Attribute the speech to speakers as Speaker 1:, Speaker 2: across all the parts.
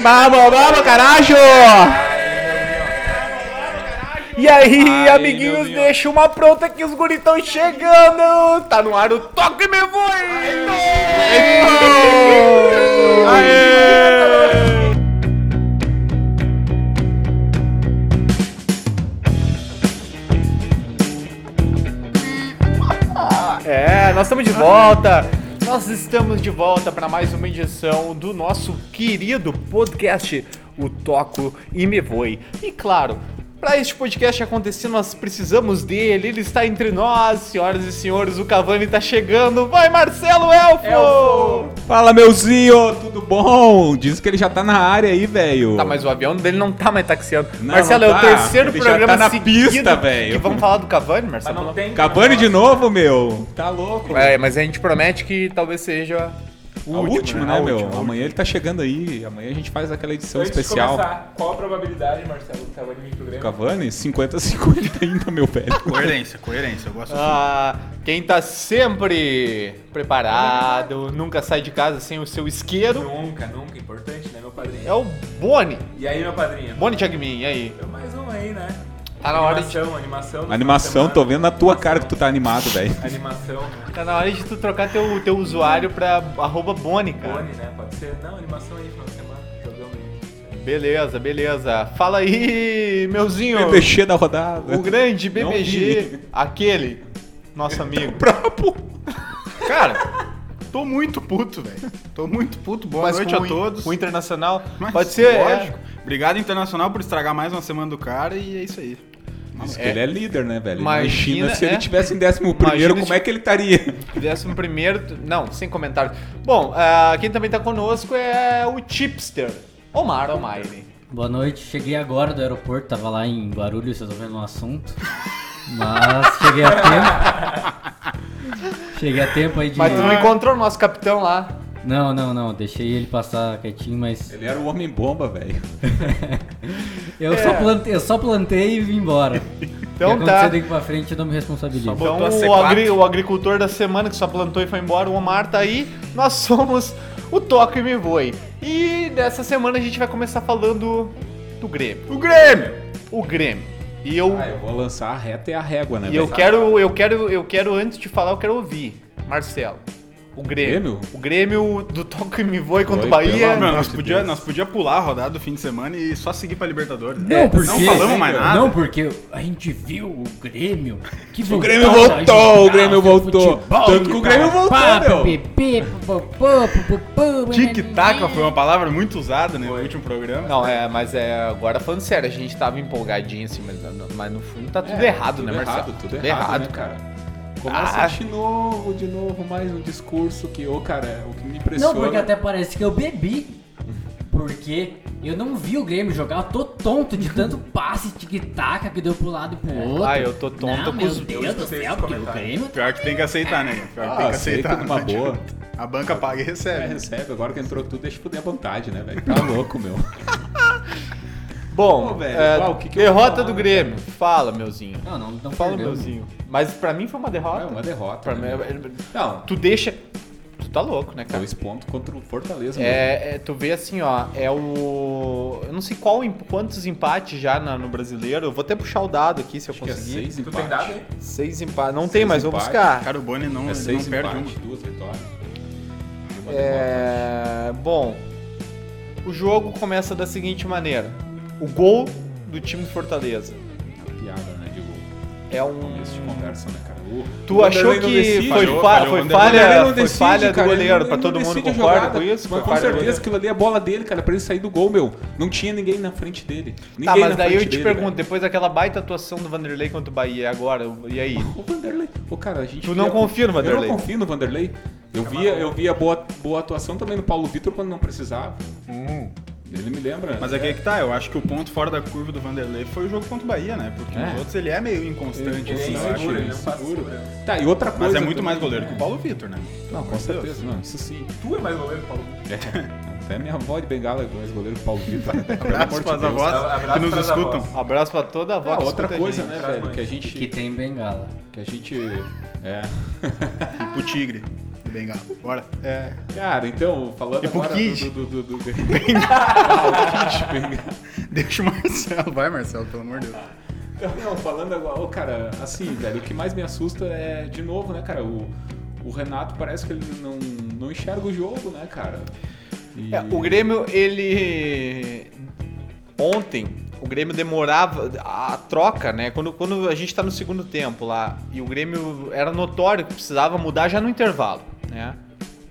Speaker 1: Vamos, vamos, caralho! E aí, amiguinhos, deixa uma pronta que os guritão chegando! Tá no ar o Toque Me Voe! É, nós estamos de
Speaker 2: Ah.
Speaker 1: volta. Nós estamos de volta para mais uma edição do nosso querido podcast, o Toco e Me Voe. E claro, para este podcast acontecer, nós precisamos dele. Ele está entre nós, senhoras e senhores. O Cavani está chegando. Vai, Marcelo Elfo!
Speaker 2: Fala, meuzinho, tudo bom? Diz que ele já tá na área aí, velho.
Speaker 1: Tá, mas o avião dele não tá mais taxiando.
Speaker 2: Não,
Speaker 1: Marcelo,
Speaker 2: não
Speaker 1: é o
Speaker 2: tá.
Speaker 1: terceiro
Speaker 2: Ele já
Speaker 1: programa
Speaker 2: tá na
Speaker 1: seguido
Speaker 2: pista, velho.
Speaker 1: Que vamos falar do Cavani, Marcelo?
Speaker 2: Cavani de novo, meu. Tá louco.
Speaker 1: É, mas a gente promete que talvez seja
Speaker 2: O último, né,
Speaker 1: A
Speaker 2: meu?
Speaker 1: última, a última.
Speaker 2: Amanhã ele tá chegando aí. Amanhã a gente faz aquela edição
Speaker 3: Antes de
Speaker 2: especial.
Speaker 3: começar, qual a probabilidade, Marcelo, que tava em mim pro Grêmio?
Speaker 2: Cavani, 50-50 ainda, meu velho.
Speaker 4: Coerência, coerência, eu gosto assim.
Speaker 1: Ah, quem tá sempre preparado, nunca sai de casa sem o seu isqueiro,
Speaker 3: Nunca, nunca, importante, né, meu padrinho?
Speaker 1: é o Boni.
Speaker 3: E aí, meu padrinho?
Speaker 1: Boni Jagmin, e aí?
Speaker 3: Deu mais um aí, né?
Speaker 1: Tá na hora de,
Speaker 3: animação, animação. do
Speaker 2: Animação,
Speaker 3: final de
Speaker 2: tô
Speaker 3: semana.
Speaker 2: vendo na tua cara que tu tá animado, velho.
Speaker 3: Animação, né?
Speaker 1: tá na hora de tu trocar teu, teu usuário pra arroba Boni, cara.
Speaker 3: Boni, né? Pode ser. Não, animação aí, final de semana. Jogamos aí.
Speaker 1: Beleza, beleza. Fala aí, meuzinho.
Speaker 2: Mexer da rodada.
Speaker 1: O grande
Speaker 2: Não
Speaker 1: BBG,
Speaker 2: vi.
Speaker 1: aquele, nosso amigo.
Speaker 2: Brabo.
Speaker 1: Cara,
Speaker 4: Tô muito puto, velho. Tô muito puto. Boa
Speaker 1: mas
Speaker 4: noite
Speaker 1: com
Speaker 4: a
Speaker 1: o in-
Speaker 4: todos.
Speaker 1: com O Internacional.
Speaker 4: Mas,
Speaker 1: Pode ser. é.
Speaker 4: Lógico. Obrigado, Internacional, por estragar mais uma semana do cara e é isso aí.
Speaker 2: Diz que ele é líder, né, velho?
Speaker 1: Imagina,
Speaker 2: Imagina, se ele
Speaker 1: é.
Speaker 2: tivesse em 11 primeiro,
Speaker 1: Imagina
Speaker 2: como
Speaker 1: se-
Speaker 2: é que ele estaria?
Speaker 1: Décimo um primeiro. tu- Não, sem comentário. Bom, ah, quem também tá conosco é o Chipster. Omar Omaire.
Speaker 5: Boa noite, cheguei agora do aeroporto, tava lá em Guarulhos resolvendo um assunto, mas cheguei a tempo. Cheguei a tempo aí de.
Speaker 1: Mas tu
Speaker 4: Ah.
Speaker 1: não encontrou o nosso capitão lá.
Speaker 5: Não, não, não, deixei ele passar quietinho, mas.
Speaker 2: Ele era o homem bomba, velho.
Speaker 5: Eu, só plantei, eu só plantei e vim embora.
Speaker 1: Então
Speaker 5: o que
Speaker 1: tá.
Speaker 5: acontecer daqui pra frente eu não me responsabilizo.
Speaker 1: Então
Speaker 4: Botou a
Speaker 1: o,
Speaker 4: C4.
Speaker 1: agri- o agricultor da semana que só plantou e foi embora, o Omar tá aí. Nós somos o Toque Me Voe. E dessa semana a gente vai começar falando do Grêmio.
Speaker 4: O Grêmio!
Speaker 1: O Grêmio. E eu,
Speaker 2: Ah, eu vou lançar a reta e a régua, né,
Speaker 1: e eu
Speaker 2: velho?
Speaker 1: quero, eu quero, eu quero antes de falar, eu quero ouvir, Marcelo. O Grêmio.
Speaker 2: Grêmio?
Speaker 1: O Grêmio do Toque Me Voe contra o
Speaker 2: Foi,
Speaker 1: Bahia.
Speaker 2: pelo amor
Speaker 4: Mano, nós
Speaker 2: de
Speaker 4: podia,
Speaker 2: Deus.
Speaker 4: nós podia pular a rodada do fim de semana e só seguir pra Libertadores. né?
Speaker 5: Não, porque,
Speaker 4: Não falamos mais nada.
Speaker 5: Não, porque a gente viu o Grêmio. Que
Speaker 2: O Grêmio
Speaker 5: vontade
Speaker 2: voltou,
Speaker 5: a gente
Speaker 2: o Grêmio
Speaker 5: dá,
Speaker 2: voltou.
Speaker 5: futebol,
Speaker 2: Tanto que o Grêmio voltou,
Speaker 5: pá,
Speaker 2: meu.
Speaker 5: pi, pi, pu, pu, pu, pu, pu,
Speaker 4: Tic-tac foi uma palavra muito usada né, no último programa.
Speaker 1: Não, é, mas é, agora falando sério, a gente tava empolgadinho assim, mas, mas no fundo tá tudo
Speaker 2: É,
Speaker 1: errado,
Speaker 2: tudo
Speaker 1: né, Marcelo?
Speaker 2: Errado, tudo errado, né, cara? Começa
Speaker 1: Ah.
Speaker 2: de novo, de novo, mais um discurso que, ô, cara, é o que me impressiona...
Speaker 5: Não, porque até parece que eu bebi. Porque eu não vi o Grêmio jogar, eu tô tonto de tanto passe tic-tac que deu pro lado e pro outro.
Speaker 1: Ah, eu tô tonto
Speaker 5: não,
Speaker 1: com
Speaker 5: meu
Speaker 1: os- eu
Speaker 5: Deus do
Speaker 3: escutei
Speaker 5: céu,
Speaker 3: esse
Speaker 5: porque o
Speaker 3: comentário.
Speaker 5: Grêmio... tá-
Speaker 4: Pior que tem que aceitar, né? Pior que
Speaker 2: Ah,
Speaker 4: tem que
Speaker 2: aceita
Speaker 4: aceitar. né?
Speaker 2: numa
Speaker 4: não
Speaker 2: boa.
Speaker 4: adianta. A banca paga e
Speaker 2: É,
Speaker 4: recebe.
Speaker 2: recebe, agora que entrou tudo, deixa eu fuder à vontade, né, velho? Tá louco, meu.
Speaker 1: Bom,
Speaker 2: Pô, velho,
Speaker 1: é,
Speaker 2: uau, o que que eu vou
Speaker 1: derrota
Speaker 2: falar, né,
Speaker 1: do Grêmio. Fala, meuzinho.
Speaker 5: Não, não, não
Speaker 1: Fala,
Speaker 5: perdeu.
Speaker 1: meuzinho. Mas pra mim foi uma derrota.
Speaker 2: É uma derrota,
Speaker 1: Pra
Speaker 2: né,
Speaker 1: mim, é,
Speaker 2: Não,
Speaker 1: tu deixa... Tu tá louco, né, cara?
Speaker 2: dois pontos contra o Fortaleza, meu.
Speaker 1: É, é, tu vê assim, ó, é o... Eu não sei qual, em- quantos empates já na- no brasileiro. Eu vou até puxar o dado aqui, se eu
Speaker 2: Acho que é
Speaker 1: conseguir.
Speaker 2: seis
Speaker 3: Tu tem dado
Speaker 2: empates.
Speaker 3: aí?
Speaker 1: seis empates. Não
Speaker 2: Seis
Speaker 1: tem, mas vou
Speaker 2: empates.
Speaker 1: buscar.
Speaker 4: Cara, o Boni não,
Speaker 2: É
Speaker 4: ele
Speaker 2: seis
Speaker 4: não perde um.
Speaker 2: empates,
Speaker 4: uma.
Speaker 2: duas vitórias. e uma derrota.
Speaker 1: É, bom, o jogo começa da seguinte maneira: o gol do time do Fortaleza
Speaker 2: Uma piada, né, de
Speaker 1: é um.
Speaker 2: começo de conversa, né, cara? O-
Speaker 1: Tu
Speaker 2: o
Speaker 1: achou
Speaker 2: Vanderlei não
Speaker 1: que
Speaker 2: decide.
Speaker 1: foi,
Speaker 4: falhou,
Speaker 1: fa-
Speaker 4: falhou,
Speaker 1: foi
Speaker 4: o
Speaker 2: Ele
Speaker 1: falha,
Speaker 2: não
Speaker 1: foi
Speaker 2: decide,
Speaker 1: falha do
Speaker 2: cara, ele
Speaker 1: goleiro?
Speaker 2: não-
Speaker 1: Pra
Speaker 2: ele
Speaker 1: todo
Speaker 2: não
Speaker 1: mundo
Speaker 2: decide a
Speaker 1: concorda
Speaker 2: jogada.
Speaker 1: com isso? Foi
Speaker 2: Mas com
Speaker 1: falha do
Speaker 2: certeza
Speaker 1: goleiro.
Speaker 2: aquilo ali é bola dele, cara, pra ele sair do gol, meu. Não tinha ninguém na frente dele. Ninguém
Speaker 1: Tá, mas
Speaker 2: na
Speaker 1: daí
Speaker 2: frente
Speaker 1: eu te
Speaker 2: dele, né?
Speaker 1: pergunto:
Speaker 2: velho.
Speaker 1: depois daquela baita atuação do Vanderlei contra o Bahia agora, e aí?
Speaker 2: O Vanderlei. Ô, cara, a gente.
Speaker 1: Tu não confia no Vanderlei?
Speaker 2: Eu não confio no Vanderlei.
Speaker 4: Tá
Speaker 2: Eu via, eu via boa, boa atuação também no Paulo Vitor quando não precisava.
Speaker 1: Hum.
Speaker 2: Ele me lembra.
Speaker 4: Mas aqui é que tá, eu acho que o ponto fora da curva do Vanderlei foi o jogo contra o Bahia, né? Porque
Speaker 2: É.
Speaker 4: nos outros ele é meio inconstante,
Speaker 2: Ele- ele
Speaker 4: assim, eu
Speaker 2: é
Speaker 4: acho.
Speaker 2: inseguro,
Speaker 4: ele-
Speaker 2: ele
Speaker 3: não passa
Speaker 2: seguro.
Speaker 3: segurança.
Speaker 2: Tá, e outra
Speaker 4: Mas
Speaker 2: coisa.
Speaker 4: é muito mais
Speaker 2: também,
Speaker 4: goleiro que o Paulo Vitor, né? Pelo
Speaker 2: Não,
Speaker 4: amor
Speaker 2: com
Speaker 4: de Deus.
Speaker 2: certeza, não. Isso sim.
Speaker 3: Tu é mais goleiro, Paulo.
Speaker 2: Até minha avó de bengala é mais goleiro que o Paulo Vitor. Pelo amor
Speaker 4: Abraço
Speaker 2: de
Speaker 4: para as
Speaker 2: Deus.
Speaker 4: avós
Speaker 3: Abraço
Speaker 4: que nos
Speaker 3: pras avós.
Speaker 4: escutam.
Speaker 1: Abraço pra toda a
Speaker 2: Ah,
Speaker 1: voz. que
Speaker 2: outra
Speaker 1: escuta a
Speaker 2: coisa,
Speaker 1: gente.
Speaker 2: né,
Speaker 3: traz
Speaker 2: velho?
Speaker 3: mais.
Speaker 2: Que a
Speaker 5: Que
Speaker 2: gente.
Speaker 5: tem bengala.
Speaker 2: Que a gente. É.
Speaker 4: O Tigre. bem, Galo. Bora.
Speaker 1: É.
Speaker 2: Cara, então, falando
Speaker 4: E pro
Speaker 2: agora
Speaker 4: Kid?
Speaker 2: do... do, do, do, do... Ah, o Kid Bengala.
Speaker 4: Deixa o Marcelo. Vai, Marcelo, pelo amor de Deus.
Speaker 2: Não, falando agora, ô, cara, assim, velho, o que mais me assusta é, de novo, né, cara, o, o Renato parece que ele não, não enxerga o jogo, né, cara? E-
Speaker 1: É, o Grêmio, ele. Ontem, o Grêmio demorava. A troca, né? Quando, quando a gente tá no segundo tempo lá e o Grêmio era notório que precisava mudar já no intervalo, né?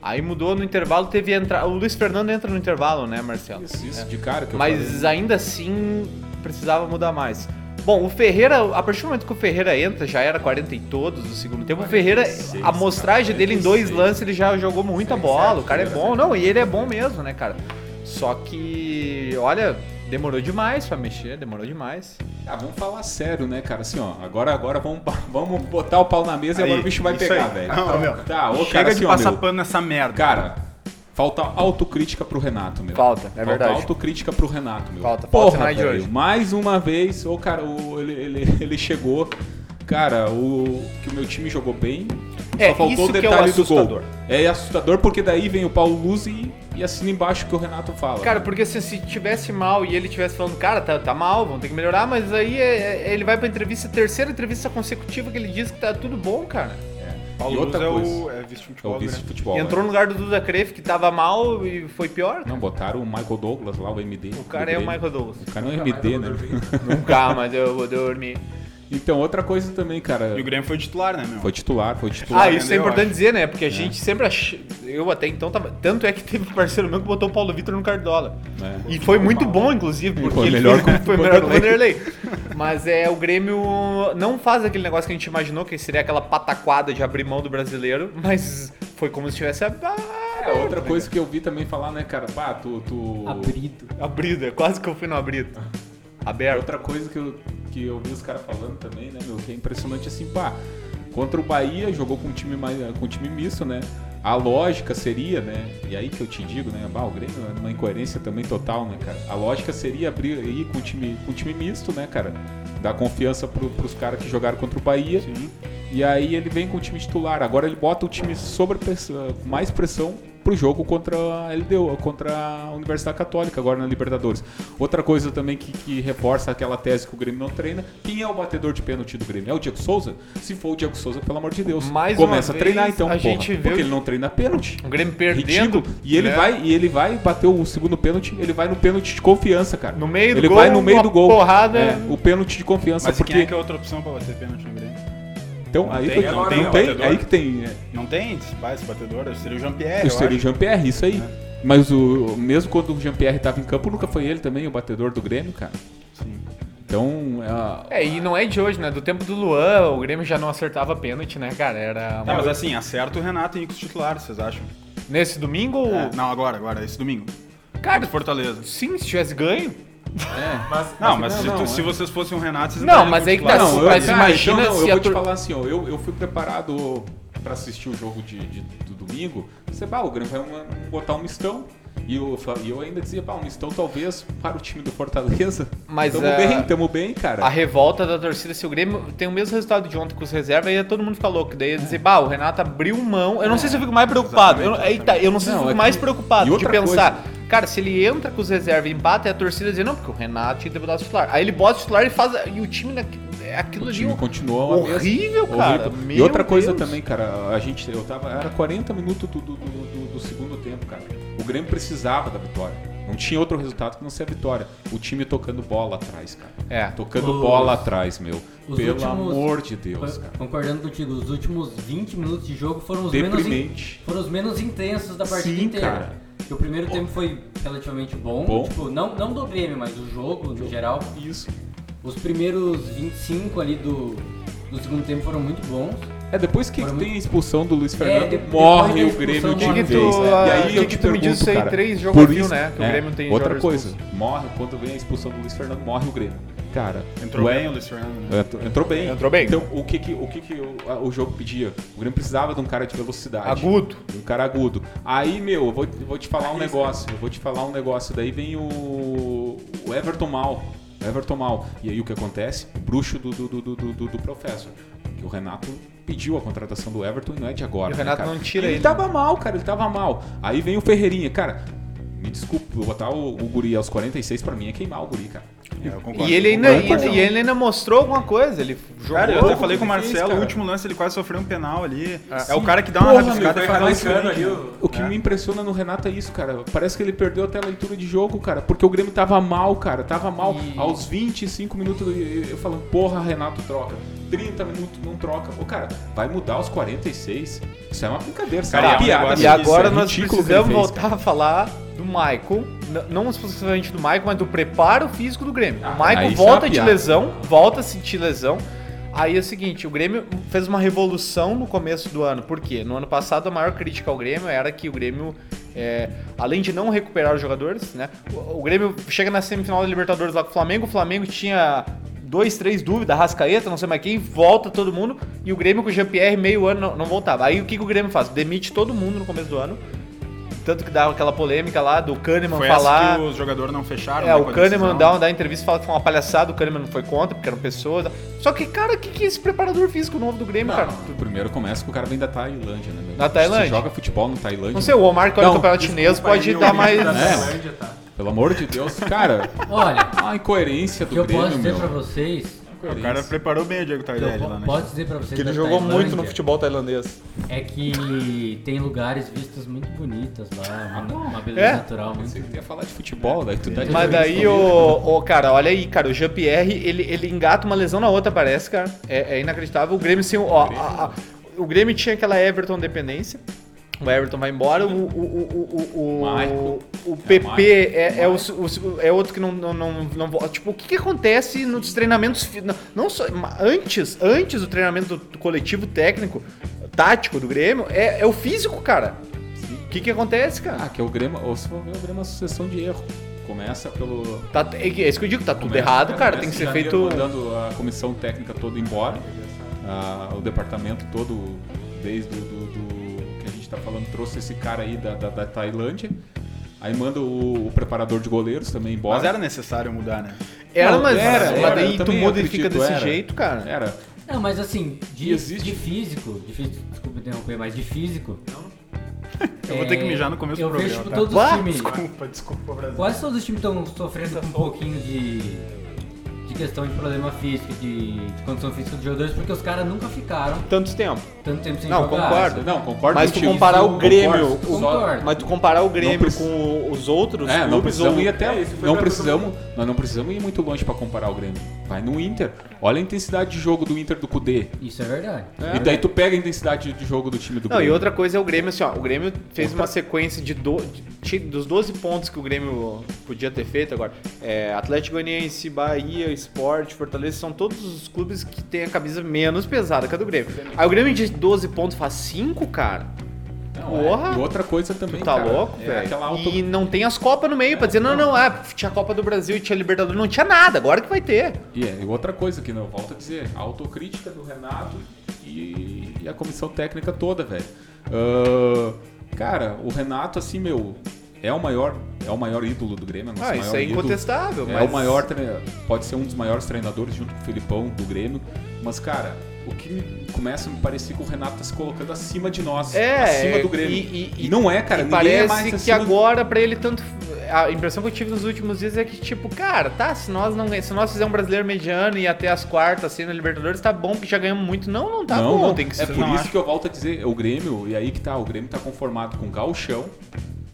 Speaker 1: Aí mudou no intervalo, teve entra... O Luiz Fernando entra no intervalo, né, Marcelo?
Speaker 2: Isso, isso, de cara que eu falei.
Speaker 1: Mas ainda assim precisava mudar mais. Bom, o Ferreira, a partir do momento que o Ferreira entra, já era 40 e todos do segundo tempo. O Ferreira, a amostragem dele em dois lances, ele já jogou muita bola. O cara é bom, não, e ele é bom mesmo, né, cara? Só que, olha, demorou demais pra mexer, demorou demais.
Speaker 2: Ah, vamos falar sério, né, cara? Assim, ó, agora, agora vamos, pa- vamos botar o pau na mesa e
Speaker 4: Aí,
Speaker 2: agora o bicho vai
Speaker 4: isso
Speaker 2: pegar,
Speaker 4: aí.
Speaker 2: velho.
Speaker 4: Não, meu.
Speaker 2: Tá, ô,
Speaker 4: Chega
Speaker 2: cara, assim,
Speaker 4: de
Speaker 2: ó,
Speaker 4: passar
Speaker 2: meu,
Speaker 4: pano nessa merda.
Speaker 2: Cara, falta autocrítica pro Renato, meu.
Speaker 1: Falta, é verdade.
Speaker 2: Falta autocrítica pro Renato, meu.
Speaker 1: Falta, falta
Speaker 2: Porra,
Speaker 1: sinais de
Speaker 2: velho,
Speaker 1: hoje.
Speaker 2: mais uma vez, o cara, o- ele, ele, ele chegou. Cara, o que o meu time jogou bem.
Speaker 1: É,
Speaker 2: só faltou
Speaker 1: isso
Speaker 2: o
Speaker 1: que é o
Speaker 2: detalhe do
Speaker 1: assustador.
Speaker 2: gol. É assustador porque daí vem o Paulo Luz e, e assina embaixo o que o Renato fala.
Speaker 1: Cara, porque assim, se tivesse mal e ele tivesse falando, cara, tá, tá mal, vamos ter que melhorar, mas aí é- é- ele vai pra entrevista, terceira entrevista consecutiva que ele diz que tá tudo bom, cara.
Speaker 2: e outra
Speaker 4: Luz
Speaker 2: coisa.
Speaker 4: é o é
Speaker 2: É
Speaker 4: vice-futebol,
Speaker 2: o
Speaker 4: né?
Speaker 2: vice-futebol.
Speaker 1: Entrou
Speaker 2: né?
Speaker 1: no lugar do Duda Cref, que tava mal e foi pior.
Speaker 2: Não, botaram o Michael Douglas lá, o MD.
Speaker 1: O cara é o Michael Douglas.
Speaker 2: O cara é um MD, né?
Speaker 1: Nunca, mas eu vou dormir.
Speaker 2: Então, outra coisa também, cara.
Speaker 4: E o Grêmio foi titular, né, meu?
Speaker 2: Foi titular, foi titular.
Speaker 1: Ah, isso é
Speaker 4: eu
Speaker 1: importante
Speaker 4: acho.
Speaker 1: dizer, né? Porque a gente sempre ach... Eu até então tava. Tanto é que teve um parceiro meu que botou o Paulo Vitor no Cardola.
Speaker 2: né?
Speaker 1: E foi muito bom, inclusive, porque
Speaker 2: Foi
Speaker 1: ele
Speaker 2: melhor
Speaker 1: fez-
Speaker 2: que o
Speaker 1: foi melhor que o
Speaker 2: Vanderlei.
Speaker 1: Vanderlei. Mas é, o Grêmio não faz aquele negócio que a gente imaginou, que seria aquela pataquada de abrir mão do brasileiro, mas foi como se tivesse ab-
Speaker 2: É, outra coisa que eu vi também falar, né, cara? Pá, tu. tu...
Speaker 5: Abrido.
Speaker 1: abrido. É quase que eu fui no abrido. Aberto.
Speaker 2: É, Outra coisa que eu, que eu vi os caras falando também, né, meu, que é impressionante assim, pá. Contra o Bahia, jogou com um time, mais, com um time misto, né? A lógica seria, né? E aí que eu te digo, né? Bah, o Grêmio é uma incoerência também total, né, cara? A lógica seria abrir aí com um time, com um time misto, né, cara? Dar confiança pro, pros caras que jogaram contra o Bahia.
Speaker 4: Sim.
Speaker 2: E aí ele vem com o time titular. Agora ele bota o time sobre pressão, mais pressão pro jogo contra a LDU, contra a Universidade Católica agora na Libertadores. Outra coisa também que, que reforça aquela tese que o Grêmio não treina, quem é o batedor de pênalti do Grêmio? É o Diego Souza? Se for o Diego Souza, pelo amor de Deus,
Speaker 1: Mais uma
Speaker 2: começa a
Speaker 1: vez,
Speaker 2: treinar então,
Speaker 1: a
Speaker 2: porra,
Speaker 1: gente vê o
Speaker 2: porque
Speaker 1: Di-
Speaker 2: ele não treina pênalti. É
Speaker 1: O Grêmio perdendo.
Speaker 2: Ridículo. E ele
Speaker 1: né?
Speaker 2: vai, e ele vai bater o segundo pênalti, ele vai no pênalti de confiança, cara.
Speaker 1: No meio do
Speaker 2: ele
Speaker 1: gol,
Speaker 2: vai no meio
Speaker 1: uma
Speaker 2: do gol.
Speaker 1: porrada.
Speaker 2: É, o pênalti de confiança,
Speaker 4: Mas
Speaker 2: porque
Speaker 4: quem é que é outra opção pra bater pênalti no Grêmio?
Speaker 2: então aí
Speaker 4: tem,
Speaker 2: que-
Speaker 4: não
Speaker 2: não
Speaker 4: tem
Speaker 2: tem,
Speaker 4: batedor.
Speaker 2: aí que tem, é,
Speaker 4: Não tem esse pá, esse batedor? Seria o Jean-Pierre,
Speaker 2: O
Speaker 4: É, eu
Speaker 2: seria o
Speaker 4: acho. É.
Speaker 2: Jean-Pierre, isso aí. Mas o, mesmo quando o Jean-Pierre tava em campo, nunca foi ele também, o batedor do Grêmio, cara.
Speaker 4: Sim.
Speaker 2: Então, é,
Speaker 1: É, e não é de hoje, né? Do tempo do Luan, o Grêmio já não acertava pênalti, né, cara? Era. uma-
Speaker 4: Tá, mas assim, acerta o Renato e os titulares, vocês acham?
Speaker 1: Nesse domingo.
Speaker 4: É, não, agora, agora, esse domingo.
Speaker 1: Cara,
Speaker 4: Fortaleza.
Speaker 1: sim, se tivesse ganho.
Speaker 3: Mas,
Speaker 4: Não, mas
Speaker 2: não,
Speaker 4: se, tu-
Speaker 2: não,
Speaker 4: se
Speaker 2: é.
Speaker 4: vocês fossem um Renato, vocês
Speaker 1: Não,
Speaker 4: entrariam
Speaker 1: mas
Speaker 4: com
Speaker 1: aí que
Speaker 4: titular.
Speaker 1: tá-
Speaker 2: não, eu,
Speaker 1: mas
Speaker 2: cara,
Speaker 1: imagina
Speaker 2: então, não,
Speaker 1: se
Speaker 2: eu
Speaker 1: a
Speaker 2: vou te
Speaker 1: tur-
Speaker 2: falar assim, ó, eu, eu fui preparado pra assistir o jogo de, de- do domingo. Você, pá, o Grêmio vai uma- botar um mistão. E eu, fa- e eu ainda dizia, pá, um mistão talvez para o time do Fortaleza.
Speaker 1: Mas,
Speaker 2: tamo
Speaker 1: é,
Speaker 2: bem, tamo bem, cara.
Speaker 1: A revolta da torcida, se o Grêmio tem o mesmo resultado de ontem com os reservas, aí todo mundo fica louco. Daí ia dizer, bah, o Renato abriu mão. Eu não sei se eu fico mais preocupado. Eu, aí tá, eu não sei
Speaker 2: Não,
Speaker 1: se eu fico
Speaker 2: é que-
Speaker 1: mais
Speaker 2: e
Speaker 1: preocupado de
Speaker 2: outra
Speaker 1: pensar. Cara, se ele entra com os reservas e empata, é a torcida dizer, não, porque o Renato tinha que botar o titular. Aí ele bota o titular e faz. E o time. na- é Aquilo
Speaker 2: O
Speaker 1: ali,
Speaker 2: time continua uma merda.
Speaker 1: horrível, cara.
Speaker 2: Horrível. E
Speaker 1: Meu
Speaker 2: outra coisa
Speaker 1: Deus.
Speaker 2: também, cara, a gente, eu tava, era 40 minutos do, do, do- do segundo tempo, cara. O Grêmio precisava da vitória. Não tinha outro resultado que não ser a vitória. O time tocando bola atrás, cara.
Speaker 1: É.
Speaker 2: Tocando
Speaker 5: Os-
Speaker 2: bola atrás, meu.
Speaker 5: os
Speaker 2: Pelo
Speaker 5: últimos-
Speaker 2: amor de Deus,
Speaker 5: Co-
Speaker 2: cara.
Speaker 5: Concordando contigo, os últimos 20 minutos de jogo foram os menos
Speaker 2: Deprimente.
Speaker 5: in- foram os menos intensos da partida
Speaker 2: Sim,
Speaker 5: inteira.
Speaker 2: cara.
Speaker 5: Porque o primeiro tempo foi relativamente bom,
Speaker 2: Bom.
Speaker 5: Tipo, não não do Grêmio, mas do jogo no geral.
Speaker 2: Isso.
Speaker 5: Os primeiros 25 ali do do segundo tempo foram muito bons.
Speaker 2: É, depois que
Speaker 5: Foram
Speaker 2: tem a expulsão do Luiz Fernando,
Speaker 5: É, depois da
Speaker 2: morre o
Speaker 5: expulsão,
Speaker 2: Grêmio
Speaker 1: Que que
Speaker 2: de vez.
Speaker 5: morre.
Speaker 1: tu,
Speaker 2: né? E
Speaker 1: ah,
Speaker 2: aí
Speaker 1: que
Speaker 2: eu
Speaker 1: que
Speaker 2: te
Speaker 1: tu me
Speaker 2: pergunto,
Speaker 1: disse aí,
Speaker 2: cara,
Speaker 1: três jogos
Speaker 2: por
Speaker 1: a fio,
Speaker 2: isso-
Speaker 1: né, que o
Speaker 2: é,
Speaker 1: Grêmio tem
Speaker 2: Outra
Speaker 1: jogador
Speaker 2: coisa, morre quando vem a expulsão do Luiz Fernando, morre o Grêmio. Cara,
Speaker 4: Entrou
Speaker 2: o
Speaker 4: bem o Luiz Fernando, né?
Speaker 2: Entrou, entrou bem.
Speaker 1: Entrou bem.
Speaker 2: Então, o que, que, o, que, que o, a- o jogo pedia? O Grêmio precisava de um cara de velocidade.
Speaker 1: Agudo.
Speaker 2: Um cara agudo. Aí, meu, eu vou, eu vou te falar um negócio. Eu vou te falar um negócio. Daí vem o, o Everton Mal. O Everton Mal. E aí o que acontece? O bruxo do, do, do, do, do, do professor. que o Renato pediu a contratação do Everton e não é de agora.
Speaker 1: E o
Speaker 2: né,
Speaker 1: Renato
Speaker 2: cara?
Speaker 1: não tira
Speaker 2: ele.
Speaker 1: ele. né?
Speaker 2: tava mal, cara, ele tava mal. Aí vem o Ferreirinha, cara. Me desculpa, eu botar o, o Guri aos 46 pra mim é queimar o Guri, cara.
Speaker 4: É, eu concordo.
Speaker 1: E ele, ainda,
Speaker 4: Eu concordo.
Speaker 1: e, e ele ainda mostrou alguma coisa, ele jogou.
Speaker 4: Cara, eu até falei com o
Speaker 2: que fez,
Speaker 4: Marcelo,
Speaker 2: cara.
Speaker 4: o último lance ele quase sofreu um penal ali.
Speaker 1: Ah.
Speaker 4: É o cara que dá uma
Speaker 2: Porra,
Speaker 4: rabiscada
Speaker 2: meu, vai
Speaker 4: e faz
Speaker 2: rasgando
Speaker 4: um
Speaker 3: ali
Speaker 4: ali.
Speaker 3: o-
Speaker 2: O que me impressiona no Renato é isso, cara. Parece que ele perdeu até a leitura de jogo, cara. Porque o Grêmio tava mal, cara. Tava mal. Aos 25 minutos eu eu falando, porra, Renato troca. 30 minutos não troca. Ô, cara, vai mudar aos 46? Isso é uma brincadeira, isso é
Speaker 4: Cara,
Speaker 2: uma
Speaker 4: é um
Speaker 2: piada.
Speaker 4: negócio
Speaker 2: isso,
Speaker 1: E
Speaker 2: é
Speaker 1: agora nós
Speaker 2: ridículo que
Speaker 1: precisamos
Speaker 2: ele fez,
Speaker 1: voltar a falar do Maicon, n- não especificamente do Maicon, mas do preparo físico do Grêmio. o
Speaker 2: aí
Speaker 1: Maicon
Speaker 2: isso é uma
Speaker 1: volta de
Speaker 2: piada.
Speaker 1: lesão, volta a sentir lesão. Aí é o seguinte, o Grêmio fez uma revolução no começo do ano, por quê? No ano passado a maior crítica ao Grêmio era que o Grêmio, é, além de não recuperar os jogadores, né? O, o Grêmio chega na semifinal da Libertadores lá com o Flamengo, o Flamengo tinha dois, três dúvidas, Rascaeta, não sei mais quem, volta todo mundo, e o Grêmio com o Jean-Pierre meio ano não, não voltava. Aí o que, que o Grêmio faz? Demite todo mundo no começo do ano, tanto que dá aquela polêmica lá do Kahneman
Speaker 4: Foi essa
Speaker 1: falar.
Speaker 4: que os jogadores não fecharam.
Speaker 1: É,
Speaker 4: né,
Speaker 1: o
Speaker 4: com a
Speaker 1: Kahneman
Speaker 4: decisão.
Speaker 1: dá, dá entrevista e fala que foi uma palhaçada, o Kahneman não foi contra, porque eram pessoas. Só que, cara, o que, que é esse preparador físico novo do Grêmio, cara?
Speaker 2: Não, primeiro começa que o cara vem da Tailândia, né? meu?
Speaker 1: Da Tailândia.
Speaker 2: Se joga futebol na Tailândia.
Speaker 1: Não sei, o Omar que olha o
Speaker 2: Não,
Speaker 1: campeonato chinês pode dar mais.
Speaker 2: Né?
Speaker 3: É. Tá.
Speaker 2: Pelo amor de Deus, cara.
Speaker 5: Olha,
Speaker 2: A incoerência
Speaker 5: o
Speaker 2: do
Speaker 5: que eu
Speaker 2: Grêmio,
Speaker 5: posso dizer
Speaker 2: meu.
Speaker 5: pra vocês.
Speaker 4: O cara preparou bem o Diego
Speaker 5: o que eu
Speaker 4: Tardelli
Speaker 5: po-
Speaker 4: lá, né?
Speaker 5: posso dizer pra vocês
Speaker 1: Que ele
Speaker 5: da
Speaker 2: Tá,
Speaker 1: jogou muito no
Speaker 5: Tailândia
Speaker 1: futebol tailandês.
Speaker 5: É que tem lugares, vistas muito bonitas lá, uma, uma beleza
Speaker 1: É?
Speaker 5: natural muito
Speaker 2: Você queria falar de futebol, daí tu dá de
Speaker 1: Mas daí, o, o cara, olha aí, cara, o Jean-Pierre, ele, ele engata uma lesão na outra, parece, cara. É, é inacreditável. O Grêmio, sim, ó, a- a- o Grêmio tinha aquela Everton dependência. O Everton vai embora, o, o, o, o, o,
Speaker 2: Michael.
Speaker 1: o PP é, é,
Speaker 2: Michael.
Speaker 1: o, o- é outro que não, não, não, não vo- Tipo, o que, que acontece nos treinamentos. fi- Não, não só. ma- Antes, antes do treinamento do coletivo técnico, tático do Grêmio, é, é o físico, cara. O que, que acontece, cara?
Speaker 2: Ah, que é o Grêmio. Ou se for ver, o Grêmio é uma sucessão de erro. Começa pelo.
Speaker 1: Tá, é que- é isso que eu digo, tá tudo
Speaker 2: começa-
Speaker 1: errado, cara.
Speaker 2: começa
Speaker 1: Tem que
Speaker 2: em
Speaker 1: ser
Speaker 2: janeiro,
Speaker 1: feito.
Speaker 2: Mandando a comissão técnica toda embora, ah, o departamento todo, desde o do, do que a gente tá falando, trouxe esse cara aí da, da, da Tailândia. Aí manda o, o preparador de goleiros também embora.
Speaker 4: Mas era necessário mudar, né?
Speaker 1: Era,
Speaker 2: Não,
Speaker 1: mas,
Speaker 2: era,
Speaker 1: mas
Speaker 2: era,
Speaker 1: daí
Speaker 2: eu
Speaker 1: tu
Speaker 2: também
Speaker 1: muda e
Speaker 2: acredito,
Speaker 1: fica desse
Speaker 2: era. É.
Speaker 1: jeito, cara.
Speaker 2: Era.
Speaker 5: Não, mas assim, de,
Speaker 2: E existe-
Speaker 5: de físico, de físico, desculpa interromper, mas de físico.
Speaker 4: Eu vou ter que mijar no
Speaker 1: É
Speaker 4: começo
Speaker 5: eu
Speaker 4: do
Speaker 5: vejo, tipo,
Speaker 4: programa, tá?
Speaker 5: todos
Speaker 1: Bah,
Speaker 5: os times.
Speaker 4: Desculpa, desculpa, Brasil.
Speaker 5: Quase todos os times estão sofrendo com um pouquinho de. De questão de problema físico, de, de condição física dos jogadores, porque os caras nunca ficaram
Speaker 1: Tanto tempo.
Speaker 5: tanto tempo sem
Speaker 1: Não,
Speaker 5: jogar.
Speaker 1: concordo.
Speaker 2: Não, concordo
Speaker 1: Mas tu
Speaker 2: contigo.
Speaker 1: comparar o
Speaker 2: Concordo,
Speaker 1: Grêmio,
Speaker 2: só-
Speaker 5: Concordo.
Speaker 1: Mas tu comparar o Grêmio
Speaker 2: preci-
Speaker 1: com os outros
Speaker 2: É, não
Speaker 1: clubes ou...
Speaker 2: precisamos ir até
Speaker 3: É, isso foi
Speaker 2: não
Speaker 3: pra
Speaker 2: precisamos, nós não precisamos ir muito longe pra comparar o Grêmio. Vai no Inter. Olha a intensidade de jogo do Inter do Cudê.
Speaker 5: Isso é verdade.
Speaker 2: E daí tu pega a intensidade de jogo do time do
Speaker 1: Não, e
Speaker 2: Grêmio.
Speaker 1: outra coisa é o Grêmio, assim, ó. O Grêmio fez uma sequência de, do... de- dos 12 pontos que o Grêmio podia ter feito agora. É, Atlético Goianiense, Bahia, Sport, Fortaleza, são todos os clubes que têm a camisa menos pesada que a do Grêmio. Aí o Grêmio de 12 pontos faz 5, cara.
Speaker 2: Não, é.
Speaker 1: Porra!
Speaker 2: E outra coisa também,
Speaker 1: Tu tá
Speaker 2: cara,
Speaker 1: louco,
Speaker 2: é
Speaker 1: velho?
Speaker 2: aquela auto...
Speaker 1: E não tem as Copas no meio pra dizer, não, não, ah, tinha a Copa do Brasil, tinha a Libertadores, não tinha nada, agora que vai ter.
Speaker 2: e é, e outra coisa que não volto a dizer, a autocrítica do Renato e, e a comissão técnica toda, velho. Ah, cara, o Renato assim, meu, é o maior, é o maior ídolo do Grêmio, é o nosso
Speaker 1: Ah,
Speaker 2: maior
Speaker 1: isso é
Speaker 2: ídolo.
Speaker 1: incontestável,
Speaker 2: É
Speaker 1: mas...
Speaker 2: o maior treinador, pode ser um dos maiores treinadores junto com o Filipão do Grêmio, mas cara, o que me- começa a me parecer que o Renato tá se colocando acima de nós,
Speaker 1: É,
Speaker 2: acima do Grêmio.
Speaker 1: e- e-
Speaker 2: E, não é, cara,
Speaker 1: e
Speaker 2: ninguém
Speaker 1: parece
Speaker 2: é mais
Speaker 1: que
Speaker 2: acima do-
Speaker 1: agora pra ele tanto... A impressão que eu tive nos últimos dias é que, tipo, cara, tá, se nós não se nós fizermos um brasileiro mediano e ir até as quartas, assim, na Libertadores, tá bom, porque já ganhamos muito. Não, não tá
Speaker 2: não,
Speaker 1: bom,
Speaker 2: não.
Speaker 1: tem que
Speaker 2: É
Speaker 1: ser...
Speaker 2: por
Speaker 4: não
Speaker 2: isso
Speaker 4: acha?
Speaker 2: que eu volto a dizer, é o Grêmio, e aí que tá, o Grêmio tá conformado com Galchão,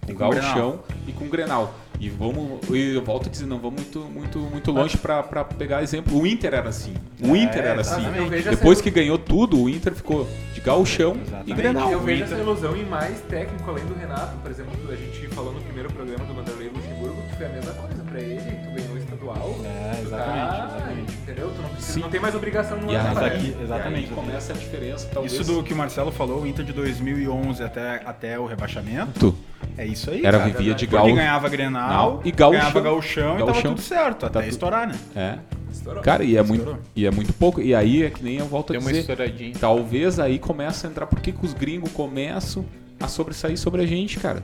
Speaker 2: com
Speaker 4: com
Speaker 2: Galchão e com Grenal. E vamos, e eu volto a dizer, não vamos muito muito muito longe pra pra pegar exemplo. O Inter era assim. O Inter era assim.
Speaker 3: exatamente. Eu vejo essa-
Speaker 2: Depois que ganhou tudo, o Inter ficou de Galchão e
Speaker 4: Exatamente.
Speaker 2: Grenal.
Speaker 3: eu vejo essa ilusão em mais técnico além do Renato. Por exemplo, a gente falou no primeiro programa do Vanderlei Luxemburgo que foi a mesma coisa pra ele. Tu ganhou o estadual. né?
Speaker 4: É,
Speaker 3: tu
Speaker 4: exatamente,
Speaker 3: tá-
Speaker 4: exatamente.
Speaker 3: Entendeu? Tu não, precisa,
Speaker 2: Sim.
Speaker 3: não tem mais obrigação no ano,
Speaker 2: E
Speaker 3: É.
Speaker 2: a-
Speaker 4: Mas
Speaker 3: parece.
Speaker 4: aqui,
Speaker 2: Exatamente.
Speaker 4: exatamente.
Speaker 2: começa a diferença, talvez.
Speaker 4: Isso do que o Marcelo falou, o Inter de 2011 até, até o rebaixamento,
Speaker 2: Tu.
Speaker 4: é isso aí.
Speaker 2: Era
Speaker 4: cara.
Speaker 2: vivia de
Speaker 4: Porque
Speaker 2: Gal.
Speaker 4: ganhava Grenal,
Speaker 2: Não, e Gaúchão.
Speaker 4: ganhava Gauchão e tava
Speaker 2: Gaúchão.
Speaker 4: tudo certo, até
Speaker 2: Tá tudo-
Speaker 4: estourar, né?
Speaker 2: É.
Speaker 3: Estourou.
Speaker 2: Cara, e é
Speaker 4: Estourou.
Speaker 2: muito, e é muito pouco. E aí é que nem eu volto a
Speaker 1: Deu uma
Speaker 2: dizer.
Speaker 1: estouradinha.
Speaker 2: Talvez aí comece a entrar. Por que, que os gringos começam a sobressair sobre a gente, cara.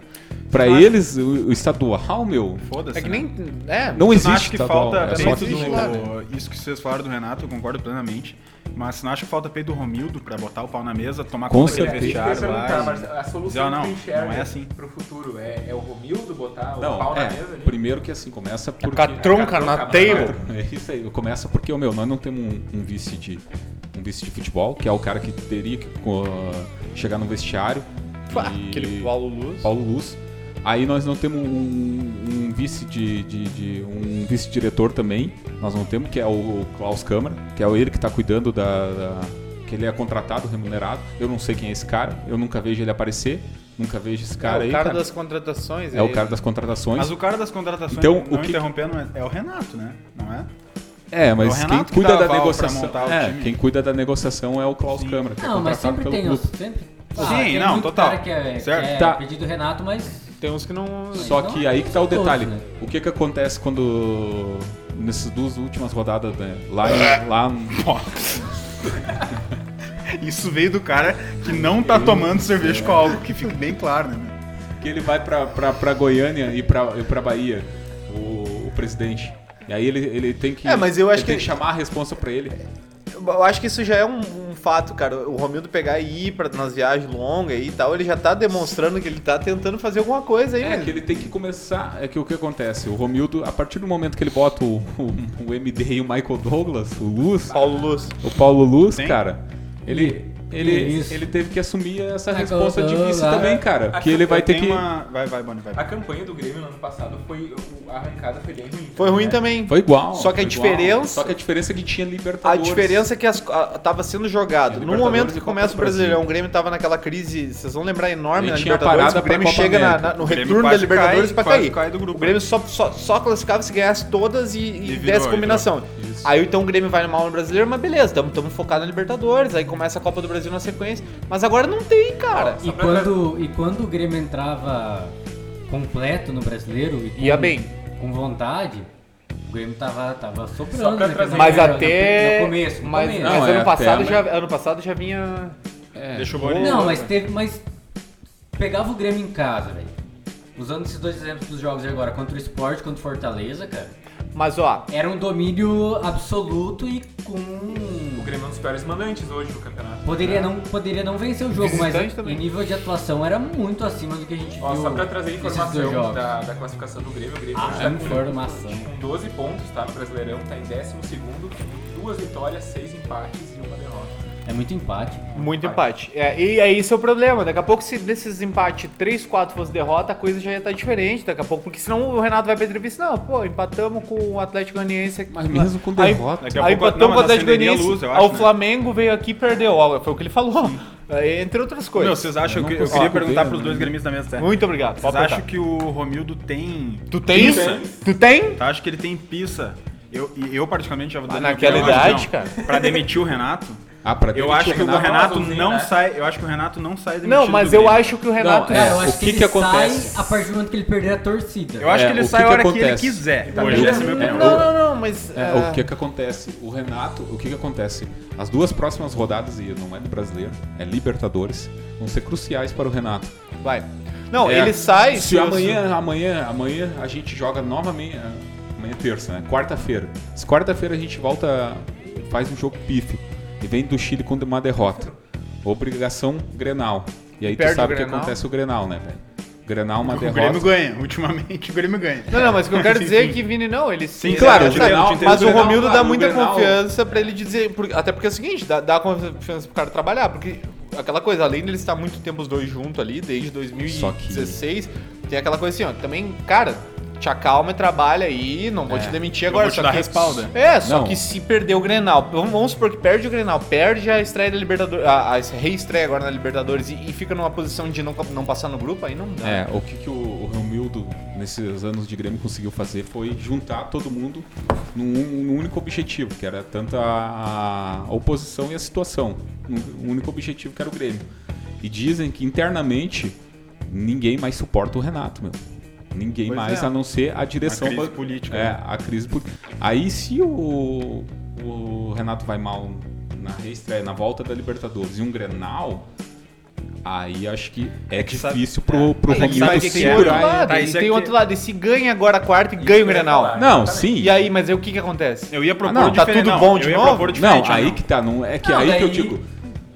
Speaker 2: Pra eles, o, o estadual, meu,
Speaker 4: Foda-se.
Speaker 1: É que
Speaker 4: né?
Speaker 1: nem. É,
Speaker 2: não
Speaker 4: Se
Speaker 2: existe
Speaker 4: não acha que
Speaker 2: estadual.
Speaker 4: falta
Speaker 2: é
Speaker 1: também
Speaker 2: só
Speaker 4: peito
Speaker 1: tudo
Speaker 2: aqui.
Speaker 1: existe
Speaker 4: do-
Speaker 1: lá,
Speaker 4: Isso que vocês falaram do Renato, eu concordo plenamente. Mas se não acha que falta peito do Romildo pra botar o pau na mesa, tomar
Speaker 2: Com
Speaker 4: conta
Speaker 3: Ele
Speaker 2: certeza.
Speaker 4: daquele vestiário
Speaker 1: é
Speaker 3: perguntar, tá,
Speaker 4: lá.
Speaker 3: mas
Speaker 4: e-
Speaker 3: a
Speaker 4: Dizer,
Speaker 3: solução
Speaker 4: não,
Speaker 3: que tu enxerga
Speaker 4: não é assim.
Speaker 3: pro futuro é, é o Romildo botar o pau
Speaker 2: Não,
Speaker 3: na
Speaker 2: é,
Speaker 1: né?
Speaker 3: mesa ali?
Speaker 2: primeiro que assim, começa porque...
Speaker 1: Com a tronca na table.
Speaker 2: É isso aí. Começa porque, ô, meu, nós não temos um, um vice de um vice de futebol, que é o cara que teria que uh, chegar no vestiário.
Speaker 1: Pá,
Speaker 2: e-
Speaker 1: Aquele Paulo Luz.
Speaker 2: Paulo Luz. Aí nós não temos um, um vice de, de- de- um vice diretor também. Nós não temos que é o Klaus Câmara, que é ele que está cuidando da, da- que ele é contratado, remunerado. Eu não sei quem é esse cara. Eu nunca vejo ele aparecer. Nunca vejo esse cara
Speaker 1: é,
Speaker 2: aí.
Speaker 1: o cara
Speaker 2: cara.
Speaker 1: das contratações.
Speaker 2: É o cara das contratações.
Speaker 4: Mas o cara das contratações,
Speaker 2: Então,
Speaker 4: não
Speaker 2: o que-
Speaker 4: interrompendo, é- é o Renato, né? Não é?
Speaker 2: É, mas
Speaker 4: É o
Speaker 2: quem
Speaker 4: Renato que
Speaker 2: cuida
Speaker 4: dá
Speaker 2: da
Speaker 4: aval pra
Speaker 2: negociação.
Speaker 4: montar o
Speaker 2: É,
Speaker 4: time.
Speaker 2: quem cuida da negociação é o Klaus Câmara. que é
Speaker 5: Não, mas
Speaker 2: contratado
Speaker 5: sempre
Speaker 2: pelo
Speaker 5: tem os.
Speaker 2: clube.
Speaker 5: Sempre... Ah,
Speaker 4: Sim,
Speaker 5: tem
Speaker 4: não,
Speaker 5: muito
Speaker 4: total.
Speaker 5: Cara que é,
Speaker 4: Certo.
Speaker 5: que é
Speaker 2: Tá.
Speaker 5: pedido Renato, mas.
Speaker 1: Tem uns que não.
Speaker 2: Só
Speaker 5: Não,
Speaker 2: que aí que tá o
Speaker 5: então todos,
Speaker 2: detalhe.
Speaker 5: né?
Speaker 2: O que que acontece quando nessas duas últimas rodadas, né? Lá em, lá no-
Speaker 4: Isso veio do cara que não tá tomando cerveja com álcool, que fica bem claro, né? meu?
Speaker 2: que ele vai pra, pra, pra Goiânia e pra, e pra Bahia, o, o presidente. E aí ele, ele tem que
Speaker 1: É, mas eu acho
Speaker 2: ele
Speaker 1: que-
Speaker 2: tem que chamar a responsa pra ele.
Speaker 1: Eu acho que isso já é um, um fato, cara. O Romildo pegar e ir pra, nas viagens longas e tal, ele já tá demonstrando que ele tá tentando fazer alguma coisa aí,
Speaker 2: É
Speaker 1: mesmo.
Speaker 2: que ele tem que começar. É que o que acontece? O Romildo, a partir do momento que ele bota o, o, o MD e o Michael Douglas, o Luz,
Speaker 1: Paulo Luz.
Speaker 2: o Paulo Luz,
Speaker 4: Tem?
Speaker 2: cara, ele. Ele,
Speaker 5: Isso.
Speaker 2: ele teve que assumir essa
Speaker 5: Michael
Speaker 2: resposta de vice
Speaker 5: Douglas.
Speaker 2: também, cara. Que
Speaker 3: Aqui
Speaker 2: ele vai ter
Speaker 4: Tem
Speaker 2: que.
Speaker 4: uma- Vai, vai, Boni, vai.
Speaker 3: A campanha do Grêmio no ano passado foi. o- A arrancada foi bem ruim.
Speaker 1: Foi ruim
Speaker 3: né?
Speaker 1: também.
Speaker 2: É, Foi igual.
Speaker 1: Só que a
Speaker 2: foi igual.
Speaker 1: diferença-
Speaker 2: Só que a diferença é que tinha
Speaker 1: A
Speaker 2: Libertadores.
Speaker 1: diferença é que as, a- tava sendo jogado. No
Speaker 2: Libertadores
Speaker 1: momento
Speaker 2: e
Speaker 1: que
Speaker 2: Copa
Speaker 1: começa o
Speaker 2: do Brasil.
Speaker 1: Brasileirão, o Grêmio tava naquela crise, vocês vão lembrar, enorme
Speaker 2: Ele
Speaker 1: na
Speaker 2: tinha
Speaker 1: Libertadores.
Speaker 2: parada
Speaker 1: O Grêmio
Speaker 2: pra Copa
Speaker 1: chega na-
Speaker 2: América.
Speaker 1: na- no
Speaker 4: O Grêmio
Speaker 1: retorno da
Speaker 4: quase
Speaker 1: Libertadores
Speaker 4: cai-
Speaker 1: pra
Speaker 4: quase
Speaker 1: cair.
Speaker 4: cai do grupo.
Speaker 1: O Grêmio só, só, só classificava se ganhasse todas e, e,
Speaker 4: virou,
Speaker 1: desse
Speaker 4: e
Speaker 1: combinação.
Speaker 2: Isso.
Speaker 1: Aí então o Grêmio vai mal no Brasileiro, mas beleza, estamos focados na Libertadores, aí começa a Copa do Brasil na sequência. Mas agora não tem, cara.
Speaker 5: E quando, e quando o Grêmio entrava completo no brasileiro e com,
Speaker 1: Ia bem.
Speaker 5: com vontade, o Grêmio tava, tava soprando.
Speaker 3: Só pra
Speaker 5: né,
Speaker 3: trazer-
Speaker 5: pelo
Speaker 1: Mas
Speaker 5: menos,
Speaker 1: até.
Speaker 5: No começo, no
Speaker 1: mas
Speaker 5: começo.
Speaker 1: mas
Speaker 2: Não, é,
Speaker 1: ano, passado
Speaker 2: até-
Speaker 1: já, ano passado já vinha.
Speaker 2: É.
Speaker 4: Deixa o Boni.
Speaker 5: Não, mas teve. Mas pegava o Grêmio em casa, velho. Usando esses dois exemplos dos jogos de agora, contra o Sport, contra o Fortaleza, cara,
Speaker 1: Mas ó,
Speaker 5: era um domínio absoluto e com.
Speaker 3: O Grêmio é um dos piores mandantes hoje no campeonato.
Speaker 5: Poderia não, poderia não vencer o jogo, mas
Speaker 1: Visitante
Speaker 5: em
Speaker 1: também.
Speaker 5: nível de atuação era muito acima do que a gente
Speaker 3: Ó,
Speaker 5: viu.
Speaker 3: só pra trazer
Speaker 5: nesses dois
Speaker 3: informação
Speaker 5: jogos.
Speaker 3: da, da classificação do Grêmio, o Grêmio
Speaker 5: Ah,
Speaker 3: hoje tá
Speaker 5: é informação.
Speaker 3: Com, com 12 pontos, tá? No Brasileirão, tá em 12, duas vitórias, seis empates e uma derrota.
Speaker 5: É muito empate.
Speaker 1: muito empate. É, e aí esse é o problema. Daqui a pouco, se nesses empates 3, 4 fosse derrota, a coisa já ia estar diferente daqui a pouco. Porque senão o Renato vai pra entrevista. Não, pô, empatamos com o Atlético Ganiense.
Speaker 2: Mas mesmo com
Speaker 1: Aí-
Speaker 2: derrota.
Speaker 4: Daqui a
Speaker 1: Aí
Speaker 4: pouco-
Speaker 1: empatou
Speaker 4: não,
Speaker 1: com o
Speaker 4: mas
Speaker 1: Atlético
Speaker 4: acenderia
Speaker 1: Goianiense,
Speaker 4: a luz, eu
Speaker 1: aí
Speaker 4: acho,
Speaker 1: o
Speaker 4: né?
Speaker 1: Flamengo veio aqui e perdeu. Ó, Foi o que ele falou, É, entre outras coisas.
Speaker 4: Meu, vocês acham
Speaker 2: Eu
Speaker 4: que.
Speaker 2: não
Speaker 4: Eu queria
Speaker 2: consigo
Speaker 4: perguntar
Speaker 2: ver,
Speaker 4: pros
Speaker 2: né?
Speaker 4: dois gremistas da mesa certa.
Speaker 1: Muito obrigado.
Speaker 4: Vocês
Speaker 1: Pode apertar.
Speaker 4: acham que o Romildo tem.
Speaker 1: Tu tem? Tu tem?
Speaker 4: Tá? Acho que ele tem pizza. Eu, e eu particularmente, já vou dar
Speaker 1: Ah,
Speaker 4: minha
Speaker 1: naquela
Speaker 4: opinião,
Speaker 1: idade,
Speaker 4: mas não.
Speaker 1: cara.
Speaker 4: Pra demitir o Renato,
Speaker 2: Ah, pra
Speaker 4: eu
Speaker 2: demitir
Speaker 4: acho que o Renato
Speaker 3: Azulzinho,
Speaker 4: não
Speaker 3: né?
Speaker 4: sai. Eu acho que o Renato não sai demitido.
Speaker 1: Não, mas
Speaker 4: do
Speaker 1: eu
Speaker 4: Grêmio.
Speaker 1: acho que o Renato.
Speaker 2: É,
Speaker 5: Cara, eu
Speaker 2: o
Speaker 5: acho
Speaker 2: que
Speaker 5: que,
Speaker 2: que
Speaker 5: ele
Speaker 2: acontece?
Speaker 5: sai a partir do momento que ele perder a torcida.
Speaker 4: Eu acho
Speaker 2: É,
Speaker 4: que
Speaker 2: o
Speaker 4: ele
Speaker 2: que
Speaker 4: sai a
Speaker 2: que
Speaker 4: hora que ele
Speaker 2: acontece?
Speaker 4: quiser.
Speaker 2: Tá
Speaker 4: Hoje
Speaker 2: bem.
Speaker 4: essa é a minha opinião.
Speaker 1: Não, não, não, mas.
Speaker 2: É,
Speaker 1: ah,
Speaker 2: O que que acontece? O Renato, o que que acontece? As duas próximas rodadas, e não é do brasileiro, é Libertadores, vão ser cruciais para o Renato.
Speaker 1: Vai. Não,
Speaker 2: É,
Speaker 1: ele sai.
Speaker 2: Se amanhã, amanhã, amanhã a gente joga novamente. ah, Amanhã é terça, né? Quarta-feira. Se quarta-feira a gente volta, faz um jogo pífio e vem do Chile com uma derrota. Obrigação Grenal. E aí
Speaker 1: Perde
Speaker 2: tu
Speaker 1: o
Speaker 2: sabe o que
Speaker 1: Grenal.
Speaker 2: acontece o Grenal, né, velho? Grenal, uma
Speaker 4: O
Speaker 2: derrota.
Speaker 4: Grêmio ganha. Ultimamente o Grêmio ganha.
Speaker 1: Não, não, mas o que eu quero
Speaker 4: Sim,
Speaker 1: dizer é
Speaker 4: sim.
Speaker 1: que Vini não, ele sim.
Speaker 4: Sim,
Speaker 1: ele- é
Speaker 4: claro,
Speaker 1: ele
Speaker 4: eu te entendo,
Speaker 1: sabe,
Speaker 4: eu te entendo.
Speaker 1: Mas o
Speaker 2: O Grenal,
Speaker 1: Romildo dá
Speaker 2: claro, o
Speaker 1: muita
Speaker 2: Grenal-
Speaker 1: confiança pra ele dizer. por- até porque é o seguinte, dá, dá confiança pro cara trabalhar, porque aquela coisa, além deles estar muito tempo os dois juntos ali, desde
Speaker 2: Só que-
Speaker 1: 2016, tem aquela coisa assim, ó, também, cara. Te acalma e trabalha aí, não vou te demitir
Speaker 4: eu
Speaker 1: agora.
Speaker 4: vou te
Speaker 1: só
Speaker 4: dar
Speaker 1: que,
Speaker 4: respaldo.
Speaker 1: É, só
Speaker 2: Não.
Speaker 1: que se perder o Grenal, vamos, vamos supor que perde o Grenal, perde a estreia da Libertadores, a, a reestreia agora na Libertadores e, e fica numa posição de não, não passar no grupo, aí não dá.
Speaker 2: É, o que, que o, o Romildo, nesses anos de Grêmio, conseguiu fazer foi juntar todo mundo num, num único objetivo, que era tanto a, a oposição e a situação. Um, um único objetivo que era o Grêmio. E dizem que internamente ninguém mais suporta o Renato, meu. Ninguém
Speaker 4: Pois
Speaker 2: mais,
Speaker 4: é.
Speaker 2: a não ser a direção.
Speaker 4: crise
Speaker 2: ba-
Speaker 4: política,
Speaker 2: É,
Speaker 4: né?
Speaker 2: a crise política. Aí se o, o Renato vai mal na reestreia, na volta da Libertadores e um Grenal, Aí acho que é
Speaker 4: que sabe-
Speaker 2: difícil pro, pro
Speaker 1: É
Speaker 4: Aí sabe
Speaker 2: Romildo
Speaker 4: que
Speaker 1: tem outro
Speaker 2: segurar.
Speaker 1: lado,
Speaker 4: Tá,
Speaker 1: e
Speaker 4: isso
Speaker 1: tem
Speaker 4: aqui-
Speaker 1: outro lado. E se ganha agora a quarta e
Speaker 3: Isso
Speaker 1: ganha o
Speaker 3: que eu ia
Speaker 1: Grenal.
Speaker 3: falar.
Speaker 2: Não, sim.
Speaker 1: E aí, mas aí o que que acontece?
Speaker 4: Eu ia propor
Speaker 2: Ah, não,
Speaker 1: tá
Speaker 4: diferente-
Speaker 1: tudo
Speaker 4: não,
Speaker 1: bom de
Speaker 4: eu ia
Speaker 1: novo?
Speaker 4: propor
Speaker 2: Não,
Speaker 4: é diferente,
Speaker 2: aí que tá. Não, é que
Speaker 5: Não,
Speaker 2: aí que eu
Speaker 5: daí-
Speaker 2: digo.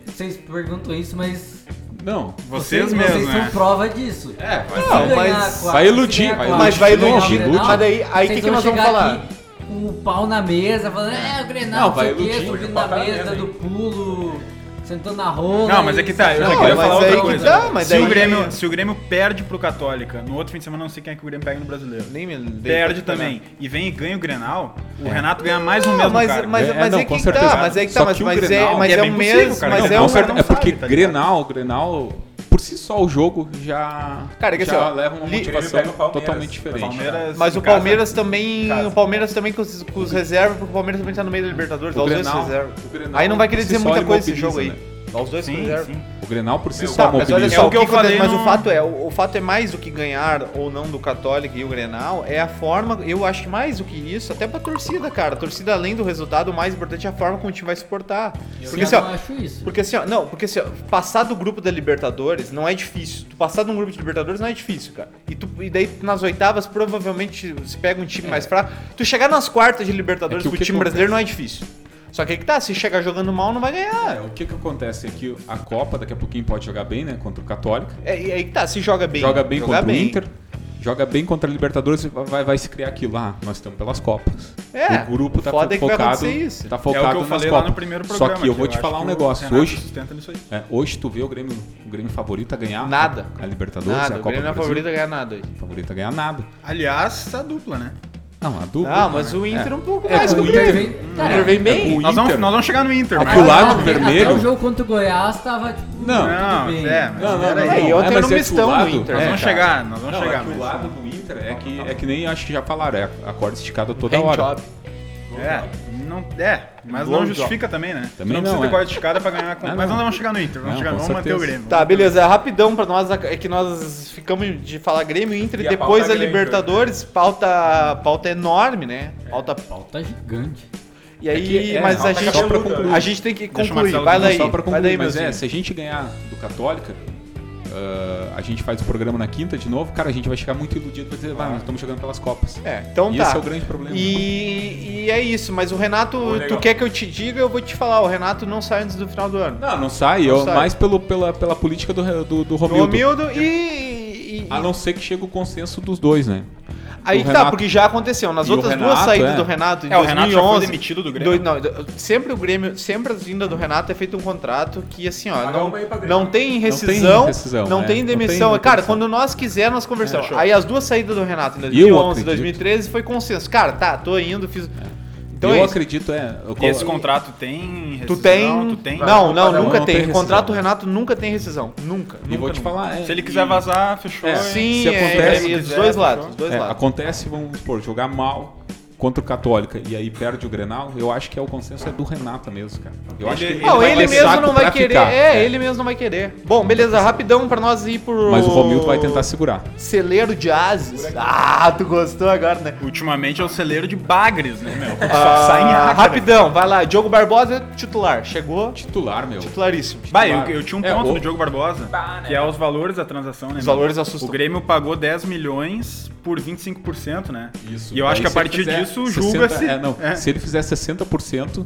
Speaker 5: Vocês perguntam isso, mas
Speaker 2: Não.
Speaker 4: Vocês,
Speaker 5: vocês
Speaker 4: mesmos,
Speaker 5: são
Speaker 4: né?
Speaker 5: prova disso.
Speaker 2: É,
Speaker 5: E se
Speaker 1: Não,
Speaker 5: ganhar
Speaker 1: mas
Speaker 5: a quarta,
Speaker 2: vai
Speaker 5: se
Speaker 2: iludir,
Speaker 5: ganhar a
Speaker 2: vai
Speaker 5: quarta,
Speaker 1: Mas vai
Speaker 5: se ganhar a
Speaker 1: iludir,
Speaker 5: Grenal,
Speaker 1: mas daí- aí
Speaker 5: vocês
Speaker 1: que que nós
Speaker 5: vão
Speaker 1: vamos
Speaker 5: chegar
Speaker 1: falar?
Speaker 5: aqui Com o pau na mesa, falando, é, o Grenal,
Speaker 2: Não, vai
Speaker 5: sei o quê,
Speaker 2: iludir,
Speaker 3: vai
Speaker 5: subindo na
Speaker 3: botar na
Speaker 5: mesa,
Speaker 3: mesa,
Speaker 5: do
Speaker 3: hein?
Speaker 5: pulo, sentando na rola.
Speaker 4: Não, mas é que tá, eu já
Speaker 1: Não,
Speaker 4: queria
Speaker 1: mas
Speaker 4: falar
Speaker 1: aí
Speaker 4: outra
Speaker 1: que
Speaker 4: coisa.
Speaker 5: tá.
Speaker 1: dá, mas
Speaker 4: se,
Speaker 1: daí-
Speaker 4: o Grêmio, se o Grêmio perde pro Católica, no outro fim de semana eu não sei quem é que o Grêmio pega no brasileiro.
Speaker 1: Nem me dei-
Speaker 4: Perde também. E vem e ganha o Grenal, o Renato ganha mais um
Speaker 1: Não,
Speaker 4: mesmo
Speaker 1: mas,
Speaker 4: cara.
Speaker 1: mas,
Speaker 2: É,
Speaker 1: mas
Speaker 2: não,
Speaker 1: é
Speaker 2: com
Speaker 1: que tá,
Speaker 2: certeza.
Speaker 1: mas é que
Speaker 2: Só
Speaker 1: tá, mas,
Speaker 2: que o
Speaker 1: mas é,
Speaker 2: Grenal
Speaker 1: mas
Speaker 4: é
Speaker 1: é,
Speaker 4: bem
Speaker 1: um
Speaker 4: possível,
Speaker 1: mês,
Speaker 4: cara,
Speaker 1: mas
Speaker 4: que
Speaker 1: é
Speaker 4: não
Speaker 1: um...
Speaker 4: sabe,
Speaker 2: é
Speaker 4: tá
Speaker 2: porque
Speaker 4: ligado?
Speaker 2: Grenal, Grenal, por si só o jogo já,
Speaker 1: Cara, é que
Speaker 2: já
Speaker 1: assim, ó,
Speaker 2: leva uma
Speaker 1: li-
Speaker 2: motivação
Speaker 3: pega o Palmeiras.
Speaker 2: totalmente diferente.
Speaker 4: Palmeiras
Speaker 1: Mas
Speaker 4: em
Speaker 1: o
Speaker 4: casa-
Speaker 1: Palmeiras também.
Speaker 4: Casa.
Speaker 1: O Palmeiras também com os, com os reservas, porque o Palmeiras também tá no meio da Libertadores, dá os dois
Speaker 2: Grenal-
Speaker 1: reservas.
Speaker 2: o Grenal
Speaker 1: Aí não vai
Speaker 2: por
Speaker 1: querer
Speaker 2: si
Speaker 1: dizer
Speaker 2: só
Speaker 1: muita
Speaker 2: ele
Speaker 1: coisa esse jogo
Speaker 2: mobiliza,
Speaker 1: aí.
Speaker 2: né?
Speaker 1: Dá os dois com
Speaker 4: Sim,
Speaker 1: reserva.
Speaker 4: sim.
Speaker 2: O Grenal por si só
Speaker 1: Tá, mas olha
Speaker 2: mobiliza.
Speaker 1: só,
Speaker 4: É
Speaker 1: o que eu falei, mas
Speaker 4: no-
Speaker 1: o fato é, o, o fato é mais do que ganhar ou não do Católica e o Grenal, é a forma, eu acho que mais do que isso, até pra torcida, cara. A torcida, além do resultado, o mais importante é a forma como o time vai se portar. Porque assim,
Speaker 5: eu
Speaker 1: ó,
Speaker 5: não acho isso.
Speaker 1: porque assim, ó, não, porque assim, ó, passar do grupo da Libertadores não é difícil. Tu passar de um grupo de Libertadores não é difícil, cara. E, tu, e daí nas oitavas provavelmente se pega um time mais fraco. Tu chegar nas quartas de Libertadores
Speaker 2: É que o
Speaker 1: pro
Speaker 2: que
Speaker 1: time brasileiro não é difícil. Só que aí que tá, se chegar jogando mal não vai ganhar.
Speaker 2: É, o que que acontece é que a Copa daqui a pouquinho pode jogar bem, né, contra o Católica.
Speaker 1: É, e aí que tá, se joga bem.
Speaker 2: joga bem
Speaker 1: jogar
Speaker 2: contra o Inter. Joga bem contra a Libertadores e vai, vai se criar aquilo. Ah, nós estamos pelas Copas.
Speaker 1: É,
Speaker 2: o grupo tá
Speaker 1: foda é que vai
Speaker 2: focado.
Speaker 1: acontecer isso.
Speaker 2: Tá
Speaker 4: É o
Speaker 2: focado
Speaker 4: que eu
Speaker 2: nas
Speaker 4: falei
Speaker 2: Copas.
Speaker 4: lá no primeiro
Speaker 2: Só
Speaker 4: programa.
Speaker 2: que eu vou te
Speaker 4: acho
Speaker 2: falar um
Speaker 4: que o
Speaker 2: negócio.
Speaker 4: Renato
Speaker 2: Hoje,
Speaker 4: sustenta nisso aí.
Speaker 2: é, hoje tu vê o Grêmio, o Grêmio favorito a ganhar
Speaker 1: Nada.
Speaker 2: a, a Libertadores,
Speaker 1: Nada,
Speaker 2: a
Speaker 1: o
Speaker 2: Copa
Speaker 1: Grêmio não é
Speaker 2: do Brasil.
Speaker 1: favorito a ganhar nada. hoje.
Speaker 2: Favorito a ganhar nada.
Speaker 4: Aliás, a dupla, né?
Speaker 2: Não, a dupla.
Speaker 1: Ah, mas o Inter um pouco
Speaker 2: É,
Speaker 1: mais
Speaker 2: o
Speaker 1: que o
Speaker 2: Inter
Speaker 1: Grêmio.
Speaker 5: vem-
Speaker 1: O Inter vem bem.
Speaker 2: O
Speaker 4: Nós vamos,
Speaker 2: Inter-
Speaker 4: nós vamos chegar no Inter.
Speaker 2: Aquilo
Speaker 4: mas-
Speaker 2: lá- Lago
Speaker 5: Até-
Speaker 2: Vermelho?
Speaker 5: Até o jogo contra o Goiás tava, tipo,
Speaker 2: Não,
Speaker 4: Não,
Speaker 5: tudo bem.
Speaker 4: é, mas
Speaker 2: Não, não, não.
Speaker 4: peraí.
Speaker 1: É, e ontem
Speaker 2: não. mas
Speaker 1: era um
Speaker 2: que o
Speaker 1: mistão do
Speaker 2: lado-
Speaker 1: Inter.
Speaker 4: Nós
Speaker 1: É,
Speaker 4: vamos
Speaker 2: cara.
Speaker 4: chegar, nós vamos
Speaker 2: Não,
Speaker 4: chegar.
Speaker 2: é que
Speaker 4: mas-
Speaker 2: o lado do Inter é que, é que nem acho que já falaram, é a corda esticada toda
Speaker 1: Hand
Speaker 2: hora.
Speaker 1: job.
Speaker 4: É, não, é, mas
Speaker 1: Bom
Speaker 4: não
Speaker 1: job.
Speaker 4: justifica também, né?
Speaker 2: Também
Speaker 4: não precisa
Speaker 2: não,
Speaker 4: ter
Speaker 2: é.
Speaker 4: quarto de cada pra ganhar. com-
Speaker 2: Não,
Speaker 4: mas
Speaker 2: não.
Speaker 4: nós vamos chegar no Inter, vamos,
Speaker 2: Não,
Speaker 4: chegar,
Speaker 2: com
Speaker 4: vamos manter o
Speaker 2: certeza.
Speaker 4: Grêmio.
Speaker 1: Tá, beleza. Rapidão pra nós, é que nós ficamos de falar Grêmio e Inter e
Speaker 3: E a
Speaker 1: depois a,
Speaker 3: pauta é Grêmio,
Speaker 1: Libertadores, pauta, pauta enorme, né? Pauta,
Speaker 5: Pauta gigante.
Speaker 1: e aí,
Speaker 2: que- é,
Speaker 1: mas a
Speaker 2: pauta
Speaker 1: gente,
Speaker 2: só pra concluir.
Speaker 1: a gente tem que
Speaker 4: Deixa o
Speaker 1: concluir.
Speaker 4: Marcelo
Speaker 1: Vai
Speaker 4: Não,
Speaker 1: daí,
Speaker 2: só pra
Speaker 1: vai
Speaker 2: concluir,
Speaker 1: daí,
Speaker 2: mas é,
Speaker 1: meu
Speaker 2: se a gente ganhar do Católica, ah, a gente faz o programa na quinta de novo, cara, a gente vai chegar muito iludido, vai dizer, ah, nós estamos jogando pelas Copas.
Speaker 1: é, então
Speaker 2: e
Speaker 1: tá.
Speaker 2: esse é o grande problema.
Speaker 1: E, e é isso, mas o Renato,
Speaker 3: Ô, legal.
Speaker 1: tu quer que eu te diga, eu vou te falar, o Renato não sai antes do final do ano.
Speaker 2: Não, não sai,
Speaker 1: Não
Speaker 2: eu-
Speaker 1: sai.
Speaker 2: mais pelo, pela, pela política do, do, do
Speaker 1: O
Speaker 2: Romildo.
Speaker 1: Romildo e... e-
Speaker 2: A não ser que chegue o consenso dos dois, né?
Speaker 1: aí
Speaker 2: o
Speaker 1: que tá,
Speaker 2: Renato-
Speaker 1: porque já aconteceu. Nas
Speaker 2: E o
Speaker 1: outras duas
Speaker 2: Renato,
Speaker 1: saídas
Speaker 2: é.
Speaker 1: do Renato, em
Speaker 4: É, o Renato já foi
Speaker 1: 2011,
Speaker 4: demitido do Grêmio.
Speaker 1: Dois- não, do- sempre o Grêmio, sempre a vinda do Renato é feito um contrato que assim, ó,
Speaker 3: Pagar
Speaker 1: não,
Speaker 3: uma aí pra Grêmio.
Speaker 1: não tem
Speaker 2: Não
Speaker 1: rescisão,
Speaker 2: tem
Speaker 1: não tem,
Speaker 2: rescisão, né? Não tem
Speaker 1: demissão. Cara,
Speaker 2: demissão.
Speaker 1: quando nós quiser, nós conversamos.
Speaker 4: É, show.
Speaker 1: aí as duas saídas do Renato em
Speaker 2: E eu
Speaker 1: 2011,
Speaker 2: acredito.
Speaker 1: 2013 foi consenso. Cara, tá, tô indo, fiz Então
Speaker 2: eu
Speaker 1: é isso.
Speaker 2: acredito, é. eu
Speaker 4: E esse
Speaker 2: colo-
Speaker 4: contrato tem
Speaker 1: Tu
Speaker 4: rescisão,
Speaker 1: tem...
Speaker 4: Tu tem?
Speaker 1: Não, não,
Speaker 3: Não, não
Speaker 1: nunca
Speaker 2: tem
Speaker 1: tem. o
Speaker 2: rescisão.
Speaker 1: contrato do Renato nunca tem rescisão, nunca.
Speaker 2: E vou te falar, é,
Speaker 4: Se ele quiser
Speaker 2: e-
Speaker 4: vazar, fechou.
Speaker 2: É,
Speaker 4: hein?
Speaker 1: Sim,
Speaker 2: se
Speaker 1: é,
Speaker 2: acontece-
Speaker 1: é, dos dois lados, dos dois
Speaker 2: É,
Speaker 1: lados.
Speaker 2: acontece, vamos supor, jogar mal contra o Católica e aí perde o Grenal, eu acho que é o consenso é do Renata mesmo, cara. Eu acho que
Speaker 4: Ele-
Speaker 1: Não,
Speaker 2: vai
Speaker 1: ele,
Speaker 2: ter
Speaker 1: mesmo
Speaker 2: saco
Speaker 1: não vai
Speaker 2: pra
Speaker 1: querer.
Speaker 2: ficar.
Speaker 1: É, ele mesmo não vai querer. Bom, beleza, rapidão pra nós ir pro.
Speaker 2: Mas o Romildo vai tentar segurar.
Speaker 1: Celeiro de Ases. Ah, tu gostou agora, né?
Speaker 4: Ultimamente é o celeiro de bagres, né, meu?
Speaker 1: Ah,
Speaker 4: Só sai em
Speaker 2: né?
Speaker 4: raca,
Speaker 1: rapidão, vai lá. Diogo Barbosa, titular. Chegou,
Speaker 2: Titular, meu.
Speaker 1: titularíssimo.
Speaker 4: Bah, eu, eu tinha um
Speaker 2: É,
Speaker 4: ponto
Speaker 2: o-
Speaker 4: do Diogo Barbosa,
Speaker 3: Bah, né?
Speaker 4: que é os valores da transação, né?
Speaker 1: Os
Speaker 4: meu?
Speaker 1: valores assustam.
Speaker 4: O Grêmio pagou 10 milhões por 25%, né?
Speaker 2: Isso.
Speaker 4: E eu acho
Speaker 2: Aí
Speaker 4: que a
Speaker 2: se ele
Speaker 4: partir
Speaker 2: fizer
Speaker 4: disso
Speaker 2: 60
Speaker 4: julga-se.
Speaker 2: é, não,
Speaker 4: é.
Speaker 2: Se ele fizer 60%,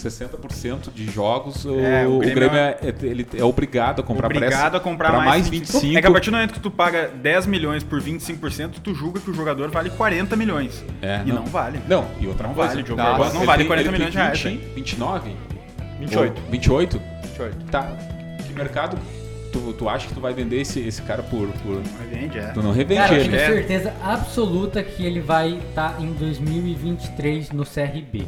Speaker 2: 60% de jogos, o,
Speaker 4: É, o
Speaker 2: o
Speaker 4: Grêmio
Speaker 2: Grêmio, é, é- ele é obrigado a comprar pra
Speaker 4: Obrigado
Speaker 2: essa-
Speaker 4: a comprar
Speaker 2: pra
Speaker 4: mais,
Speaker 2: mais 25.
Speaker 4: É que a partir do momento que tu paga 10 milhões por 25%, tu julga que o jogador vale 40 milhões.
Speaker 2: É,
Speaker 4: e não, vale.
Speaker 2: Não, e outra
Speaker 4: Não
Speaker 2: coisa,
Speaker 4: vale, Diogo
Speaker 2: ele
Speaker 4: Barbosa não
Speaker 2: tem-
Speaker 4: vale
Speaker 2: ele
Speaker 4: 40
Speaker 2: tem
Speaker 4: milhões de reais,
Speaker 2: 20,
Speaker 4: hein?
Speaker 2: 29?
Speaker 1: 28.
Speaker 2: Ou 28?
Speaker 1: 28.
Speaker 2: Tá. Que mercado tu, tu acha que tu vai vender esse, esse cara por, por-
Speaker 4: Mas vende, é.
Speaker 2: Tu não revende
Speaker 5: Cara, eu
Speaker 2: ele.
Speaker 5: tenho
Speaker 4: é.
Speaker 5: certeza absoluta que ele vai estar em 2023 no CRB.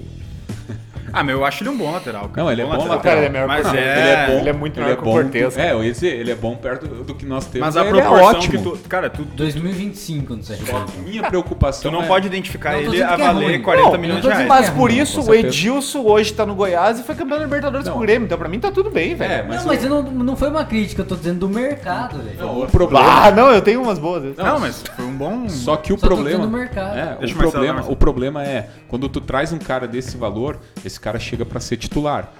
Speaker 4: Ah, meu, eu acho ele um bom lateral. Cara.
Speaker 2: Não, ele é bom lateral.
Speaker 1: Cara, ele é melhor
Speaker 4: mas
Speaker 1: que o
Speaker 4: é,
Speaker 1: Ronaldo. ele é muito melhor que o Cortez,
Speaker 2: É, eu ia dizer, ele é bom perto do que nós temos.
Speaker 4: Mas a
Speaker 2: ele
Speaker 4: proporção
Speaker 2: é ótimo.
Speaker 4: que tu. Cara, tu,
Speaker 5: 2025 no CRB.
Speaker 2: Minha preocupação
Speaker 4: tu não
Speaker 2: é-
Speaker 4: pode identificar
Speaker 5: Não, tô
Speaker 4: ele
Speaker 5: dizendo
Speaker 4: a
Speaker 5: que é
Speaker 4: valer
Speaker 5: ruim.
Speaker 4: 40
Speaker 1: Não,
Speaker 5: eu
Speaker 4: milhões de
Speaker 5: tô
Speaker 4: reais.
Speaker 5: dizendo,
Speaker 1: Mas
Speaker 5: É,
Speaker 1: por
Speaker 5: com
Speaker 1: isso o
Speaker 2: certeza.
Speaker 1: Edilson hoje tá no Goiás e foi campeão da Libertadores com o
Speaker 2: Não.
Speaker 1: Grêmio. Então pra mim tá tudo bem,
Speaker 2: É,
Speaker 1: velho.
Speaker 2: mas,
Speaker 5: não,
Speaker 2: o-
Speaker 5: mas eu não, não foi uma crítica, eu tô dizendo do mercado, velho.
Speaker 2: não, o
Speaker 1: Ah,
Speaker 2: problema...
Speaker 1: não, eu tenho umas boas.
Speaker 5: é
Speaker 4: Não, mas foi um bom.
Speaker 2: Só que o
Speaker 5: Só tô
Speaker 2: problema...
Speaker 5: dizendo do mercado.
Speaker 2: É, o,
Speaker 4: Deixa o Marcelo dar,
Speaker 2: problema
Speaker 4: Marcelo.
Speaker 2: o problema é, quando tu traz um cara desse valor, esse cara chega pra ser titular.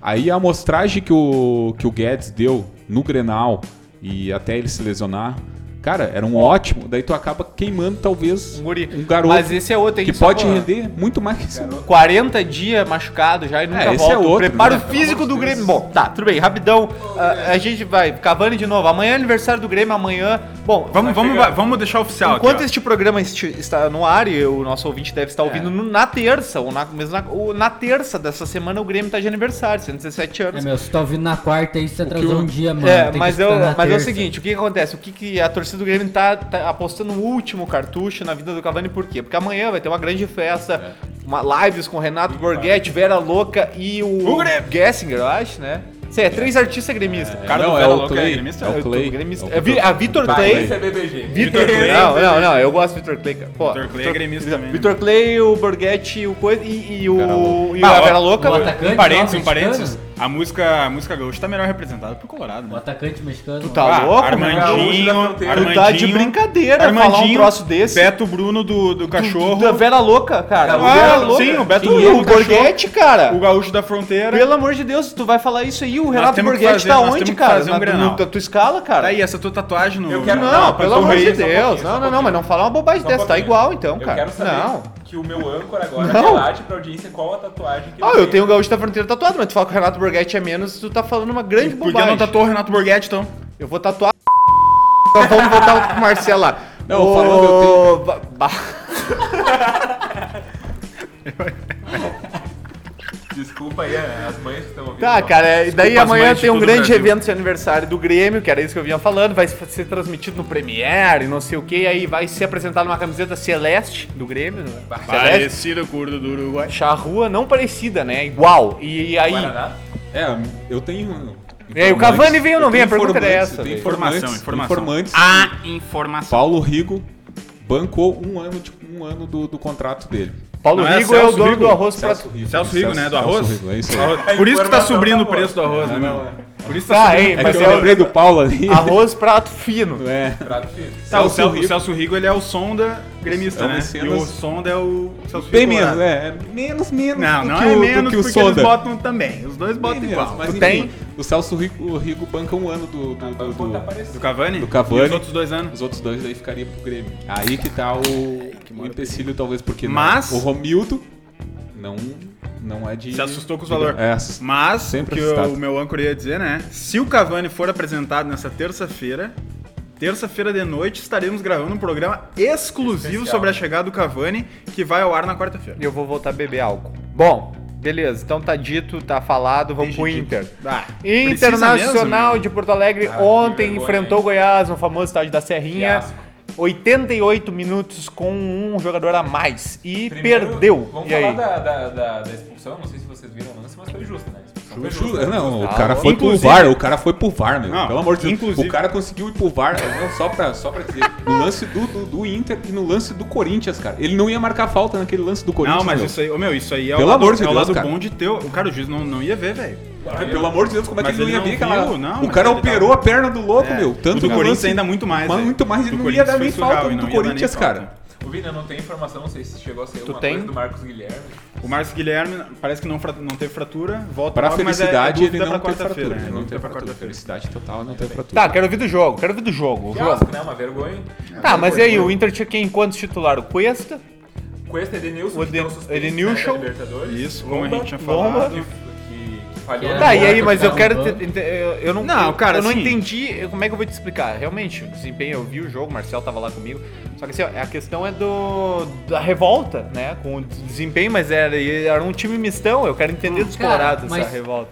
Speaker 2: Aí a amostragem que o, que o Guedes deu no Grenal e até ele se lesionar, cara, era um ótimo. Daí tu acaba queimando talvez
Speaker 1: Um guri.
Speaker 2: um garoto
Speaker 1: Mas esse é outro, hein?
Speaker 2: que
Speaker 1: só
Speaker 2: pode
Speaker 1: pra-
Speaker 2: render muito mais que esse.
Speaker 1: 40 dias machucado já e nunca
Speaker 2: É, esse
Speaker 1: volta.
Speaker 2: é outro,
Speaker 1: Preparo
Speaker 2: né?
Speaker 1: físico do Grêmio. Bom, tá, tudo bem, rapidão. Ah, A, a gente vai. Cavani de novo. Amanhã é aniversário do Grêmio, amanhã. Bom, ah,
Speaker 4: Vamos, vamos, vamos deixar oficial aqui,
Speaker 1: Enquanto
Speaker 4: ó.
Speaker 1: este programa esti- está no ar, e o nosso ouvinte deve
Speaker 2: É.
Speaker 1: estar ouvindo no- na terça, ou na, mesmo na, ou na terça dessa semana, o Grêmio tá de aniversário, 117
Speaker 5: É,
Speaker 1: anos.
Speaker 5: meu, se tu tá ouvindo na quarta aí, você atrasou
Speaker 2: eu-
Speaker 5: um dia, mano.
Speaker 1: É,
Speaker 5: tem que
Speaker 1: mas, eu,
Speaker 5: escutar na
Speaker 1: mas é o
Speaker 5: terça.
Speaker 1: seguinte, o que que acontece? O que, que a torcida do Grêmio tá, tá apostando no último cartucho na vida do Cavani, por quê? Porque amanhã vai ter uma grande festa, uma lives com o Renato Borghetti, Vera Louca e o, Gessinger, eu acho, né? Sei, é três artistas gremistas.
Speaker 4: cara do
Speaker 2: não, é
Speaker 4: Vela
Speaker 2: o
Speaker 4: Louca,
Speaker 2: Clay.
Speaker 4: é gremista?
Speaker 2: É
Speaker 1: Eu
Speaker 2: o
Speaker 1: tô
Speaker 2: Clay.
Speaker 1: gremista.
Speaker 2: É o
Speaker 1: É Vi- a Vitor
Speaker 2: Tá,
Speaker 1: Clay.
Speaker 2: Clay.
Speaker 3: Isso é BBG.
Speaker 1: Vitor Clay. Não, não, não, eu gosto do Vitor Clay, cara. Pô,
Speaker 4: Vitor Clay é gremista também, né?
Speaker 1: Vitor Clay, o Borghetti, o coisa e, e
Speaker 2: Vera
Speaker 1: o
Speaker 2: Louca.
Speaker 1: e a
Speaker 4: ó,
Speaker 1: Vera Louca.
Speaker 5: o
Speaker 1: mano.
Speaker 5: atacante
Speaker 4: Um parênteses,
Speaker 5: lá,
Speaker 4: um parênteses.
Speaker 5: mexicano.
Speaker 4: A música, a música gaúcha tá melhor representada por Colorado,
Speaker 5: O
Speaker 4: né? Ah,
Speaker 5: atacante mexicano.
Speaker 1: Tu
Speaker 5: mano.
Speaker 1: tá louco, mano?
Speaker 4: Armandinho,
Speaker 3: Tu tá
Speaker 4: Armandinho.
Speaker 1: de brincadeira falar um troço desse. tá
Speaker 4: Beto Bruno do, do cachorro.
Speaker 1: Da Vera Louca, cara.
Speaker 4: Ah,
Speaker 1: Vera
Speaker 4: sim, o Beto
Speaker 1: E
Speaker 4: Bruno,
Speaker 1: o
Speaker 4: o cachorro.
Speaker 1: Borghetti, cara.
Speaker 4: o gaúcho da fronteira.
Speaker 1: Pelo amor de Deus, tu vai falar isso aí, o Renato
Speaker 4: temos que
Speaker 1: Borghetti
Speaker 4: fazer-
Speaker 1: tá
Speaker 4: nós temos
Speaker 1: onde,
Speaker 4: que
Speaker 1: cara?
Speaker 4: fazer um
Speaker 1: Na,
Speaker 4: Grenal.
Speaker 1: no- da tua escala, cara?
Speaker 4: Tá aí, essa tua tatuagem no.
Speaker 3: Eu quero-
Speaker 4: no-
Speaker 1: não,
Speaker 3: Não,
Speaker 1: pelo
Speaker 3: mas
Speaker 1: amor
Speaker 3: só um pouquinho,
Speaker 1: de
Speaker 3: só um
Speaker 1: Deus.
Speaker 3: pouquinho,
Speaker 1: Não,
Speaker 3: só
Speaker 1: não,
Speaker 3: um
Speaker 1: não, mas não fala uma bobagem
Speaker 3: Só um
Speaker 1: dessa, tá
Speaker 3: pouquinho.
Speaker 1: igual então,
Speaker 3: Eu
Speaker 1: cara.
Speaker 3: quero saber
Speaker 1: Não.
Speaker 3: que o meu âncora agora
Speaker 1: Não.
Speaker 3: relate pra audiência qual a tatuagem que
Speaker 1: Ah,
Speaker 3: ele
Speaker 1: eu
Speaker 3: tem.
Speaker 1: tenho o Gaúcho da Fronteira tatuado, mas tu fala que o Renato Borghetti é menos, tu tá falando uma grande
Speaker 4: Por que
Speaker 1: bobagem.
Speaker 4: não tatuou o Renato Borghetti, então?
Speaker 1: Eu vou tatuar. Nós vamos voltar pro Marcelo lá.
Speaker 2: Não, falando, eu
Speaker 1: Ô, ba- ba-
Speaker 3: Desculpa aí né? as mães que estão ouvindo.
Speaker 1: Tá, cara, e daí
Speaker 4: Desculpa, as
Speaker 1: amanhã
Speaker 4: mães de
Speaker 1: tem um
Speaker 4: todo o
Speaker 1: grande
Speaker 4: Brasil.
Speaker 1: evento de aniversário do Grêmio, que era isso que eu vinha falando, vai ser transmitido no Premiere, não sei o que, aí vai ser apresentado uma camiseta celeste do Grêmio, né? celeste,
Speaker 4: curdo do Uruguai.
Speaker 1: charrua, não parecida, né? Igual. E, aí,
Speaker 3: Guaraná.
Speaker 2: É, eu tenho.
Speaker 1: E aí, o
Speaker 2: informantes,
Speaker 1: Cavani veio ou não
Speaker 2: eu
Speaker 1: veio? A
Speaker 2: tenho
Speaker 1: pergunta era
Speaker 2: informantes,
Speaker 1: essa,
Speaker 2: eu tenho
Speaker 1: velho.
Speaker 2: informantes,
Speaker 4: Informação, informação.
Speaker 2: informantes.
Speaker 4: A informação.
Speaker 2: Paulo Rigo bancou um ano, de- um ano do, do contrato dele.
Speaker 1: Paulo
Speaker 4: Não é
Speaker 1: Rigo é, o
Speaker 4: Celso
Speaker 1: dono
Speaker 4: Rigo?
Speaker 1: do arroz pra...
Speaker 2: Rigo.
Speaker 4: Celso Rigo, né? Do arroz?
Speaker 2: Rigo, é isso aí.
Speaker 4: Arroz- Por isso que tá
Speaker 3: Informação
Speaker 4: subindo
Speaker 3: tá
Speaker 4: o
Speaker 3: boa.
Speaker 4: preço do arroz, né, meu? Por isso
Speaker 1: Tá,
Speaker 4: subindo.
Speaker 1: hein,
Speaker 2: É
Speaker 1: mas
Speaker 2: que
Speaker 1: é
Speaker 2: eu
Speaker 1: o-
Speaker 2: lembrei do Paulo ali.
Speaker 1: Arroz prato fino.
Speaker 2: É.
Speaker 3: Prato fino.
Speaker 4: Tá, o,
Speaker 2: Celso
Speaker 4: Celso,
Speaker 2: Rigo.
Speaker 4: o Celso Rigo, ele é o Sonda gremista,
Speaker 2: É um
Speaker 4: né?
Speaker 2: Cenas-
Speaker 4: E o Sonda é o Celso
Speaker 2: Bem
Speaker 4: Rigo
Speaker 2: menos,
Speaker 4: Colorado.
Speaker 2: é. Menos, menos.
Speaker 4: Não,
Speaker 2: do
Speaker 4: não
Speaker 2: que
Speaker 4: é
Speaker 2: o, do
Speaker 4: menos,
Speaker 2: que o
Speaker 4: porque
Speaker 2: Sonda.
Speaker 4: eles botam também. Os dois botam
Speaker 2: Menos,
Speaker 4: igual.
Speaker 2: Mas
Speaker 1: Tu
Speaker 2: enfim,
Speaker 1: tem?
Speaker 2: o Celso Rigo, o Rigo banca um ano do. do, do, do-
Speaker 3: Tá parecendo.
Speaker 4: Do Cavani?
Speaker 2: Do Cavani.
Speaker 4: E os outros dois anos.
Speaker 2: os outros dois daí ficaria pro Grêmio. Aí que tá o, o empecilho, talvez, porque não.
Speaker 4: Mas-
Speaker 2: o Romildo não, não é de.
Speaker 4: Se assustou com os
Speaker 2: de-
Speaker 4: valores.
Speaker 2: É, assustou.
Speaker 4: Mas,
Speaker 2: Sempre
Speaker 4: o que
Speaker 2: assustado.
Speaker 4: o meu âncora ia dizer, né? Se o Cavani for apresentado nessa terça-feira, terça-feira de noite estaremos gravando um programa exclusivo
Speaker 3: Especial.
Speaker 4: sobre a
Speaker 2: né?
Speaker 4: chegada do Cavani, que vai ao ar na quarta-feira.
Speaker 1: E eu vou voltar a beber álcool. Bom, beleza, então tá dito, tá falado, vamos pro Inter.
Speaker 4: Ah, precisa
Speaker 1: Internacional de Porto Alegre
Speaker 3: Ah, que
Speaker 1: ontem
Speaker 3: vergonha,
Speaker 1: enfrentou o
Speaker 3: hein?
Speaker 1: Goiás no famoso estádio da Serrinha.
Speaker 3: Fiasco.
Speaker 1: 88 minutos com um jogador a mais e
Speaker 3: Primeiro,
Speaker 1: perdeu.
Speaker 3: Vamos
Speaker 1: e
Speaker 3: falar
Speaker 1: aí?
Speaker 3: da, da, da, da expulsão, não sei se vocês viram o lance, mas foi justo, né? A expulsão
Speaker 2: Foi
Speaker 3: foi
Speaker 2: justo.
Speaker 3: justa.
Speaker 2: É,
Speaker 3: Tá.
Speaker 2: Não, o
Speaker 1: Ah,
Speaker 2: cara foi pro
Speaker 4: inclusive-
Speaker 2: VAR, o cara foi pro VAR, meu.
Speaker 4: Não,
Speaker 2: Pelo amor de Deus.
Speaker 4: inclusive-
Speaker 2: O cara conseguiu ir pro VAR, não, só, pra, só pra dizer, no lance do, do, do Inter e no lance do Corinthians, cara. Ele não ia marcar falta naquele lance do Corinthians.
Speaker 4: Não, mas
Speaker 2: meu.
Speaker 4: isso aí, ô, meu, isso aí é
Speaker 2: Pelo
Speaker 4: o lado,
Speaker 2: amor de
Speaker 4: é o
Speaker 2: Deus,
Speaker 4: lado
Speaker 2: cara.
Speaker 4: bom de ter. O cara, o juiz não, não ia ver, velho.
Speaker 2: Ah, Pelo amor de Deus, como é que
Speaker 4: Mas
Speaker 2: ele não ia
Speaker 4: ele não
Speaker 2: ver aquela.
Speaker 4: viu, não,
Speaker 2: o
Speaker 4: mas
Speaker 2: cara
Speaker 4: ele
Speaker 2: operou a perna do louco,
Speaker 4: É,
Speaker 2: meu.
Speaker 4: o
Speaker 2: Tanto
Speaker 4: do
Speaker 2: no
Speaker 4: Corinthians
Speaker 2: lance-
Speaker 4: ainda muito mais,
Speaker 2: Mas
Speaker 4: é.
Speaker 2: muito mais,
Speaker 4: Do
Speaker 2: ele não ia
Speaker 4: Corinthians
Speaker 2: dar nem
Speaker 4: foi surreal
Speaker 2: falta
Speaker 4: e não
Speaker 2: do
Speaker 4: ia dar nem
Speaker 2: Corinthians,
Speaker 4: falta.
Speaker 2: cara.
Speaker 3: O Vini, eu não tenho informação, não sei se chegou a ser alguma
Speaker 1: tem?
Speaker 3: coisa do Marcos Guilherme.
Speaker 4: O Marcos Guilherme parece que não, fra- não teve fratura, volta
Speaker 2: Pra
Speaker 4: logo, mas é- é
Speaker 2: felicidade, ele
Speaker 4: dúvida
Speaker 2: não
Speaker 4: pra
Speaker 2: tem fratura.
Speaker 4: quarta-feira,
Speaker 2: Ele
Speaker 4: é
Speaker 2: não
Speaker 4: dúvida
Speaker 2: tem
Speaker 4: pra
Speaker 2: fratura.
Speaker 4: quarta-feira.
Speaker 2: Felicidade total, não tem fratura.
Speaker 1: Tá, quero ouvir do jogo, quero ouvir do jogo. o jogo.
Speaker 3: Fiasco, né? Uma vergonha.
Speaker 1: Tá, mas e aí, o Inter tinha quem quantos titular? O Cuesta?
Speaker 3: Com esse Edenilson,
Speaker 1: O
Speaker 3: que tá
Speaker 1: Eden-
Speaker 3: um suspense,
Speaker 1: Edenilson.
Speaker 3: né, da Libertadores.
Speaker 4: Isso, como a
Speaker 3: Lomba,
Speaker 4: gente tinha
Speaker 1: Lomba.
Speaker 4: falado.
Speaker 3: Que, que, que falhou.
Speaker 5: Tá,
Speaker 3: na
Speaker 1: Tá, e aí,
Speaker 3: bola,
Speaker 1: mas eu
Speaker 3: tá
Speaker 1: quero.
Speaker 5: bom.
Speaker 1: te- te- eu eu não,
Speaker 4: Não, cara,
Speaker 1: eu não
Speaker 4: assim-
Speaker 1: entendi eu- como é que eu vou te explicar. Realmente, o desempenho, eu vi o jogo, o Marcel tava lá comigo. Só que assim, ó, a questão é do da revolta, né? Com o desempenho, mas era, era um time mistão. Eu quero entender dos
Speaker 5: Cara,
Speaker 1: colorados
Speaker 5: mas-
Speaker 1: essa revolta.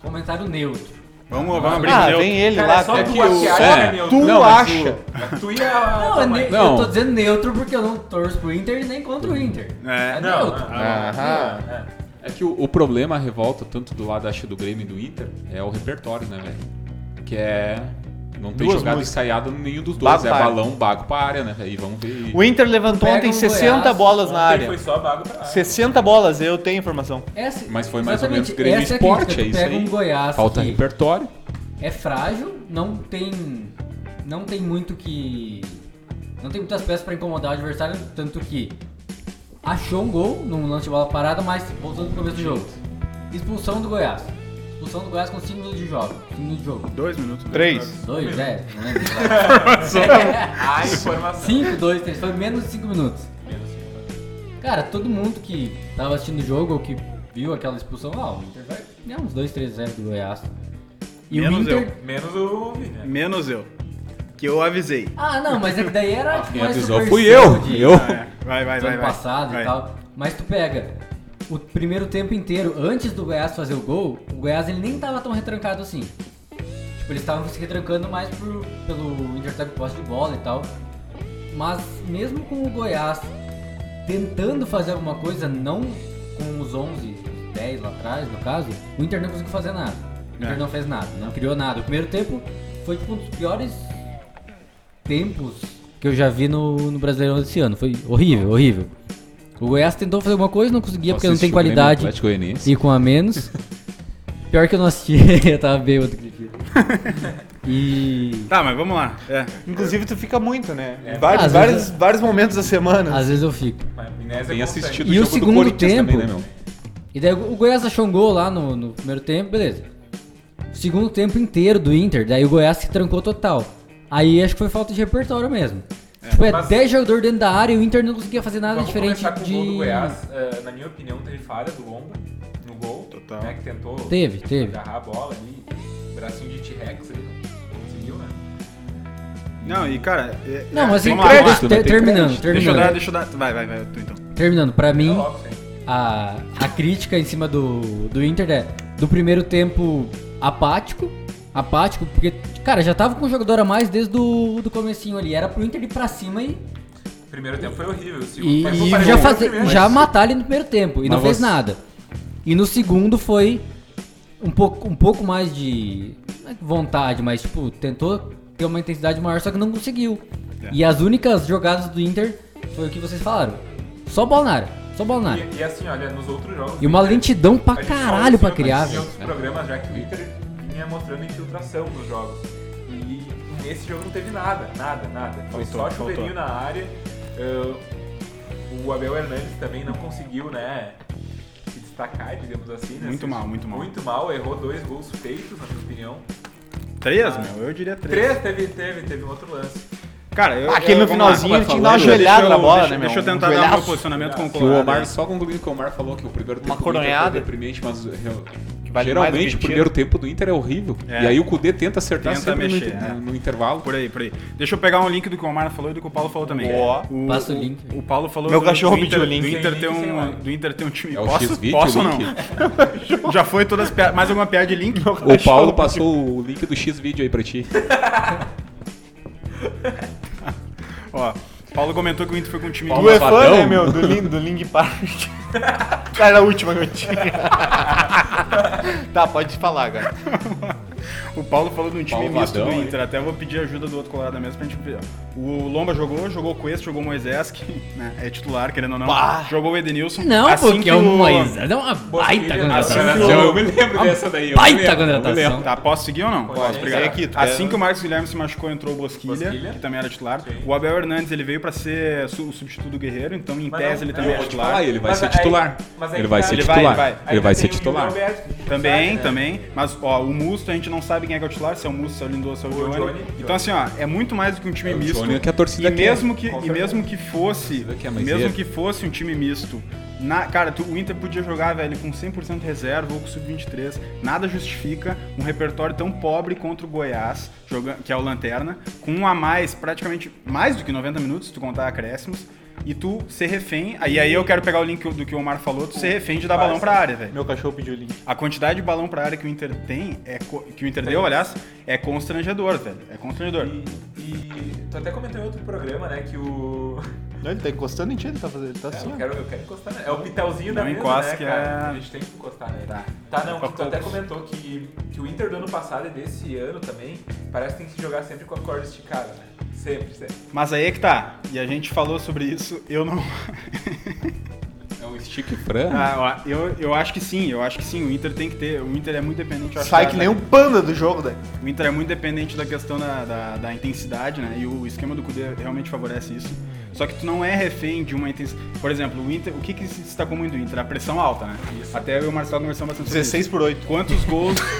Speaker 5: Comentário neutro.
Speaker 4: Vamos, vamos abrir então.
Speaker 1: Ah,
Speaker 4: meu-
Speaker 1: vem ele
Speaker 3: Cara,
Speaker 1: lá.
Speaker 3: só
Speaker 1: cara.
Speaker 3: tu
Speaker 2: que o-
Speaker 3: acha,
Speaker 2: é,
Speaker 3: né, meu?
Speaker 1: tu
Speaker 2: Não, mas
Speaker 1: acha.
Speaker 3: Tu ia...
Speaker 5: Não, é ne-
Speaker 2: Não.
Speaker 5: eu tô dizendo neutro porque eu não torço pro Inter e nem contra o Inter.
Speaker 4: É,
Speaker 3: Não,
Speaker 5: neutro.
Speaker 3: não.
Speaker 2: Ah.
Speaker 1: Aham.
Speaker 2: É que o, o problema, a revolta, tanto do lado acho, do Grêmio e do Inter, é o repertório, né, velho? Que é. Não tem
Speaker 1: Duas
Speaker 2: jogada
Speaker 1: músicas.
Speaker 2: ensaiada no nenhum dos dois.
Speaker 1: Bago
Speaker 2: é
Speaker 1: pra área.
Speaker 2: balão, bago pra área, né? velho? E vamos ver.
Speaker 1: O Inter levantou
Speaker 5: Pega
Speaker 1: ontem
Speaker 5: um
Speaker 1: 60
Speaker 5: Goiás,
Speaker 1: bolas na
Speaker 3: Ontem
Speaker 1: área.
Speaker 3: Foi só vago pra...
Speaker 1: 60 bolas, eu tenho informação.
Speaker 5: Essa-
Speaker 2: Mas foi mais ou menos
Speaker 5: exatamente,
Speaker 2: Grêmio
Speaker 5: essa é a
Speaker 2: Esporte,
Speaker 5: crítica,
Speaker 2: é
Speaker 5: tu
Speaker 2: isso
Speaker 5: pega
Speaker 2: aí.
Speaker 5: um
Speaker 1: Ah,
Speaker 5: Goiás
Speaker 2: Falta
Speaker 5: que
Speaker 2: repertório.
Speaker 5: é frágil, não tem não tem muito que não tem muitas peças pra incomodar o adversário, tanto que achou um gol num lance de bola parada, mas voltando pro começo do jogo. Expulsão do Goiás. Expulsão do Goiás com 5 minutos de jogo. 5 minutos de jogo.
Speaker 4: Dois minutos. né?
Speaker 1: Três.
Speaker 5: 2, é, não lembro.
Speaker 3: A informação.
Speaker 5: 5, 2, 3, foi menos de 5 minutos. Cara, todo mundo que tava assistindo o jogo ou que viu aquela expulsão, ó, o Inter vai ganhar uns 2, 3, 0 do Goiás. E o
Speaker 4: Menos
Speaker 5: Inter.
Speaker 3: Menos o Vini. né?
Speaker 4: Menos eu. Que eu avisei.
Speaker 5: Ah, não, mas é que daí era
Speaker 2: Quem
Speaker 5: tipo, mais
Speaker 2: avisou fui
Speaker 5: superstição
Speaker 2: eu.
Speaker 5: de-
Speaker 2: Eu.
Speaker 4: Ah, é. Vai, vai,
Speaker 5: do
Speaker 4: vai.
Speaker 5: ano
Speaker 4: vai.
Speaker 5: passado
Speaker 4: Vai.
Speaker 5: e tal. Mas tu pega o primeiro tempo inteiro, antes do Goiás fazer o gol, o Goiás ele nem tava tão retrancado assim. Tipo, eles estavam se retrancando mais pro, pelo Inter ter posse de bola e tal. Mas mesmo com o Goiás tentando fazer alguma coisa, não com os 11, os 10 lá atrás, no caso, o Inter não conseguiu fazer nada. O Inter
Speaker 4: É.
Speaker 5: não fez nada, não criou nada. O primeiro tempo foi tipo um dos piores tempos que eu já vi no, no Brasileirão desse ano. Foi horrível, horrível. O Goiás tentou fazer alguma coisa, não conseguia porque não tem
Speaker 2: Assiste o Grêmio
Speaker 5: qualidade
Speaker 2: Atlético Goianiense.
Speaker 5: e com a menos. Pior que eu não assisti, eu tava bêbado aquele dia. E
Speaker 4: Tá, mas vamos lá. É.
Speaker 1: Inclusive, tu fica muito, né?
Speaker 3: É.
Speaker 1: Vários,
Speaker 5: Às
Speaker 1: vários,
Speaker 5: vezes
Speaker 1: vários momentos da semana.
Speaker 5: às vezes eu fico.
Speaker 3: Mas amnésia é
Speaker 2: Tem
Speaker 3: constante.
Speaker 2: assistido
Speaker 5: E o
Speaker 2: jogo do
Speaker 5: segundo
Speaker 2: Corinthians
Speaker 5: tempo?
Speaker 2: também, né, meu?
Speaker 5: E daí o Goiás achou um gol lá no, no primeiro tempo, beleza. Segundo tempo inteiro do Inter, daí o Goiás se trancou total. Aí acho que foi falta de repertório mesmo. tipo, é
Speaker 3: mas-
Speaker 5: 10 jogadores dentro da área e o Inter não conseguia fazer nada
Speaker 3: Vamos
Speaker 5: diferente
Speaker 3: começar com
Speaker 5: de.
Speaker 3: o gol do Goiás. Eh, na minha opinião, teve falha do Lomba no gol.
Speaker 4: Total.
Speaker 3: Né, que tentou
Speaker 5: Teve, teve.
Speaker 3: agarrar a bola ali. Bracinho de T-Rex ali. não Conseguiu, né?
Speaker 4: Não, e cara. é-
Speaker 5: Não,
Speaker 4: é,
Speaker 5: mas assim,
Speaker 4: vamos
Speaker 2: lá,
Speaker 5: ter-
Speaker 2: vamos lá.
Speaker 5: ter- terminando,
Speaker 4: Deixa eu
Speaker 5: terminando.
Speaker 4: dar, deixa eu dar. Vai, vai, vai, tu então.
Speaker 5: Terminando, pra
Speaker 3: É
Speaker 5: mim,
Speaker 3: logo, sim.
Speaker 5: a, a crítica em cima do, do Inter é do primeiro tempo apático. Apático, porque, cara, já tava com um jogador a mais desde o do comecinho ali. Era pro Inter ir pra cima e,
Speaker 3: O primeiro tempo foi horrível. O segundo
Speaker 5: e,
Speaker 3: mas
Speaker 5: e
Speaker 3: o Paredão
Speaker 5: já,
Speaker 3: foi o
Speaker 5: fazer,
Speaker 3: primeiro.
Speaker 5: já matar ele no primeiro tempo. E
Speaker 2: Mas
Speaker 5: não fez
Speaker 2: você-
Speaker 5: nada. E no segundo foi um pouco, um pouco mais de não é que vontade, mas tipo, tentou ter uma intensidade maior, só que não conseguiu.
Speaker 4: É.
Speaker 5: E as únicas jogadas do Inter foi o que vocês falaram. Só bola na área, só bola na área.
Speaker 3: E, e assim, olha, nos outros jogos.
Speaker 5: E uma
Speaker 3: o Inter-
Speaker 5: lentidão pra
Speaker 3: a gente fala
Speaker 5: caralho
Speaker 3: isso,
Speaker 5: pra
Speaker 3: mas assim
Speaker 5: criar,
Speaker 3: Tinha
Speaker 5: velho.
Speaker 3: outros programas já que o Inter vinha mostrando infiltração nos jogos. E nesse jogo não teve nada, nada, nada. Foi
Speaker 4: Faltou,
Speaker 3: só chuveirinho
Speaker 4: faltou.
Speaker 3: na área. Ah, o Abel Hernandes também não conseguiu, né? Se destacar, digamos assim. né?
Speaker 4: Muito
Speaker 3: Se-
Speaker 4: mal, muito mal.
Speaker 3: Muito mal, errou dois gols feitos, na minha opinião.
Speaker 4: Três, meu? Eu diria três.
Speaker 3: Três teve, teve, teve um outro lance.
Speaker 4: Cara, eu.
Speaker 1: Aquele no
Speaker 4: eu- vamos lá,
Speaker 1: finalzinho
Speaker 4: vai
Speaker 1: tinha que
Speaker 4: falando.
Speaker 1: dar uma
Speaker 4: Deixa eu-
Speaker 1: joelhada na bola,
Speaker 4: deixa-
Speaker 1: né, meu?
Speaker 4: Deixa eu
Speaker 1: Um
Speaker 4: tentar dar o meu
Speaker 1: joelhaço.
Speaker 4: posicionamento com o
Speaker 2: Que o
Speaker 4: Colorado.
Speaker 2: Omar, só concluindo que o Omar falou que o primeiro tempo
Speaker 1: Uma
Speaker 2: do Inter
Speaker 1: coronhada.
Speaker 2: foi deprimente, mas eh,
Speaker 1: vale mais do
Speaker 2: geralmente
Speaker 1: que
Speaker 2: o primeiro tempo do Inter é horrível.
Speaker 4: É.
Speaker 2: E aí o Kudê tenta acertar
Speaker 4: Tenta
Speaker 2: sempre no,
Speaker 4: mexer,
Speaker 2: inter-
Speaker 4: é.
Speaker 2: no intervalo.
Speaker 4: Por aí, por aí. Deixa eu pegar um link do que o Omar falou e do que o Paulo falou também.
Speaker 1: Ó.
Speaker 5: Passa o link.
Speaker 4: O Paulo falou
Speaker 1: Meu
Speaker 4: do,
Speaker 1: cachorro
Speaker 4: do Inter,
Speaker 1: pediu o link.
Speaker 4: Do Inter,
Speaker 3: Sem
Speaker 4: ter
Speaker 3: link, sem
Speaker 4: um,
Speaker 3: like.
Speaker 4: do Inter ter um time.
Speaker 2: É o
Speaker 4: posso
Speaker 2: X-Video
Speaker 4: posso
Speaker 2: o
Speaker 4: ou não?
Speaker 2: link?
Speaker 4: Já foi todas as piadas. Mais alguma piada de link?
Speaker 2: O Paulo passou o link do X-Vídeo aí pra ti.
Speaker 4: Ó, Paulo comentou que o Inter foi com um time
Speaker 1: Tu
Speaker 2: Paulo
Speaker 1: é fã,
Speaker 2: Fadão.
Speaker 1: né, meu? Do Link, do Link Park. Cara, era a última que eu tinha. tá, pode falar, cara. é
Speaker 4: O Paulo falou de um time
Speaker 2: Paulo
Speaker 4: misto do
Speaker 2: Vadão,
Speaker 1: né?
Speaker 4: Inter, até vou pedir ajuda do outro colorado da mesa pra gente ver. O Lomba jogou, jogou o Cuesta, jogou o Moisés, que né, é titular, querendo ou não.
Speaker 1: Pá!
Speaker 4: Jogou o Edenilson.
Speaker 5: Não,
Speaker 4: Assim
Speaker 5: porque
Speaker 4: que
Speaker 5: é o Moisés é uma baita
Speaker 3: Assim
Speaker 5: contratação.
Speaker 3: que
Speaker 2: Eu, eu me lembro dessa daí. eu me
Speaker 5: baita
Speaker 2: lembro, eu me
Speaker 5: contratação.
Speaker 2: lembro.
Speaker 4: Tá, posso seguir ou não?
Speaker 3: Então, Pode, é
Speaker 4: Posso, obrigado.
Speaker 1: segue aqui, tu
Speaker 4: assim
Speaker 1: quer-
Speaker 4: que o Marcos Guilherme se machucou, entrou o Bosquilha,
Speaker 3: Bosquilha.
Speaker 4: que também era titular.
Speaker 3: Sim.
Speaker 4: O Abel Hernandes, ele veio pra ser su- o substituto do Guerreiro, então em
Speaker 3: Mas
Speaker 4: tese
Speaker 3: não,
Speaker 4: ele
Speaker 3: eu
Speaker 4: também é
Speaker 3: vou te
Speaker 4: titular.
Speaker 2: Falar, Ah, ele vai
Speaker 3: Mas
Speaker 2: ser
Speaker 3: aí-
Speaker 2: titular.
Speaker 3: mas aí
Speaker 2: Ele
Speaker 3: que
Speaker 2: vai
Speaker 3: tá.
Speaker 2: ser
Speaker 4: Ele vai, ele vai.
Speaker 2: titular. Ele
Speaker 3: Ainda
Speaker 2: vai
Speaker 3: tem
Speaker 2: ser
Speaker 3: o Yuri
Speaker 2: titular.
Speaker 3: Alberto, que
Speaker 4: Também,
Speaker 3: sabe, né?
Speaker 4: também. Mas, ó, o Musto a gente não sabe quem é que é o titular, se é o Musto, se é o Lindoso, se é o
Speaker 3: O
Speaker 4: Johnny.
Speaker 3: Johnny.
Speaker 4: Então, assim, ó, é muito mais do que um time
Speaker 2: É o
Speaker 4: misto.
Speaker 2: Johnny que a torcida
Speaker 4: e
Speaker 2: quer.
Speaker 4: mesmo que
Speaker 3: Com
Speaker 4: E
Speaker 3: certeza.
Speaker 4: mesmo que fosse,
Speaker 2: torcida é quer, mas
Speaker 4: mesmo
Speaker 2: ele-
Speaker 4: que fosse um time misto, na, cara, tu- o Inter podia jogar, velho, com 100% reserva ou com sub-23. Nada justifica um repertório tão pobre contra o Goiás, joga- que é o Lanterna, com um a mais, praticamente mais do que 90 minutos, se tu contar acréscimos. E tu ser refém, aí aí eu quero pegar o link do que o Omar falou, tu ser refém de dar balão pra área, velho.
Speaker 1: Meu cachorro pediu o link.
Speaker 4: A quantidade de balão pra área que o Inter tem, é co- que o Inter deu, aliás, é constrangedor, velho. É constrangedor.
Speaker 3: E, e tu até comentou em outro programa, né, que o...
Speaker 1: Não, ele tá encostando em ti, ele tá fazendo. Ele tá
Speaker 3: É,
Speaker 1: assim,
Speaker 3: eu
Speaker 1: ó.
Speaker 3: quero, eu quero encostar nele. É o pitelzinho da
Speaker 4: Não
Speaker 3: mesa,
Speaker 4: encosta
Speaker 3: né,
Speaker 4: que
Speaker 3: cara?
Speaker 4: é-
Speaker 3: A gente tem que encostar nele.
Speaker 4: Tá.
Speaker 3: Tá, não,
Speaker 4: Com a
Speaker 3: tu até
Speaker 4: Colts.
Speaker 3: comentou que, que o Inter do ano passado e desse ano também parece que tem que se jogar sempre com a corda esticada, né? Sempre, sempre.
Speaker 4: Mas aí é que tá. E a gente falou sobre isso, eu não.
Speaker 2: É o um stick Fran.
Speaker 4: Ah, ó, eu, eu acho que sim, eu acho que sim. O Inter tem que ter. O Inter é muito dependente, eu acho,
Speaker 1: Sai
Speaker 4: da-
Speaker 1: que nem um panda do jogo, daí.
Speaker 4: O Inter é muito dependente da questão da, da, da intensidade, né? E o esquema do Kudê realmente favorece isso. Só que tu não é refém de uma intensidade. Por exemplo, o Inter, o que, que se destacou muito do Inter? A pressão alta, né? Até eu e o Marcelo conversamos bastante sobre isso.
Speaker 1: 16 por 8.
Speaker 4: Quantos gols.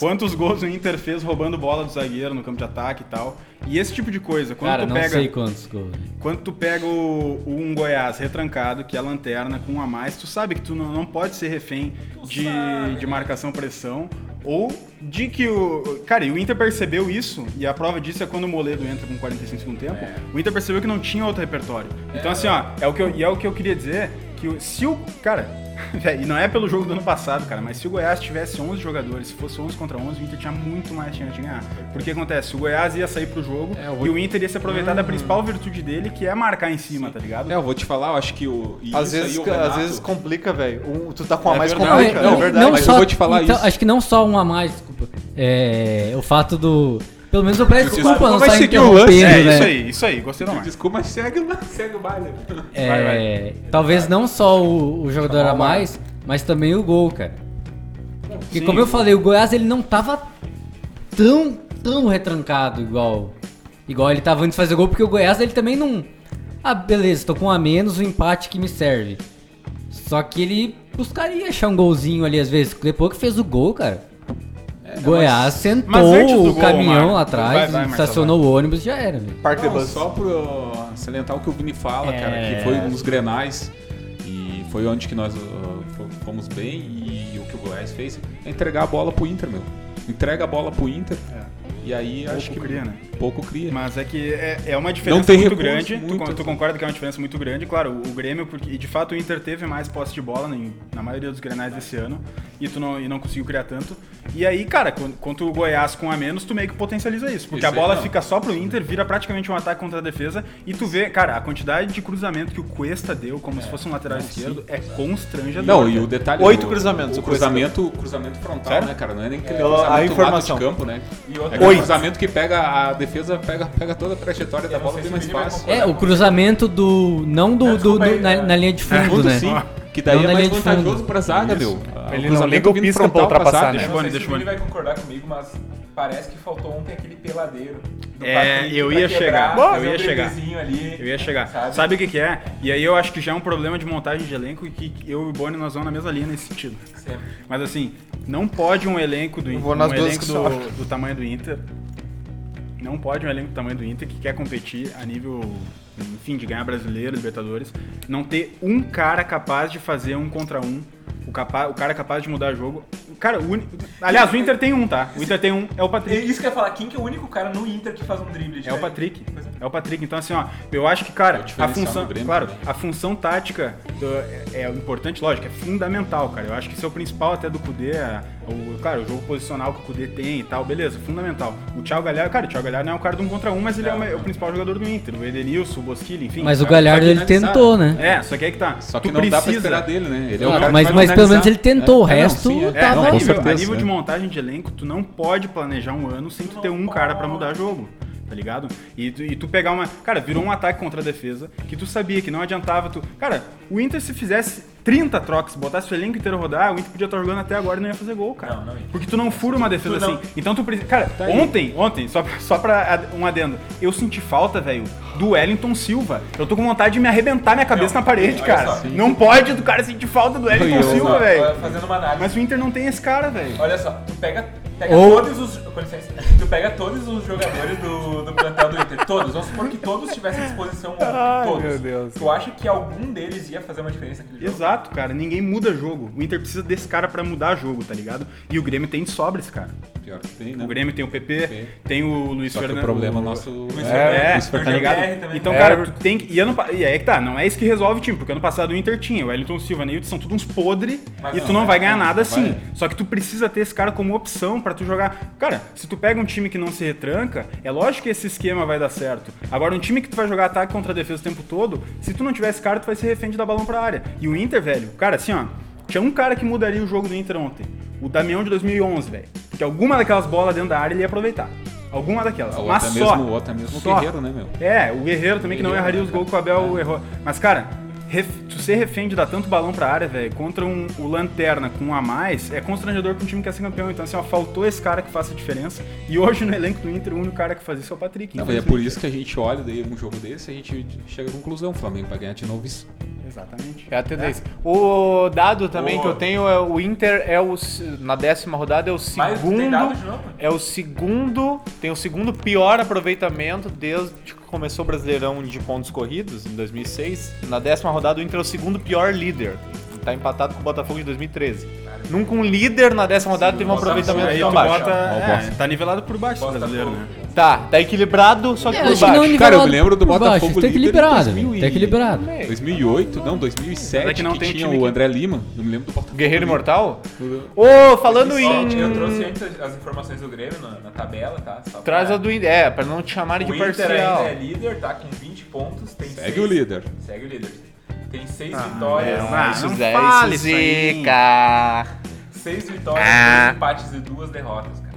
Speaker 4: Quantos gols o Inter fez roubando bola do zagueiro no campo de ataque e tal. E esse tipo de coisa, quando
Speaker 5: Cara,
Speaker 4: tu
Speaker 5: não
Speaker 4: pega.
Speaker 5: sei quantos gols.
Speaker 4: Quando tu pega o, o- um Goiás retrancado, que é a lanterna, com um a mais, tu sabe que tu não, não pode ser refém de, de marcação-pressão ou de que o. Cara, e o Inter percebeu isso, e a prova disso é quando o Moledo entra com 45 segundos tempo.
Speaker 5: É.
Speaker 4: O Inter percebeu que não tinha outro repertório. Então, assim, ó, é o que eu, e é o que eu queria dizer, que o- se o. Cara. véi, E não é pelo jogo do ano passado, cara, mas se o Goiás tivesse 11 jogadores, se fosse 11 contra 11, o Inter tinha muito mais chance de ganhar. Porque acontece, o Goiás ia sair pro jogo
Speaker 2: É, o Hum.
Speaker 4: e o Inter ia se aproveitar da principal virtude dele, que é marcar em cima, tá ligado?
Speaker 2: É, eu vou te falar, eu acho que o. e
Speaker 1: Às
Speaker 2: isso aí
Speaker 1: vezes,
Speaker 2: o
Speaker 1: às
Speaker 2: Renato-
Speaker 1: vezes complica, velho. Um- Tu tá com a
Speaker 2: É
Speaker 1: mais
Speaker 2: verdade,
Speaker 1: complica,
Speaker 2: cara,
Speaker 1: é verdade.
Speaker 2: mas eu vou te falar
Speaker 5: então,
Speaker 2: isso.
Speaker 5: Acho que não só um a mais, desculpa. É, o fato do. Pelo menos eu peço
Speaker 2: Justiça.
Speaker 5: desculpa, não
Speaker 2: Vai
Speaker 5: sai
Speaker 2: seguir o
Speaker 5: interrompendo,
Speaker 2: lance,
Speaker 4: É,
Speaker 5: né?
Speaker 4: isso aí, isso aí, gostei do mais.
Speaker 2: Desculpa, mas segue, mas segue o baile.
Speaker 3: né?
Speaker 5: É,
Speaker 4: Vai, vai.
Speaker 5: Talvez não só o, o jogador a mais, mas também o gol, cara. Porque como eu falei, o Goiás ele não tava tão, tão retrancado igual igual ele tava antes de fazer o gol, porque o Goiás ele também não... Ah, beleza, tô com um a menos, o empate que me serve. Só que ele buscaria achar um golzinho ali às vezes. Depois que fez o gol, cara, o Goiás sentou
Speaker 4: É, mas antes do
Speaker 5: o
Speaker 4: gol,
Speaker 5: caminhão
Speaker 4: Marco.
Speaker 5: lá atrás,
Speaker 4: Vai, vai, Marcelo,
Speaker 5: estacionou o ônibus e já era, velho.
Speaker 1: Parque de
Speaker 2: Não,
Speaker 1: Bus.
Speaker 2: só pro salientar o que o Vini fala,
Speaker 5: É.
Speaker 2: cara, que foi nos Grenais e foi onde que nós uh, f- fomos bem e o que o Goiás fez é entregar a bola pro Inter, meu. Entrega a bola pro Inter e aí acho que
Speaker 4: cria, né?
Speaker 2: pouco cria.
Speaker 4: Mas é que é, é uma diferença
Speaker 2: Não tem
Speaker 4: muito
Speaker 2: recurso,
Speaker 4: grande. Tu
Speaker 2: muito,
Speaker 4: con- tu,
Speaker 2: assim.
Speaker 4: concorda que é uma diferença muito grande? Claro, o, o Grêmio, porque e de fato o Inter teve mais posse de bola em- na maioria dos grenais desse ano e tu não, e não conseguiu criar tanto. E aí, cara, quando, quando o Goiás com a menos, tu meio que potencializa isso. Porque
Speaker 2: Isso
Speaker 4: a bola
Speaker 2: aí não.
Speaker 4: fica só pro Inter, vira praticamente um ataque contra a defesa. E tu vê, cara, a quantidade de cruzamento que o Cuesta deu, como se fosse um lateral esquerdo, é constrangedor.
Speaker 2: Não, e
Speaker 4: cara.
Speaker 2: o detalhe
Speaker 1: Oito
Speaker 2: o-
Speaker 1: cruzamentos,
Speaker 2: O
Speaker 1: o Cuesta
Speaker 2: cruzamento, o cruzamento frontal,
Speaker 4: Sério?
Speaker 2: né, cara? Não é nem aquele
Speaker 1: Pela- a
Speaker 2: cruzamento
Speaker 1: informação.
Speaker 2: lado de campo, né?
Speaker 3: E
Speaker 2: É
Speaker 3: outra,
Speaker 2: aquele
Speaker 1: Oito.
Speaker 2: cruzamento que pega a defesa, pega, pega toda a trajetória da
Speaker 3: não
Speaker 2: bola,
Speaker 3: sei
Speaker 2: tem
Speaker 3: se
Speaker 2: mais
Speaker 3: o Vini vai
Speaker 2: espaço.
Speaker 5: É, o cruzamento do. Não do.
Speaker 3: É,
Speaker 5: do-
Speaker 3: desculpa
Speaker 5: do-
Speaker 3: aí,
Speaker 5: na,
Speaker 3: é.
Speaker 5: na linha de fundo,
Speaker 2: Fundo,
Speaker 5: né?
Speaker 2: sim, que daí
Speaker 5: Não na
Speaker 2: é mais
Speaker 5: linha de fundo.
Speaker 2: vantajoso pra zaga, meu. Ah,
Speaker 1: Ele
Speaker 2: o
Speaker 1: não
Speaker 2: cruzamento
Speaker 1: liga o
Speaker 2: vindo
Speaker 1: Pistron pra
Speaker 2: frontal
Speaker 1: ultrapassar,
Speaker 2: zaga,
Speaker 1: né?
Speaker 2: né?
Speaker 3: eu não sei
Speaker 4: Boni,
Speaker 3: se
Speaker 4: deixa
Speaker 3: o
Speaker 4: o
Speaker 3: Vini
Speaker 4: Boni.
Speaker 3: vai concordar comigo, mas parece que faltou ontem aquele peladeiro do
Speaker 4: É,
Speaker 3: Patrick
Speaker 4: eu
Speaker 3: pra
Speaker 4: ia
Speaker 3: quebrar,
Speaker 4: chegar.
Speaker 3: fazer
Speaker 4: Eu ia
Speaker 3: um
Speaker 4: chegar.
Speaker 3: driblezinho Ali,
Speaker 4: Eu ia chegar.
Speaker 3: Sabe?
Speaker 4: Sabe, o que, que é? E aí eu acho que já é um problema de montagem de elenco e que eu e o Boni nós vamos na mesma linha nesse sentido.
Speaker 3: Sempre.
Speaker 4: Mas assim, não pode um elenco do
Speaker 1: Eu
Speaker 4: Inter,
Speaker 1: vou nas
Speaker 4: um
Speaker 1: duas
Speaker 4: elenco
Speaker 1: que
Speaker 4: do,
Speaker 1: sobram.
Speaker 4: do tamanho do Inter. Não pode um elenco do tamanho do Inter que quer competir a nível, enfim, de ganhar brasileiro, Libertadores, não ter um cara capaz de fazer um contra um. O, capa- o cara capaz de mudar jogo. O Cara, o uni- Aliás, o Inter tem um, tá? O Inter tem um, é o
Speaker 3: É
Speaker 4: Patrick.
Speaker 3: Isso que eu ia falar, quem que é o único cara no Inter que faz um drible?
Speaker 4: É o
Speaker 3: diferente?
Speaker 4: Patrick.
Speaker 3: Pois é.
Speaker 4: É o Patrick. Então, assim, ó, eu acho que,
Speaker 2: o
Speaker 4: cara, a
Speaker 2: É diferencial
Speaker 4: função.
Speaker 2: do Grêmio
Speaker 4: Claro,
Speaker 2: também.
Speaker 4: a função tática do- é, é importante, lógico, é fundamental, cara. Eu acho que isso é o principal até do Kudê. é o, claro, o jogo posicional que o Kudê tem e tal, beleza, fundamental. O Thiago Galhardo, cara, o Thiago Galhardo não é um cara do um contra um, mas ele é, o, me- é o principal jogador do Inter. O Edenilson, o Bosquilha, enfim.
Speaker 5: Mas o
Speaker 2: Só que
Speaker 5: Galhardo ele
Speaker 2: finalizar.
Speaker 5: tentou, né?
Speaker 4: É, só que aí que tá.
Speaker 2: Só que
Speaker 4: Tu
Speaker 2: não dá pra
Speaker 4: precisa-
Speaker 2: esperar dele, né? Ele é um cara
Speaker 5: Não,
Speaker 2: que
Speaker 5: Ah, mas-
Speaker 2: vai
Speaker 5: mas pelo menos
Speaker 2: finalizar.
Speaker 5: ele tentou,
Speaker 2: não,
Speaker 5: o resto
Speaker 2: sim,
Speaker 5: tá
Speaker 4: É, não,
Speaker 5: bom.
Speaker 4: a,
Speaker 5: com
Speaker 4: nível, a nível de
Speaker 2: né?
Speaker 4: montagem de elenco, tu não pode planejar um ano sem tu ter um cara pra mudar jogo, tá ligado? E tu, e tu pegar uma. Cara, virou um ataque contra a defesa que tu sabia que não adiantava tu. Cara, o Inter se fizesse 30 trocas, botasse o elenco inteiro rodar, o Inter podia estar jogando até agora e não ia fazer gol, cara.
Speaker 3: Não, não ia.
Speaker 4: Porque tu não fura uma defesa
Speaker 3: Tu não-
Speaker 4: assim. Então tu precisa. Cara,
Speaker 2: Tá aí.
Speaker 4: ontem, ontem, só, pra- só pra ad- um adendo, eu senti falta, velho, do Wellington Silva. Eu tô com vontade de me arrebentar minha cabeça
Speaker 3: Não,
Speaker 4: na parede,
Speaker 3: olha
Speaker 4: cara.
Speaker 3: só.
Speaker 4: Não pode do cara sentir falta do Wellington
Speaker 2: eu-
Speaker 4: Silva,
Speaker 3: Ó,
Speaker 4: velho.
Speaker 3: Fazendo uma análise.
Speaker 4: Mas o Inter não tem esse cara, velho.
Speaker 3: Olha só, tu pega, pega
Speaker 5: Ou-
Speaker 3: todos os. Com licença, tu pega todos os jogadores do, do plantel do Inter. Todos. Vamos supor que todos tivessem disposição ontem.
Speaker 1: Ai,
Speaker 3: todos.
Speaker 1: meu Deus.
Speaker 3: Tu acha que algum deles ia fazer uma diferença naquele jogo?
Speaker 4: Exato, cara. Ninguém muda jogo. O Inter precisa desse cara pra mudar jogo, tá ligado? E o Grêmio tem de sobra esse cara.
Speaker 2: Pior que tem, né?
Speaker 4: O Grêmio tem o PP,
Speaker 2: PP.
Speaker 4: tem o Luiz
Speaker 2: Só que
Speaker 4: Fernando.
Speaker 2: o problema nosso...
Speaker 4: É,
Speaker 2: Luiz
Speaker 4: tá
Speaker 2: Fernando.
Speaker 3: BR
Speaker 4: ligado?
Speaker 3: também.
Speaker 4: Então,
Speaker 1: É.
Speaker 4: cara, tu tem que. E, ano, pa- e aí que tá, não é isso que resolve o time, porque ano passado o Inter tinha, o Elton Silva e o são tudo uns podre
Speaker 3: Mas
Speaker 4: e
Speaker 3: não,
Speaker 4: tu não
Speaker 3: mas
Speaker 4: vai ganhar nada assim.
Speaker 2: vai.
Speaker 4: Só que tu precisa ter esse cara como opção pra tu jogar. Cara, se tu pega um time que não se retranca, é lógico que esse esquema vai dar certo. Agora, um time que tu vai jogar ataque contra a defesa o tempo todo, se tu não tiver esse cara, tu vai ser refém de dar balão pra área. E o Inter, velho, cara, assim, ó, tinha um cara que mudaria o jogo do Inter ontem. O Damião de 2011, velho. Porque alguma daquelas bolas dentro da área ele ia aproveitar. Alguma daquelas.
Speaker 2: Ou
Speaker 4: Mas
Speaker 2: até
Speaker 4: só.
Speaker 2: é mesmo- ou até mesmo o
Speaker 4: Só.
Speaker 2: Guerreiro, né, meu?
Speaker 4: É, o Guerreiro também, que não
Speaker 2: Guerreiro,
Speaker 4: erraria
Speaker 2: né,
Speaker 4: os gols que o Abel errou. Mas, cara, ref- tu ser refém de dar tanto balão pra área, velho, contra um, o Lanterna com um a mais, é constrangedor pra um time que quer ser campeão. Então, assim, ó, faltou esse cara que faça a diferença. E hoje no elenco do Inter, o único cara que faz isso é o Patrick.
Speaker 2: Não, mas é por
Speaker 4: infelizmente.
Speaker 2: isso que a gente olha daí um jogo desse, a gente chega à conclusão, o Flamengo vai ganhar de novo isso.
Speaker 4: Exatamente.
Speaker 1: É a tendência. O dado também
Speaker 3: Boa.
Speaker 1: que eu tenho é o Inter é o se- na décima rodada é o
Speaker 3: Mas tem
Speaker 1: segundo
Speaker 3: dado de novo?
Speaker 1: é o segundo tem o segundo pior aproveitamento desde que começou o Brasileirão de pontos corridos em 2006. Na décima rodada o Inter é o segundo pior líder. Tá empatado com o Botafogo de 2013. Nunca um líder na décima rodada teve um
Speaker 3: Botafogo
Speaker 1: aproveitamento
Speaker 4: Aí
Speaker 1: tão
Speaker 4: tu
Speaker 1: baixo.
Speaker 4: bota,
Speaker 2: Ó,
Speaker 4: é, tá nivelado por baixo o
Speaker 3: Botafogo.
Speaker 4: brasileiro, né?
Speaker 1: Tá, tá equilibrado, só que
Speaker 5: É,
Speaker 1: por
Speaker 5: acho que não
Speaker 1: baixo.
Speaker 5: liberado
Speaker 2: Cara, eu me lembro do
Speaker 5: por baixo,
Speaker 2: Botafogo líder
Speaker 5: Tá
Speaker 2: em
Speaker 5: equilibrado,
Speaker 2: 2000
Speaker 5: velho,
Speaker 2: e-
Speaker 5: tá equilibrado.
Speaker 2: 2008, não, 2007,
Speaker 4: Mas é que
Speaker 2: que,
Speaker 4: não tem
Speaker 2: tinha
Speaker 4: time
Speaker 2: o
Speaker 4: que-
Speaker 2: André Lima, eu me lembro do Botafogo.
Speaker 1: Guerreiro
Speaker 2: ali.
Speaker 1: Imortal?
Speaker 2: Do-
Speaker 1: Ô, falando
Speaker 3: Ó,
Speaker 1: em
Speaker 3: Eu trouxe antes as- as informações do Grêmio na, na tabela, tá? Só pra-
Speaker 1: Traz a do Inter, é, pra não te chamarem
Speaker 3: O
Speaker 1: de
Speaker 3: Inter
Speaker 1: parcial.
Speaker 3: ainda é líder, tá com 20 pontos. Tem
Speaker 2: Segue
Speaker 3: seis-
Speaker 2: o líder.
Speaker 3: Segue o líder. Tem 6
Speaker 1: é
Speaker 3: vitórias.
Speaker 4: não, Ah,
Speaker 1: Então, Isso,
Speaker 4: não
Speaker 1: Zé,
Speaker 4: fale
Speaker 1: isso,
Speaker 4: isso aí.
Speaker 1: zica.
Speaker 3: 6 vitórias,
Speaker 1: Ah.
Speaker 3: 3 empates e 2 derrotas, cara.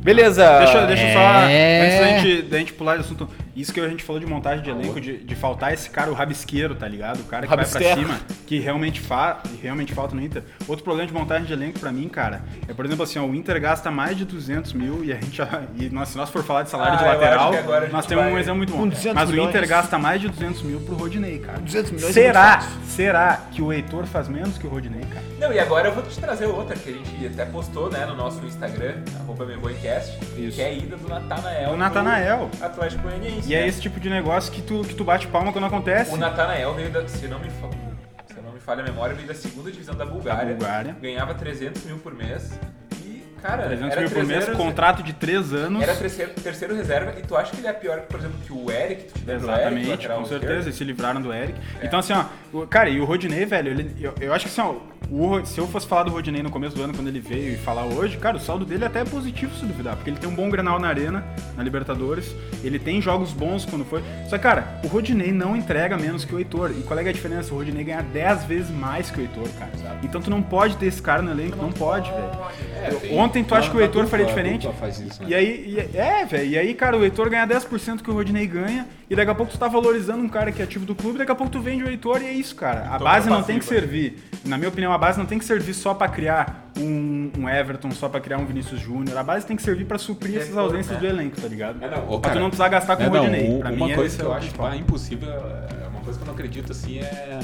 Speaker 1: Beleza.
Speaker 4: Deixa, deixa eu só.
Speaker 5: É.
Speaker 4: Antes da gente, da gente pular de assunto, isso que a gente falou de montagem de elenco, de, de faltar esse cara, o rabisqueiro, tá ligado? O cara que
Speaker 1: Rabisqueiro.
Speaker 4: vai pra cima, que realmente, fa que realmente falta no Inter. Outro problema de montagem de elenco pra mim, cara, é por exemplo assim, ó, o Inter gasta mais de 200 mil e a gente. já- E nós, se nós for falar de salário
Speaker 3: Ah,
Speaker 4: de
Speaker 3: eu acho
Speaker 4: lateral,
Speaker 3: que agora a gente
Speaker 4: nós temos
Speaker 3: vai-
Speaker 4: um exemplo muito bom.
Speaker 1: Com 200
Speaker 4: Mas
Speaker 1: milhões.
Speaker 4: o Inter gasta mais de 200 mil pro Rodinei, cara.
Speaker 1: 200 milhões é
Speaker 4: Será?
Speaker 1: muito fácil.
Speaker 4: Será que o Heitor faz menos que o Rodinei, cara?
Speaker 3: Não, e agora eu vou te trazer outra que a gente até postou, né, no nosso Instagram, arroba mevoicast, que é a ida do Natanael.
Speaker 4: O Natanael.
Speaker 3: pro Atlético Goianiense.
Speaker 4: E é
Speaker 3: né?
Speaker 4: esse tipo de negócio que tu, que tu bate palma quando acontece.
Speaker 3: O Natanael veio da. Se não me fa- se não me falha a memória, veio da segunda divisão da Bulgária.
Speaker 4: Da Bulgária.
Speaker 3: Ganhava 300 mil por mês. E, cara,
Speaker 4: 300
Speaker 3: era
Speaker 4: mil por mês,
Speaker 3: terceiro-
Speaker 4: contrato de 3 anos.
Speaker 3: Era terceiro, terceiro reserva, e tu acha que ele é pior, por exemplo, que o Eric, que tu te lembra do Eric,
Speaker 4: Exatamente,
Speaker 3: lateral
Speaker 4: com certeza,
Speaker 3: esquerdo?
Speaker 4: eles se livraram do Eric. Então, assim, ó, o- cara, e o Rodinei, velho, ele- eu, eu acho que assim, ó, o Ro- se eu fosse falar do Rodinei no começo do ano, quando ele veio e falar hoje, cara, o saldo dele até é positivo se duvidar, porque ele tem um bom granal na Arena, na Libertadores, ele tem jogos bons quando foi. Só que, cara, o Rodinei não entrega menos que o Heitor. E qual é que é a diferença? O Rodinei ganha 10 vezes mais que o Heitor, cara. Então tu não pode ter esse cara no elenco, não pode, velho. Ontem tu acha que o
Speaker 2: Na- na
Speaker 4: Heitor faria
Speaker 2: dupla-
Speaker 4: diferente?
Speaker 2: a dupla faz isso, né?
Speaker 4: E aí, e- é, velho, e aí, cara, o Heitor ganha 10% que o Rodinei ganha, e daqui a pouco tu tá valorizando um cara que é ativo do clube, daqui a pouco tu vende o Heitor e é isso, cara.
Speaker 3: Toma
Speaker 4: A base não
Speaker 3: passiva.
Speaker 4: tem que servir, na minha opinião, a base não tem que servir só pra criar um, um Everton, só pra criar um Vinícius Júnior, a base tem que servir pra suprir essas
Speaker 3: Retorno,
Speaker 4: ausências
Speaker 3: né?
Speaker 4: do elenco, tá ligado?
Speaker 2: É, não, ô,
Speaker 4: pra
Speaker 2: cara,
Speaker 4: tu não precisar gastar tá com
Speaker 2: É,
Speaker 4: o Rodinei.
Speaker 2: um-
Speaker 4: pra
Speaker 2: uma
Speaker 4: mim,
Speaker 2: coisa
Speaker 4: é
Speaker 2: que eu acho pá, impossível, é uma coisa que eu não acredito assim é,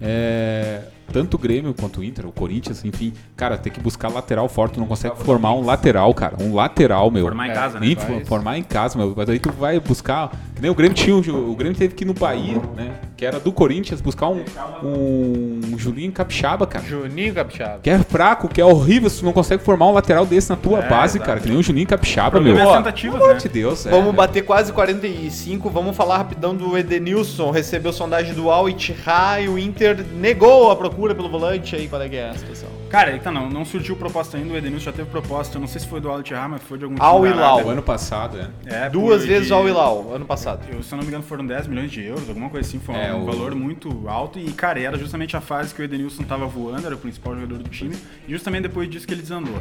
Speaker 2: é tanto o Grêmio quanto o Inter, o Corinthians, enfim, cara, tem que buscar lateral forte, tu não consegue formar um lateral, cara, um lateral meu.
Speaker 4: Formar em casa, né?
Speaker 2: Inf- formar em casa, meu. Mas aí tu vai buscar, que nem o Grêmio tinha, um- o Grêmio teve que ir no Bahia, né? Que era do Corinthians buscar um, um Julinho Capixaba, cara.
Speaker 1: Juninho Capixaba.
Speaker 2: Que é fraco, que é horrível, se tu não consegue formar um lateral desse na tua base, cara, que nem o Juninho Capixaba, meu.
Speaker 4: É, problema é as
Speaker 2: Pelo
Speaker 4: tentativas,
Speaker 2: amor
Speaker 4: né?
Speaker 2: de Deus, é,
Speaker 1: Vamos
Speaker 2: né?
Speaker 1: bater quase 45, vamos falar rapidão do Edenilson. Recebeu sondagem do Al Ittihad e o Inter negou a procura pelo volante aí. Qual é que é a situação?
Speaker 4: Cara, então não, não surgiu proposta ainda, o Edenilson já teve proposta, eu não sei se foi do Al Ittihad, mas foi de algum time
Speaker 1: Al
Speaker 4: da
Speaker 1: Hilal.
Speaker 4: Arábia.
Speaker 2: O ano passado, é.
Speaker 4: É,
Speaker 1: Duas
Speaker 4: por-
Speaker 1: vezes
Speaker 4: de-
Speaker 1: ao Hilal, ano passado.
Speaker 4: Eu, se eu não me engano, foram 10 milhões de euros, alguma coisa assim. Foi
Speaker 2: É,
Speaker 4: um
Speaker 2: o-
Speaker 4: valor muito alto. E, cara, era justamente a fase que o Edenilson tava voando, era o principal jogador do time. E justamente depois disso que ele desandou.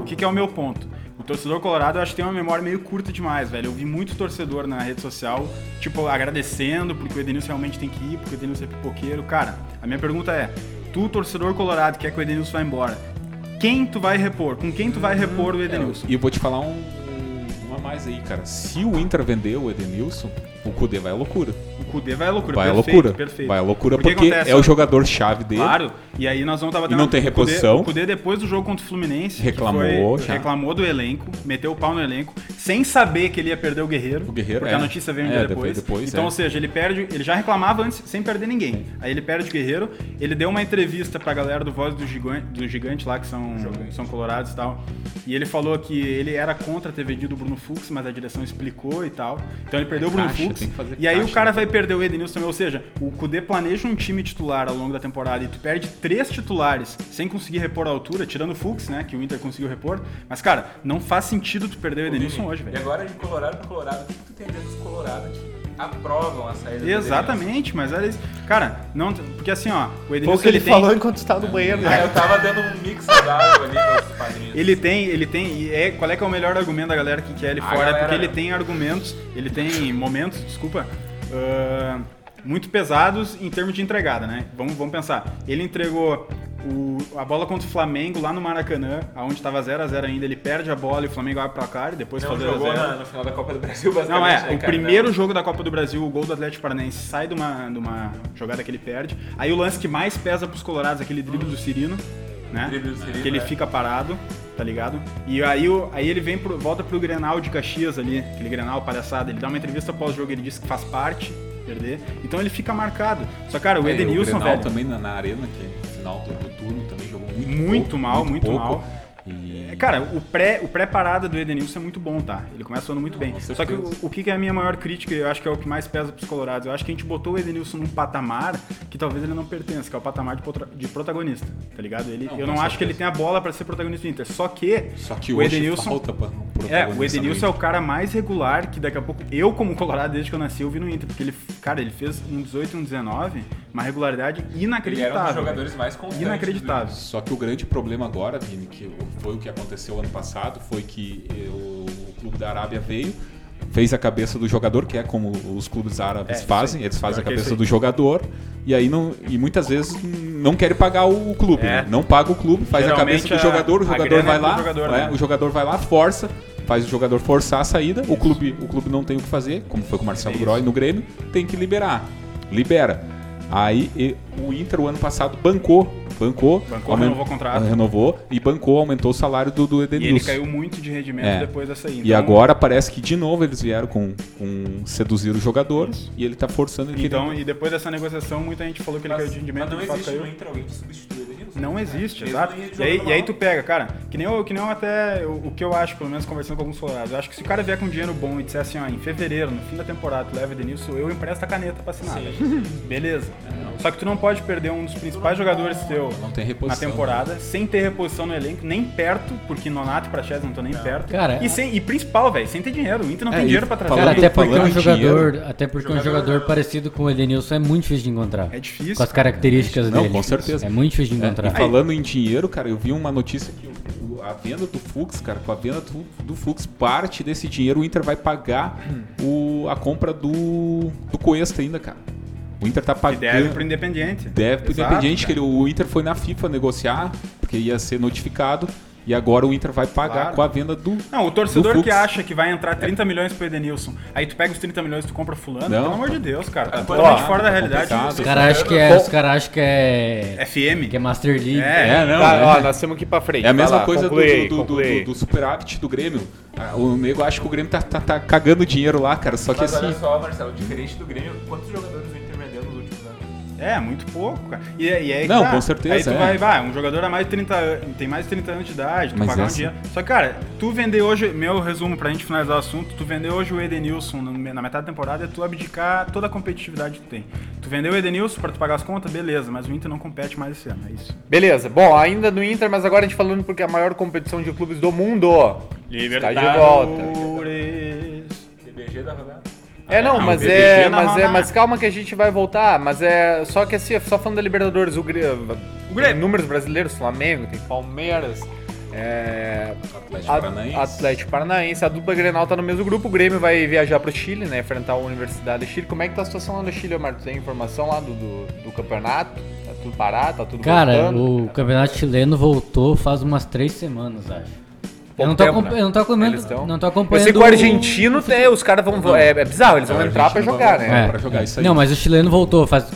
Speaker 4: O que, que é o meu ponto? O torcedor colorado, eu acho que tem uma memória meio curta demais, velho. Eu vi muito torcedor na rede social, tipo, agradecendo porque o Edenilson realmente tem que ir, porque o Edenilson é pipoqueiro. Cara, a minha pergunta é, tu, torcedor colorado, quer que o Edenilson vá embora, quem tu vai repor? Com quem tu vai repor
Speaker 2: Hum, é.
Speaker 4: o Edenilson?
Speaker 2: E eu vou te falar um, uma mais aí, cara. Se o Inter vender o Edenilson, o Cudê vai à loucura.
Speaker 4: O Kudê vai à loucura.
Speaker 2: vai à
Speaker 4: perfeito,
Speaker 2: loucura.
Speaker 4: Perfeito.
Speaker 2: Vai à loucura
Speaker 4: Porque
Speaker 2: porque,
Speaker 4: acontece,
Speaker 2: é
Speaker 4: ó.
Speaker 2: o jogador-chave dele.
Speaker 4: Claro, e aí nós vamos tava
Speaker 2: E não tem reposição.
Speaker 4: O Cudê, depois do jogo contra o Fluminense, que
Speaker 2: Reclamou,
Speaker 4: foi-
Speaker 2: já.
Speaker 4: reclamou do elenco, meteu o pau no elenco, sem saber que ele ia perder o Guerreiro.
Speaker 2: O Guerreiro,
Speaker 4: porque
Speaker 2: é.
Speaker 4: a notícia veio um
Speaker 2: É,
Speaker 4: dia
Speaker 2: depois-
Speaker 4: depois.
Speaker 2: depois,
Speaker 4: então,
Speaker 2: é.
Speaker 4: ou seja, ele perde, ele já reclamava antes sem perder ninguém. Aí ele perde o Guerreiro, ele deu uma entrevista pra galera do Voz do Gigante, do Gigante lá que são são colorados e tal. E ele falou que ele era contra ter vendido o Bruno Fux, mas a direção explicou e tal. Então ele perdeu o Bruno
Speaker 2: Caixa,
Speaker 4: Fux.
Speaker 2: tem que fazer
Speaker 4: E aí o
Speaker 2: caixa,
Speaker 4: cara vai perder o Edenilson também. Ou seja, o Kudê planeja um time titular ao longo da temporada e tu perde três titulares sem conseguir repor a altura, tirando o Fux, né? Que o Inter conseguiu repor. Mas, cara, não faz sentido tu perder o Edenilson hoje,
Speaker 3: E
Speaker 4: velho.
Speaker 3: agora de Colorado pra Colorado, o que que tu tem dentro dos Colorado que aprovam a saída do
Speaker 4: Exatamente, mas era isso. Cara, não. Porque assim, ó, o
Speaker 1: Foi
Speaker 4: Edenilson
Speaker 1: o que ele
Speaker 4: tem-
Speaker 1: falou enquanto estava no banheiro,
Speaker 3: Edenilson? Ah,
Speaker 1: né?
Speaker 3: eu tava dando um mix d'água ali com os padrinhos.
Speaker 4: Ele tem, ele tem. E é, qual é que é o melhor argumento da galera que quer ele
Speaker 3: assim. A
Speaker 4: fora? É porque
Speaker 3: galera-
Speaker 4: ele tem argumentos, ele tem momentos, desculpa. ah, muito pesados em termos de entregada, né? Vamos, vamos pensar. Ele entregou o- a bola contra o Flamengo lá no Maracanã, onde estava 0x0 ainda, ele perde a bola e o Flamengo abre pra cara e depois
Speaker 3: Não
Speaker 4: faz
Speaker 3: jogou
Speaker 4: 2x0.
Speaker 3: na, no final da Copa do Brasil, basicamente.
Speaker 4: Não,
Speaker 3: né,
Speaker 4: é. O
Speaker 3: cara?
Speaker 4: primeiro jogo da Copa do Brasil, o gol do Atlético Paranaense sai de uma, de uma jogada que ele perde. Aí o lance que mais pesa pros colorados, é aquele drible do Cirino, né?
Speaker 3: Drible do Cirino,
Speaker 4: que ele
Speaker 3: é.
Speaker 4: fica parado, tá ligado? E aí, o- aí ele vem pro, volta pro Grenal de Caxias ali, aquele Grenal palhaçada. Ele dá uma entrevista pós-jogo, ele diz que faz parte perder. Então ele fica marcado. Só, cara, o
Speaker 2: É,
Speaker 4: Edenilson,
Speaker 2: o Grenal
Speaker 4: velho...
Speaker 2: também na, na arena, que no final do, do turno também jogou muito
Speaker 4: Muito
Speaker 2: pouco,
Speaker 4: mal, muito
Speaker 2: pouco.
Speaker 4: mal.
Speaker 2: E...
Speaker 4: É, Cara, o pré, o pré-parada do Edenilson é muito bom, tá? Ele começa o ano muito bem.
Speaker 2: com
Speaker 4: Só que o,
Speaker 2: certeza.
Speaker 4: o que que é a minha maior crítica, eu acho que é o que mais pesa pros colorados, eu acho que a gente botou o Edenilson num patamar que talvez ele não pertença, que é o patamar de, potra- de protagonista, tá ligado? Ele,
Speaker 2: Não,
Speaker 4: eu
Speaker 2: com
Speaker 4: não acho que ele
Speaker 2: certeza.
Speaker 4: tem a bola pra ser protagonista do Inter, só que,
Speaker 2: Só que
Speaker 4: o
Speaker 2: hoje
Speaker 4: Edenilson...
Speaker 2: falta pra um
Speaker 4: É,
Speaker 2: protagonista
Speaker 4: o Edenilson é
Speaker 2: no
Speaker 4: o cara mais regular que daqui a pouco, eu como colorado desde que eu nasci, eu vi no Inter, porque ele, cara, ele fez um 18 e um 19, uma regularidade
Speaker 3: Ele
Speaker 4: inacreditável.
Speaker 3: era um dos
Speaker 4: velho.
Speaker 3: jogadores mais constantes.
Speaker 4: Inacreditável.
Speaker 2: Só que o grande problema agora, Vini, que foi o que aconteceu ano passado, foi que eh, o, o clube da Arábia veio, fez a cabeça do jogador, que é como os clubes
Speaker 4: É,
Speaker 2: árabes
Speaker 4: isso
Speaker 2: fazem,
Speaker 4: aí.
Speaker 2: eles fazem
Speaker 4: Pior
Speaker 2: a
Speaker 4: que é isso
Speaker 2: cabeça
Speaker 4: aí.
Speaker 2: do jogador e aí não e muitas vezes não querem pagar o clube,
Speaker 4: É.
Speaker 2: né? não paga o clube, faz a cabeça
Speaker 4: Geralmente
Speaker 2: do
Speaker 4: a-
Speaker 2: jogador, o
Speaker 4: a
Speaker 2: jogador
Speaker 4: grana
Speaker 2: vai
Speaker 4: é pro
Speaker 2: lá,
Speaker 4: jogador,
Speaker 2: né?
Speaker 4: né?
Speaker 2: o jogador vai lá, força, faz o jogador forçar a saída, o clube o clube não tem o que fazer, como foi com o Marcelo
Speaker 4: É isso.
Speaker 2: Groy no Grêmio, tem que liberar, libera. Aí e- o Inter o ano passado bancou, bancou
Speaker 4: Bancou,
Speaker 2: Aumen-
Speaker 4: renovou o contrato.
Speaker 2: Renovou e bancou, aumentou o salário do, do
Speaker 4: E ele
Speaker 2: Edenilson.
Speaker 4: caiu muito de rendimento
Speaker 2: É.
Speaker 4: depois dessa aí.
Speaker 2: E
Speaker 4: Então,
Speaker 2: agora parece que de novo eles vieram com, com seduzir o jogador e ele tá forçando ele
Speaker 4: Então,
Speaker 2: querendo-
Speaker 4: e depois dessa negociação, muita gente falou que ele
Speaker 3: Mas-
Speaker 4: caiu de rendimento.
Speaker 3: Mas não
Speaker 4: de fato
Speaker 3: existe um
Speaker 4: caiu.
Speaker 3: no Inter alguém que substitui o Edenilson.
Speaker 4: Não existe,
Speaker 3: Mesmo
Speaker 4: exato.
Speaker 3: ele
Speaker 4: E aí,
Speaker 3: jogando
Speaker 4: e aí
Speaker 3: mal.
Speaker 4: tu pega, cara, que nem eu, que nem eu até o, o que eu acho, pelo menos conversando com alguns colorados, eu acho que se o cara vier com dinheiro bom e disser assim, ó, em fevereiro, no fim da temporada, tu leva o Edenilson, eu empresto a caneta pra assinar. velho. Beleza. Só que tu não pode perder um dos principais jogadores teu
Speaker 2: não tem
Speaker 4: na
Speaker 2: reposição.
Speaker 4: temporada, sem ter reposição no elenco, nem perto, porque Nonato e Praxedes não estão nem perto.
Speaker 5: Cara,
Speaker 4: e, sem, e principal, velho, sem ter dinheiro. O Inter não
Speaker 2: É,
Speaker 4: tem
Speaker 2: e
Speaker 4: dinheiro pra trazer
Speaker 2: falando-
Speaker 5: Cara,
Speaker 4: ninguém.
Speaker 5: até porque
Speaker 2: falando
Speaker 5: um
Speaker 2: em
Speaker 5: jogador,
Speaker 2: dinheiro-
Speaker 5: até porque um
Speaker 3: Jogador-
Speaker 5: jogador parecido com o Edenilson é muito difícil de encontrar.
Speaker 4: É difícil.
Speaker 5: Com as características
Speaker 2: Não,
Speaker 5: dele.
Speaker 2: com certeza.
Speaker 5: É muito difícil de
Speaker 2: É, e
Speaker 5: encontrar.
Speaker 2: falando em dinheiro, cara, eu vi uma notícia que o- o- a venda do Fux, cara, com a venda do, do Fux, parte desse dinheiro o Inter vai pagar o- a compra do, do Cuesta ainda, cara. O Inter tá
Speaker 4: Que deve
Speaker 2: pagando.
Speaker 4: pro Independiente.
Speaker 2: Deve pro
Speaker 4: Exato,
Speaker 2: Independiente, que
Speaker 4: cara.
Speaker 2: ele- o Inter foi na FIFA negociar, porque ia ser notificado, e agora o Inter vai pagar
Speaker 4: Claro.
Speaker 2: com a venda do.
Speaker 4: Não, o torcedor
Speaker 2: do
Speaker 4: que
Speaker 2: Fux.
Speaker 4: acha que vai entrar 30 milhões pro Edenilson, aí tu pega os 30 milhões e tu compra fulano,
Speaker 2: Não.
Speaker 4: pelo amor de Deus, cara. Tá
Speaker 3: Tá
Speaker 4: totalmente
Speaker 1: complicado,
Speaker 4: fora da
Speaker 2: tá
Speaker 4: realidade.
Speaker 2: complicado.
Speaker 5: Os caras acham que é.
Speaker 1: Bom.
Speaker 5: Os caras acham que é.
Speaker 4: FM.
Speaker 5: Que é Master League.
Speaker 4: É.
Speaker 2: não.
Speaker 1: Tá,
Speaker 2: é.
Speaker 1: ó, nós temos que ir pra frente.
Speaker 2: É a
Speaker 1: Vai
Speaker 2: mesma
Speaker 1: lá,
Speaker 2: coisa do,
Speaker 1: conclui aí,
Speaker 2: do, do,
Speaker 1: conclui aí.
Speaker 2: do, do superávit do Grêmio. Ah, O nego acha que o Grêmio tá, tá, tá cagando dinheiro lá, cara. Só que
Speaker 3: Mas
Speaker 2: assim.
Speaker 3: olha só, Marcelo, diferente do Grêmio, quantos jogadores o Inter vendeu nos últimos anos?
Speaker 4: É, muito pouco, cara. E, e aí que
Speaker 2: Não,
Speaker 4: tá.
Speaker 2: com certeza,
Speaker 4: Aí tu
Speaker 2: é.
Speaker 4: vai, vai, um jogador a mais de 30, an- tem mais de 30 anos de idade, tu
Speaker 2: Mas
Speaker 4: pagar um
Speaker 2: essa-
Speaker 4: dinheiro. Só que, cara, tu vender hoje, meu resumo pra gente finalizar o assunto, tu vender hoje o Edenilson no- na metade da temporada é tu abdicar toda a competitividade que tu tem. Tu vendeu o Edenilson pra tu pagar as contas, beleza, mas o Inter não compete mais esse ano, é isso.
Speaker 1: Beleza, bom, ainda no Inter, mas agora a gente falando porque é a maior competição de clubes do mundo. Está de
Speaker 5: Tá
Speaker 1: volta.
Speaker 4: Libertadores.
Speaker 3: DBG da rodada?
Speaker 1: É, não,
Speaker 2: Ah, o
Speaker 1: mas
Speaker 2: BBG
Speaker 1: é,
Speaker 4: na
Speaker 1: mas é,
Speaker 4: rodada.
Speaker 1: mas calma que a gente vai voltar, mas é, só que assim, só falando da Libertadores, o, Gre-
Speaker 4: O Grêmio.
Speaker 1: tem números brasileiros, Flamengo, tem Palmeiras, é,
Speaker 2: Atlético
Speaker 1: A-
Speaker 2: Paranaense.
Speaker 1: Atlético Paranaense. A dupla Grenal tá no mesmo grupo. O Grêmio vai viajar pro Chile, né? Enfrentar a Universidade do Chile. Como é que tá a situação lá no Chile, Omar? Tu tem informação lá do, do, do campeonato? Tá tudo parado? Tá tudo
Speaker 5: Cara,
Speaker 1: voltando?
Speaker 5: o campeonato chileno voltou faz umas três semanas, acho.
Speaker 1: Pouco
Speaker 5: eu, não tô
Speaker 1: tempo,
Speaker 5: acom-
Speaker 1: né?
Speaker 5: eu não tô
Speaker 1: Eles
Speaker 5: acompanhando.
Speaker 1: tão-
Speaker 5: Não tô
Speaker 1: Eu
Speaker 5: acompanhando.
Speaker 1: sei que o argentino tem, os caras vão. É, é bizarro, eles
Speaker 2: É,
Speaker 1: vão
Speaker 2: o
Speaker 1: entrar pra
Speaker 2: argentino
Speaker 1: jogar,
Speaker 2: vai-
Speaker 1: né?
Speaker 2: pra jogar isso aí.
Speaker 5: É. Não, mas o chileno voltou faz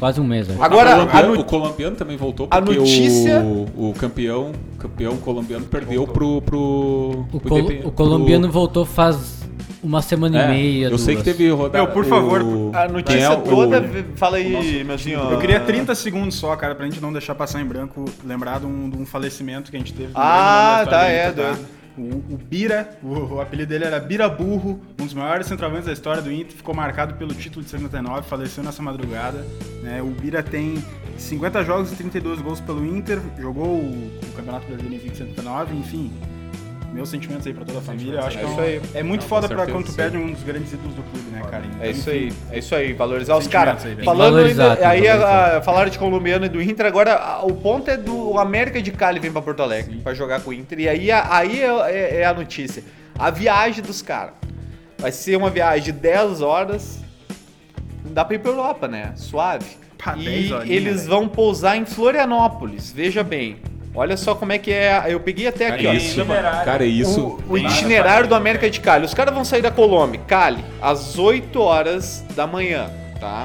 Speaker 5: quase um mês, acho.
Speaker 1: Agora,
Speaker 2: o, colombiano,
Speaker 1: a no-
Speaker 2: o colombiano também voltou
Speaker 1: a
Speaker 2: porque
Speaker 1: notícia-
Speaker 2: o, o campeão, o campeão colombiano perdeu pro, pro,
Speaker 5: O,
Speaker 2: pro
Speaker 5: col-
Speaker 2: DP
Speaker 5: o colombiano
Speaker 2: pro-
Speaker 5: voltou faz uma semana
Speaker 2: É,
Speaker 5: e meia.
Speaker 2: Eu sei que
Speaker 5: duas.
Speaker 2: teve rodada.
Speaker 4: Meu, por favor,
Speaker 1: A notícia
Speaker 2: Daniel, é o-
Speaker 1: toda. é, Fala aí, meu senhor.
Speaker 4: Eu queria 30 segundos só, cara, pra gente não deixar passar em branco, lembrar de um, de um falecimento que a gente teve. do
Speaker 1: Ah,
Speaker 4: mesmo
Speaker 1: tá,
Speaker 4: nome da história
Speaker 1: é,
Speaker 4: do Inter,
Speaker 1: doido.
Speaker 4: O, o Bira, o, o apelido dele era Bira Burro, um dos maiores centroavantes da história do Inter, ficou marcado pelo título de 79, faleceu nessa madrugada. né? O Bira tem 50 jogos e 32 gols pelo Inter, jogou o, o Campeonato Brasileiro em 2019, enfim... Meus sentimentos aí pra toda a família. Eu acho que é,
Speaker 1: É
Speaker 4: um-
Speaker 1: isso aí.
Speaker 4: é muito
Speaker 2: Não, com
Speaker 4: foda pra
Speaker 2: certeza,
Speaker 4: quando tu
Speaker 2: sim.
Speaker 4: perde um dos grandes ídolos do clube, né, cara? Então,
Speaker 1: É isso
Speaker 4: enfim.
Speaker 1: aí, é isso aí, valorizar os
Speaker 4: Sentimentos
Speaker 1: caras.
Speaker 4: aí, velho.
Speaker 1: Falando
Speaker 5: Tem que valorizar,
Speaker 1: ainda-
Speaker 5: tem que
Speaker 1: aí
Speaker 5: valorizar.
Speaker 1: a, falaram de colombiano e do Inter, agora a- o ponto é do América de Cali vem pra Porto Alegre pra jogar com o Inter e aí, a- aí é, é- é a notícia. A viagem dos caras vai ser uma viagem de 10 horas dá pra ir pra Europa, né? Suave.
Speaker 4: Pá,
Speaker 1: e
Speaker 4: 10 horinhas, né?
Speaker 1: eles
Speaker 4: velho.
Speaker 1: vão pousar em Florianópolis, veja bem. Olha só como é que é. Eu peguei até aqui, ó.
Speaker 2: Cara, isso,
Speaker 3: Itinerário.
Speaker 2: cara, isso.
Speaker 1: O, o itinerário do América de Cali. Os caras vão sair da Colômbia, Cali, às 8 horas da manhã, tá?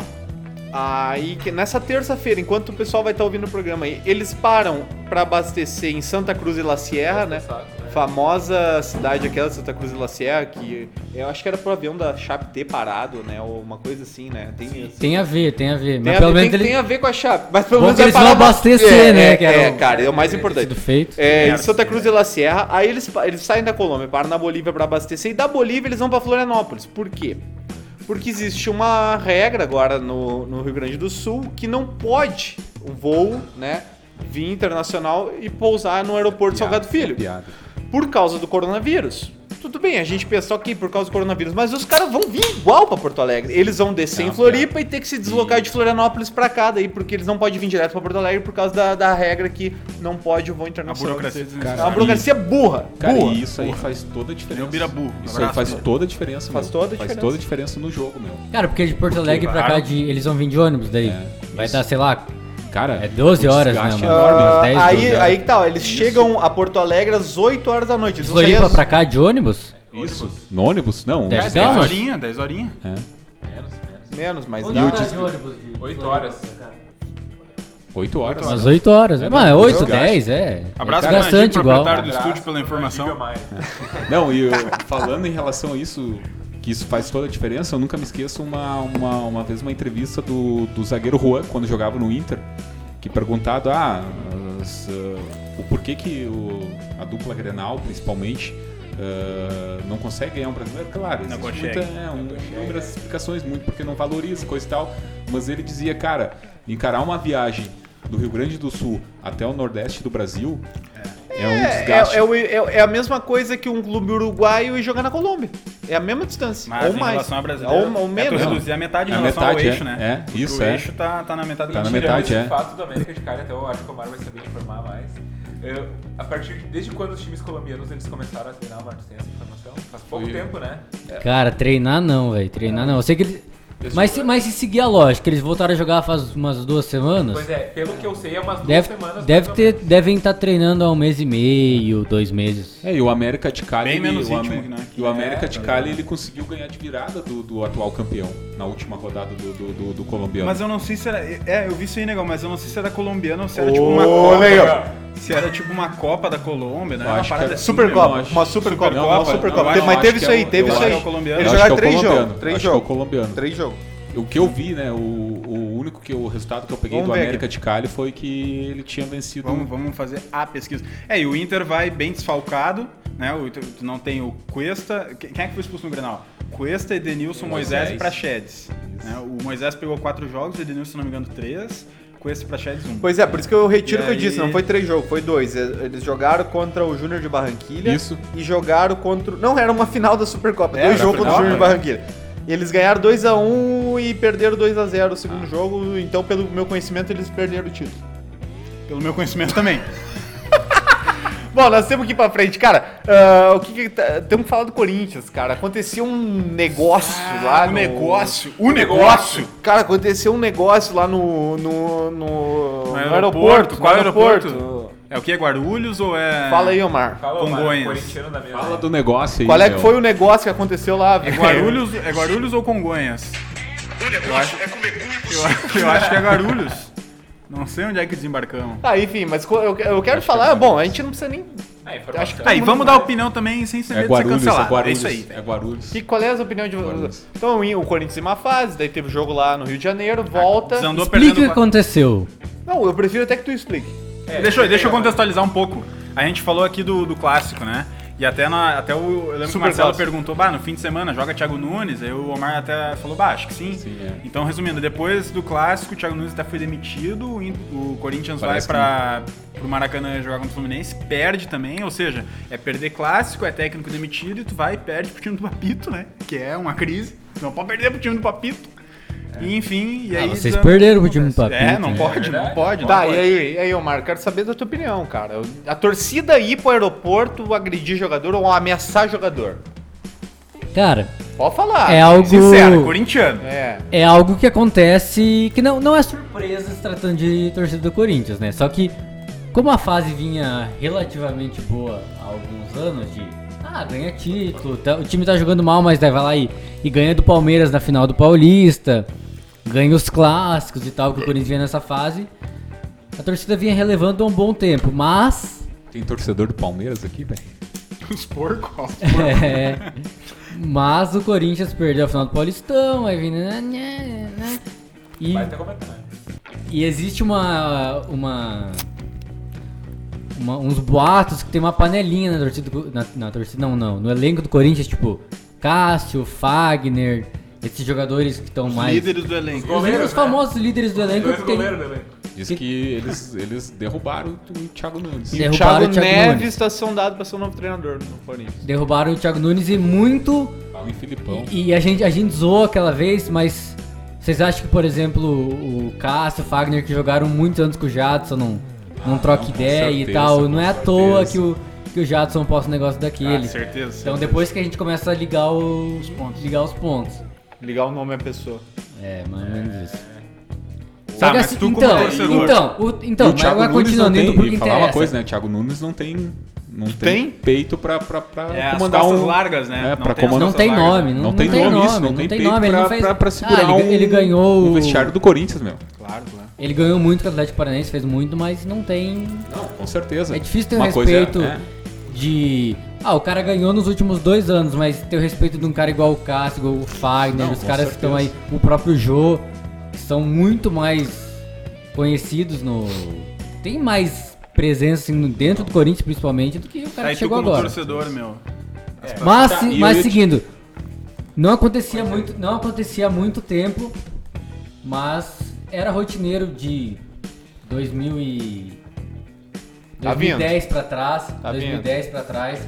Speaker 1: Aí, que- nessa terça-feira, enquanto o pessoal vai estar ouvindo o programa aí, eles param pra abastecer em Santa Cruz e La Sierra, né? Famosa cidade aquela, Santa Cruz e La Sierra, que eu acho que era pro avião da Chape ter parado, né? Ou uma coisa assim, né? Tem isso.
Speaker 5: Tem a ver, tem a ver.
Speaker 1: Tem
Speaker 5: Mas
Speaker 1: a,
Speaker 5: pelo
Speaker 1: ver-
Speaker 5: menos
Speaker 1: tem-
Speaker 5: ele
Speaker 1: tem a ver com a Chape. Mas pelo
Speaker 5: Bom
Speaker 1: menos vai
Speaker 5: que eles vão
Speaker 1: parar uma-
Speaker 5: abastecer,
Speaker 1: É,
Speaker 5: né,
Speaker 1: é,
Speaker 5: que era
Speaker 1: é,
Speaker 5: o-
Speaker 1: cara, é o mais importante.
Speaker 5: sido feito.
Speaker 1: É,
Speaker 4: Merda,
Speaker 1: em Santa Cruz
Speaker 4: né?
Speaker 1: e La Sierra, aí eles, pa- eles saem da Colômbia, param na Bolívia pra abastecer, e da Bolívia eles vão pra Florianópolis. Por quê? Porque existe uma regra agora no, no Rio Grande do Sul que não pode o voo, né, vir internacional e pousar no aeroporto Salgado Filho.
Speaker 2: Piada.
Speaker 1: Por causa do coronavírus. Tudo bem, a gente pensou que por causa do coronavírus, mas os caras vão vir igual pra Porto Alegre. Eles vão descer
Speaker 2: É
Speaker 1: em
Speaker 2: uma
Speaker 1: Floripa e ter que se deslocar de Florianópolis pra cá, daí, porque eles não podem vir direto pra Porto Alegre por causa da, da regra que não pode o voo
Speaker 4: A
Speaker 1: internacional.
Speaker 4: burocracia
Speaker 1: descer.
Speaker 4: desnecessária.
Speaker 1: É uma burocracia burra.
Speaker 2: Cara,
Speaker 1: burra.
Speaker 2: e isso aí faz toda a diferença.
Speaker 4: Entendeu? Birabu.
Speaker 2: Isso aí
Speaker 4: Abraço,
Speaker 2: faz
Speaker 4: mano.
Speaker 2: toda a diferença,
Speaker 1: um Faz
Speaker 2: meu.
Speaker 1: toda a
Speaker 2: Faz
Speaker 1: diferença.
Speaker 2: toda a diferença no jogo, meu.
Speaker 5: Cara, porque de Porto Alegre pra cá
Speaker 4: claro.
Speaker 5: de, eles vão vir de ônibus daí.
Speaker 2: É,
Speaker 5: Vai
Speaker 2: isso.
Speaker 5: dar, sei lá.
Speaker 2: Cara,
Speaker 5: É 12
Speaker 2: o
Speaker 5: horas,
Speaker 2: desgaste
Speaker 5: né,
Speaker 2: é
Speaker 5: mano?
Speaker 2: enorme,
Speaker 1: Ah,
Speaker 5: Umas 10,
Speaker 1: aí,
Speaker 5: 12 horas.
Speaker 1: aí que tal, eles chegam a Porto Alegre às 8 horas da noite. Eles vão sair
Speaker 5: Floripa
Speaker 1: às-
Speaker 5: pra cá de ônibus?
Speaker 2: Isso.
Speaker 1: Ah.
Speaker 2: No ônibus? Não.
Speaker 5: Deve
Speaker 2: ônibus.
Speaker 5: ser.
Speaker 4: 10
Speaker 5: Calma.
Speaker 4: horinha, 10 horinha.
Speaker 2: É.
Speaker 1: menos, mas
Speaker 5: Onde
Speaker 1: dá.
Speaker 5: tá de ônibus? de-
Speaker 3: Oito horas.
Speaker 2: 8 horas.
Speaker 5: Umas 8 horas. É, mano, é
Speaker 2: não,
Speaker 5: 8,
Speaker 2: desgaste.
Speaker 5: 10, é.
Speaker 4: Abraço
Speaker 5: é
Speaker 4: pro antigo
Speaker 5: bastante igual.
Speaker 4: proprietário do
Speaker 3: Abraço,
Speaker 4: estúdio pela
Speaker 3: Diga
Speaker 4: informação.
Speaker 3: mais.
Speaker 2: Não, e eu, falando em relação a isso, que isso faz toda a diferença, eu nunca me esqueço uma, uma, uma vez uma entrevista do, do zagueiro Juan, quando jogava no Inter, que perguntado, ah, as, ah, o porquê que o- a dupla Grenal, principalmente, ah, não consegue ganhar um brasileiro, claro,
Speaker 4: Não
Speaker 2: existe
Speaker 4: consegue.
Speaker 2: muita, é, um- inúmeras explicações, muito porque não valoriza, coisa e tal, mas ele dizia, cara, encarar uma viagem do Rio Grande do Sul até o Nordeste do Brasil é, um desgaste.
Speaker 1: É, é o- é- é a mesma coisa que um clube uruguaio e jogar na Colômbia. É a mesma distância.
Speaker 4: Mas
Speaker 1: ou
Speaker 4: em
Speaker 1: mais.
Speaker 4: relação à brasileira,
Speaker 1: Ou, ou
Speaker 4: é tu
Speaker 1: menos.
Speaker 4: reduzir a metade em
Speaker 2: É a
Speaker 4: relação
Speaker 2: metade,
Speaker 4: ao eixo,
Speaker 2: é.
Speaker 4: né?
Speaker 2: É,
Speaker 4: Porque
Speaker 2: isso,
Speaker 4: o
Speaker 2: é.
Speaker 4: eixo tá, tá na metade
Speaker 2: Tá
Speaker 4: do
Speaker 2: na
Speaker 4: eixo.
Speaker 2: metade,
Speaker 3: Tirando
Speaker 2: é.
Speaker 3: esse fato do América de Cali, até eu acho que o Omar vai saber informar mais. Eu, a partir de, desde quando os times colombianos eles começaram a treinar, Omar, tu tem essa informação? Faz pouco
Speaker 2: Foi-
Speaker 3: tempo, né?
Speaker 5: Cara, treinar não, velho. Treinar não. Eu sei que eles. Mas se, mas se seguir a lógica, eles voltaram a jogar faz umas duas semanas.
Speaker 3: Pois é, pelo que eu sei, é umas duas
Speaker 5: Deve,
Speaker 3: semanas.
Speaker 5: deve
Speaker 3: mais ou
Speaker 5: ter,
Speaker 3: menos.
Speaker 5: devem estar treinando há um mês e meio, dois meses.
Speaker 2: É, e o América de Cali.
Speaker 4: Bem menos
Speaker 2: o
Speaker 4: ritmo,
Speaker 2: Amé-
Speaker 4: né?
Speaker 2: E o América de
Speaker 4: É,
Speaker 2: Cali ele conseguiu ganhar de virada do, do atual campeão na última rodada do, do, do- do colombiano.
Speaker 4: Mas eu não sei se era. É, eu vi isso aí, negão, mas eu não sei se era colombiano ou se era tipo
Speaker 1: Ô,
Speaker 4: uma Copa.
Speaker 1: negão.
Speaker 4: Se era tipo uma Copa da Colômbia, né?
Speaker 2: Eu
Speaker 4: Uma
Speaker 2: acho que
Speaker 4: parada
Speaker 2: é
Speaker 4: assim,
Speaker 1: Super
Speaker 4: meu.
Speaker 2: Não,
Speaker 1: Copa,
Speaker 2: acho-
Speaker 1: uma Super Copa,
Speaker 2: Não,
Speaker 1: uma
Speaker 2: não,
Speaker 1: Super
Speaker 2: não,
Speaker 1: Copa.
Speaker 2: não,
Speaker 1: Tem- Mas
Speaker 2: acho
Speaker 1: teve
Speaker 2: que
Speaker 1: isso
Speaker 2: é
Speaker 1: aí,
Speaker 2: o-
Speaker 1: teve
Speaker 2: eu
Speaker 1: isso
Speaker 2: acho
Speaker 1: aí.
Speaker 4: que é o colombiano.
Speaker 1: Eles
Speaker 2: Eu acho
Speaker 1: jogaram
Speaker 2: que é o
Speaker 1: três
Speaker 2: colombiano.
Speaker 1: jogos. Três
Speaker 2: Acho que é o
Speaker 1: jogos.
Speaker 2: colombiano.
Speaker 1: Três jogos.
Speaker 2: O que eu vi, né? O, o único que eu- o resultado que eu peguei
Speaker 1: Vamos
Speaker 2: do
Speaker 1: ver
Speaker 2: América de Cali foi que ele tinha vencido.
Speaker 4: Vamos, vamos fazer a pesquisa. É, e o Inter vai bem desfalcado, né? O, Inter- não tem o Cuesta. que- Quem é que foi expulso no Grenal? Cuesta, Edenilson, Moisés e
Speaker 2: Moisés.
Speaker 4: Praxedes. né? O Moisés pegou quatro jogos, Edenilson, se não me engano, três. Cuesta e Praxedes, um.
Speaker 1: Pois é, por isso que eu retiro o que eu
Speaker 4: E
Speaker 1: disse,
Speaker 4: aí-
Speaker 1: não foi três jogos, foi dois. É, Eles jogaram contra o Júnior de Barranquilha
Speaker 2: Isso.
Speaker 1: e jogaram contra. o- Não, era uma final da Supercopa,
Speaker 4: Era
Speaker 1: dois
Speaker 4: a
Speaker 1: jogos contra o
Speaker 4: final,
Speaker 1: Júnior de
Speaker 4: né?
Speaker 1: Barranquilha. Eles ganharam 2x1 e perderam 2x0 o
Speaker 4: Ah.
Speaker 1: segundo jogo, então, pelo meu conhecimento, eles perderam o título.
Speaker 4: Pelo meu conhecimento também.
Speaker 1: Bom, nós temos que ir pra frente, cara. ah, o que que tá- Temos que falar do Corinthians, cara. Aconteceu um negócio lá.
Speaker 4: o
Speaker 1: no-
Speaker 4: Ah, um negócio, o É negócio.
Speaker 1: Cara, aconteceu um negócio lá no. No, no, no
Speaker 4: Qual
Speaker 1: no
Speaker 4: aeroporto? É o que? É Guarulhos ou é.
Speaker 1: Fala aí, Omar.
Speaker 3: Fala, Omar,
Speaker 4: Congonhas.
Speaker 3: corintiano da mesa.
Speaker 2: Fala um do negócio aí.
Speaker 1: Qual é que
Speaker 2: meu.
Speaker 1: foi o negócio que aconteceu lá,
Speaker 4: É
Speaker 1: velho?
Speaker 4: Guarulhos, é Guarulhos ou Congonhas? Eu, acho- eu acho que é Guarulhos. Não sei onde é que desembarcamos.
Speaker 1: Tá, enfim, mas co- eu, eu quero
Speaker 2: é
Speaker 1: falar. bom, a gente não precisa nem.
Speaker 3: Ah, informação.
Speaker 1: Acho que
Speaker 4: Tá,
Speaker 1: Todo
Speaker 4: e
Speaker 1: mundo
Speaker 4: vamos
Speaker 1: vai.
Speaker 4: dar opinião também sem ser
Speaker 2: É
Speaker 4: medo de ser
Speaker 2: Guarulhos, é
Speaker 4: cancelado.
Speaker 2: Guarulhos.
Speaker 4: É isso aí.
Speaker 2: É Guarulhos.
Speaker 1: Que, qual é a opinião de
Speaker 2: Guarulhos.
Speaker 1: vocês? Então, o Corinthians em uma fase, daí teve jogo lá no Rio de Janeiro,
Speaker 4: Ah,
Speaker 1: volta.
Speaker 4: Desandou
Speaker 5: Explica o que
Speaker 4: perdendo. quatro-
Speaker 5: aconteceu.
Speaker 1: Não, eu prefiro até que tu explique.
Speaker 3: É,
Speaker 4: Deixa, eu-
Speaker 3: tem
Speaker 4: deixa eu
Speaker 3: que-
Speaker 4: contextualizar um pouco. A gente falou aqui do, do clássico, né? E até, na- até o. Eu lembro que o
Speaker 1: Super
Speaker 4: Marcelo
Speaker 1: clássico.
Speaker 4: perguntou, bah, no fim de semana joga Thiago Nunes, aí o Omar até falou, bah, acho que sim.
Speaker 2: Sim, é.
Speaker 4: Então, resumindo, depois do clássico, o Thiago Nunes até foi demitido, o In- o Corinthians
Speaker 2: Parece
Speaker 4: vai pra, pro Maracanã jogar contra o Fluminense, perde também, ou seja, é perder clássico, é técnico demitido, e tu vai e perde pro time do Papito, né? Que é uma crise. Não pode perder pro time do Papito. E, enfim, e
Speaker 5: Ah,
Speaker 4: aí.
Speaker 5: vocês
Speaker 4: dá-
Speaker 5: perderam pro time do
Speaker 4: acontece. É,
Speaker 5: Papito,
Speaker 4: não
Speaker 5: né?
Speaker 4: pode, não
Speaker 3: Verdade.
Speaker 4: pode. não
Speaker 1: Tá,
Speaker 4: pode.
Speaker 1: e aí, e aí, Omar, quero saber da tua opinião, cara. A torcida ir pro aeroporto agredir jogador ou ameaçar jogador?
Speaker 5: Cara,
Speaker 1: Pode falar.
Speaker 5: É algo.
Speaker 4: Sincero, corintiano.
Speaker 1: É.
Speaker 5: É algo que acontece que não, não é surpresa se tratando de torcida do Corinthians, né? Só que, como a fase vinha relativamente boa há alguns anos de. Ah, ganha título, tá- o time tá jogando mal, mas daí vai lá e, e ganha do Palmeiras na final do Paulista, ganha os clássicos e tal, que o Corinthians vinha nessa fase. A torcida vinha relevando há um bom tempo, mas.
Speaker 2: Tem torcedor do Palmeiras aqui, velho?
Speaker 4: Os porcos.
Speaker 5: É. mas o Corinthians perdeu a final do Paulistão, aí vem. né, né, né. E
Speaker 2: Vai até
Speaker 3: é tá, né?
Speaker 2: comentar.
Speaker 5: E existe uma, uma. uma- uns boatos que tem uma panelinha na torcida. do Co- Na, na torcida não, não. No elenco do Corinthians, tipo, Cássio, Fagner, esses jogadores que estão mais.
Speaker 4: Líderes do elenco.
Speaker 5: Os
Speaker 3: Goleiro,
Speaker 5: líderes
Speaker 3: né?
Speaker 5: famosos líderes do elenco
Speaker 3: Dois
Speaker 5: que tem.
Speaker 3: goleiros também.
Speaker 2: Diz que eles, eles derrubaram o Thiago Nunes.
Speaker 1: E o
Speaker 5: Derrubaram
Speaker 1: Thiago,
Speaker 5: o Thiago
Speaker 1: Neves
Speaker 5: Nunes.
Speaker 1: está sondado para ser um novo treinador no Corinthians.
Speaker 5: Derrubaram o Thiago Nunes e muito.
Speaker 2: Fala em Filipão.
Speaker 5: E, e a, gente, a gente zoou aquela vez, mas. Vocês acham que, por exemplo, o Cássio, o Fagner, que jogaram muitos anos com o Jadson, não, não troca
Speaker 2: não, Ah, com
Speaker 5: ideia e
Speaker 2: certeza,
Speaker 5: tal?
Speaker 2: com
Speaker 5: Não é à
Speaker 2: certeza. Ah,
Speaker 5: toa que o, que o Jadson possa um negócio daquele.
Speaker 4: Ah, certeza.
Speaker 5: Então depois que a gente começa a ligar os, pontos. Ligar os pontos.
Speaker 1: Ligar o nome à pessoa.
Speaker 5: É, mais ou menos isso.
Speaker 4: Tá,
Speaker 5: que
Speaker 4: mas
Speaker 1: assim,
Speaker 4: tu como
Speaker 5: então,
Speaker 4: torcedor-
Speaker 5: então, o, então,
Speaker 2: E
Speaker 5: mas agora
Speaker 2: não
Speaker 5: continuando
Speaker 2: tem,
Speaker 5: indo pro é, que
Speaker 2: e falar
Speaker 5: interessa.
Speaker 2: uma coisa, né? O Thiago Nunes não tem, não tem,
Speaker 1: Tem?
Speaker 2: peito pra, pra, pra
Speaker 4: É, as
Speaker 2: comandar
Speaker 4: costas
Speaker 2: um...
Speaker 4: largas, né?
Speaker 2: É, pra
Speaker 4: tem as
Speaker 2: comandar-
Speaker 5: Não
Speaker 4: costas
Speaker 5: tem
Speaker 4: largas.
Speaker 2: né?
Speaker 5: nome, não, não tem nome,
Speaker 2: isso,
Speaker 5: não, tem
Speaker 2: peito
Speaker 5: nome, ele
Speaker 2: pra,
Speaker 5: não fez...
Speaker 2: pra, pra segurar
Speaker 5: ah, ele,
Speaker 2: um,
Speaker 5: ele ganhou
Speaker 2: um
Speaker 5: o-
Speaker 2: vestiário do Corinthians, meu.
Speaker 4: Claro, claro.
Speaker 5: Ele ganhou muito com o Atlético Paranaense, fez muito, mas não tem...
Speaker 2: Não, com certeza.
Speaker 5: É difícil ter o
Speaker 2: Uma coisa é-
Speaker 5: respeito
Speaker 2: é.
Speaker 5: de... Ah, o cara ganhou nos últimos dois anos, mas ter o respeito de um cara igual o Cássio, igual o Fagner,
Speaker 2: Não,
Speaker 5: os
Speaker 2: com
Speaker 5: caras que estão aí,
Speaker 2: certeza.
Speaker 5: o próprio Jô, que são muito mais conhecidos no... Tem mais presença assim, no- dentro do Corinthians, principalmente, do que o cara
Speaker 4: Aí
Speaker 5: que
Speaker 4: tu
Speaker 5: chegou
Speaker 4: como
Speaker 5: agora.
Speaker 4: torcedor, meu.
Speaker 3: É,
Speaker 5: Mas,
Speaker 2: Tá,
Speaker 5: se-
Speaker 2: e eu
Speaker 5: mas
Speaker 2: ia te-
Speaker 5: seguindo, não acontecia muito, não acontecia há muito tempo, mas era rotineiro de 2000 e
Speaker 1: Tá vindo.
Speaker 5: 2010 pra trás,
Speaker 1: Tá
Speaker 5: 2010 pra trás,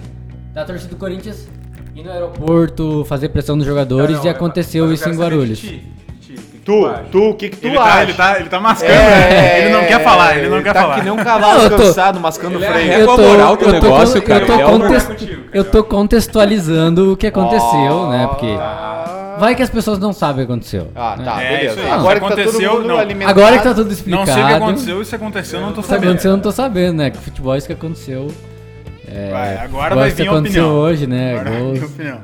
Speaker 5: da torcida do Corinthians ir no aeroporto, fazer pressão nos jogadores
Speaker 3: Não,
Speaker 5: e
Speaker 3: não,
Speaker 5: aconteceu
Speaker 3: é, mas eu
Speaker 5: isso
Speaker 3: quero
Speaker 5: em
Speaker 3: saber de
Speaker 5: Guarulhos.
Speaker 3: ti, de ti, o que que
Speaker 1: Tu,
Speaker 3: acha?
Speaker 1: tu, o que, que tu
Speaker 4: Ele
Speaker 1: acha?
Speaker 4: tá, ele, tá, ele tá mascando, né? Ele não quer falar, ele não quer
Speaker 1: É, tá
Speaker 4: falar.
Speaker 1: que nem um cavalo
Speaker 5: Não, eu tô-
Speaker 1: cansado, mascando
Speaker 2: Ele é
Speaker 1: freio.
Speaker 2: reto.
Speaker 5: Eu
Speaker 2: Qual a
Speaker 5: tô,
Speaker 2: moral do
Speaker 5: eu, tô,
Speaker 2: negócio,
Speaker 5: con-
Speaker 2: cara?
Speaker 5: eu, tô
Speaker 2: Ele é um
Speaker 5: contes-
Speaker 3: lugar contigo, cara.
Speaker 5: eu tô contextualizando o que aconteceu, né? Porque
Speaker 1: Ah.
Speaker 5: vai que as pessoas não sabem o que aconteceu.
Speaker 1: Ah,
Speaker 5: né?
Speaker 1: tá,
Speaker 4: É, isso
Speaker 1: beleza.
Speaker 4: aí.
Speaker 1: Agora que tá todo
Speaker 4: Aconteceu,
Speaker 1: mundo
Speaker 4: não.
Speaker 1: alimentado.
Speaker 5: Agora que tá tudo
Speaker 4: Não
Speaker 5: explicado.
Speaker 4: sei o que aconteceu, e se aconteceu, eu não tô
Speaker 5: Tá
Speaker 4: sabendo.
Speaker 5: acontecendo, eu não tô sabendo, né? Que futebol é isso que aconteceu. É,
Speaker 4: Vai, agora
Speaker 5: futebol é
Speaker 4: vai
Speaker 5: isso que
Speaker 4: vir a
Speaker 5: aconteceu
Speaker 4: opinião.
Speaker 5: hoje, né?
Speaker 4: Agora vai
Speaker 5: Gols.
Speaker 4: vir a opinião.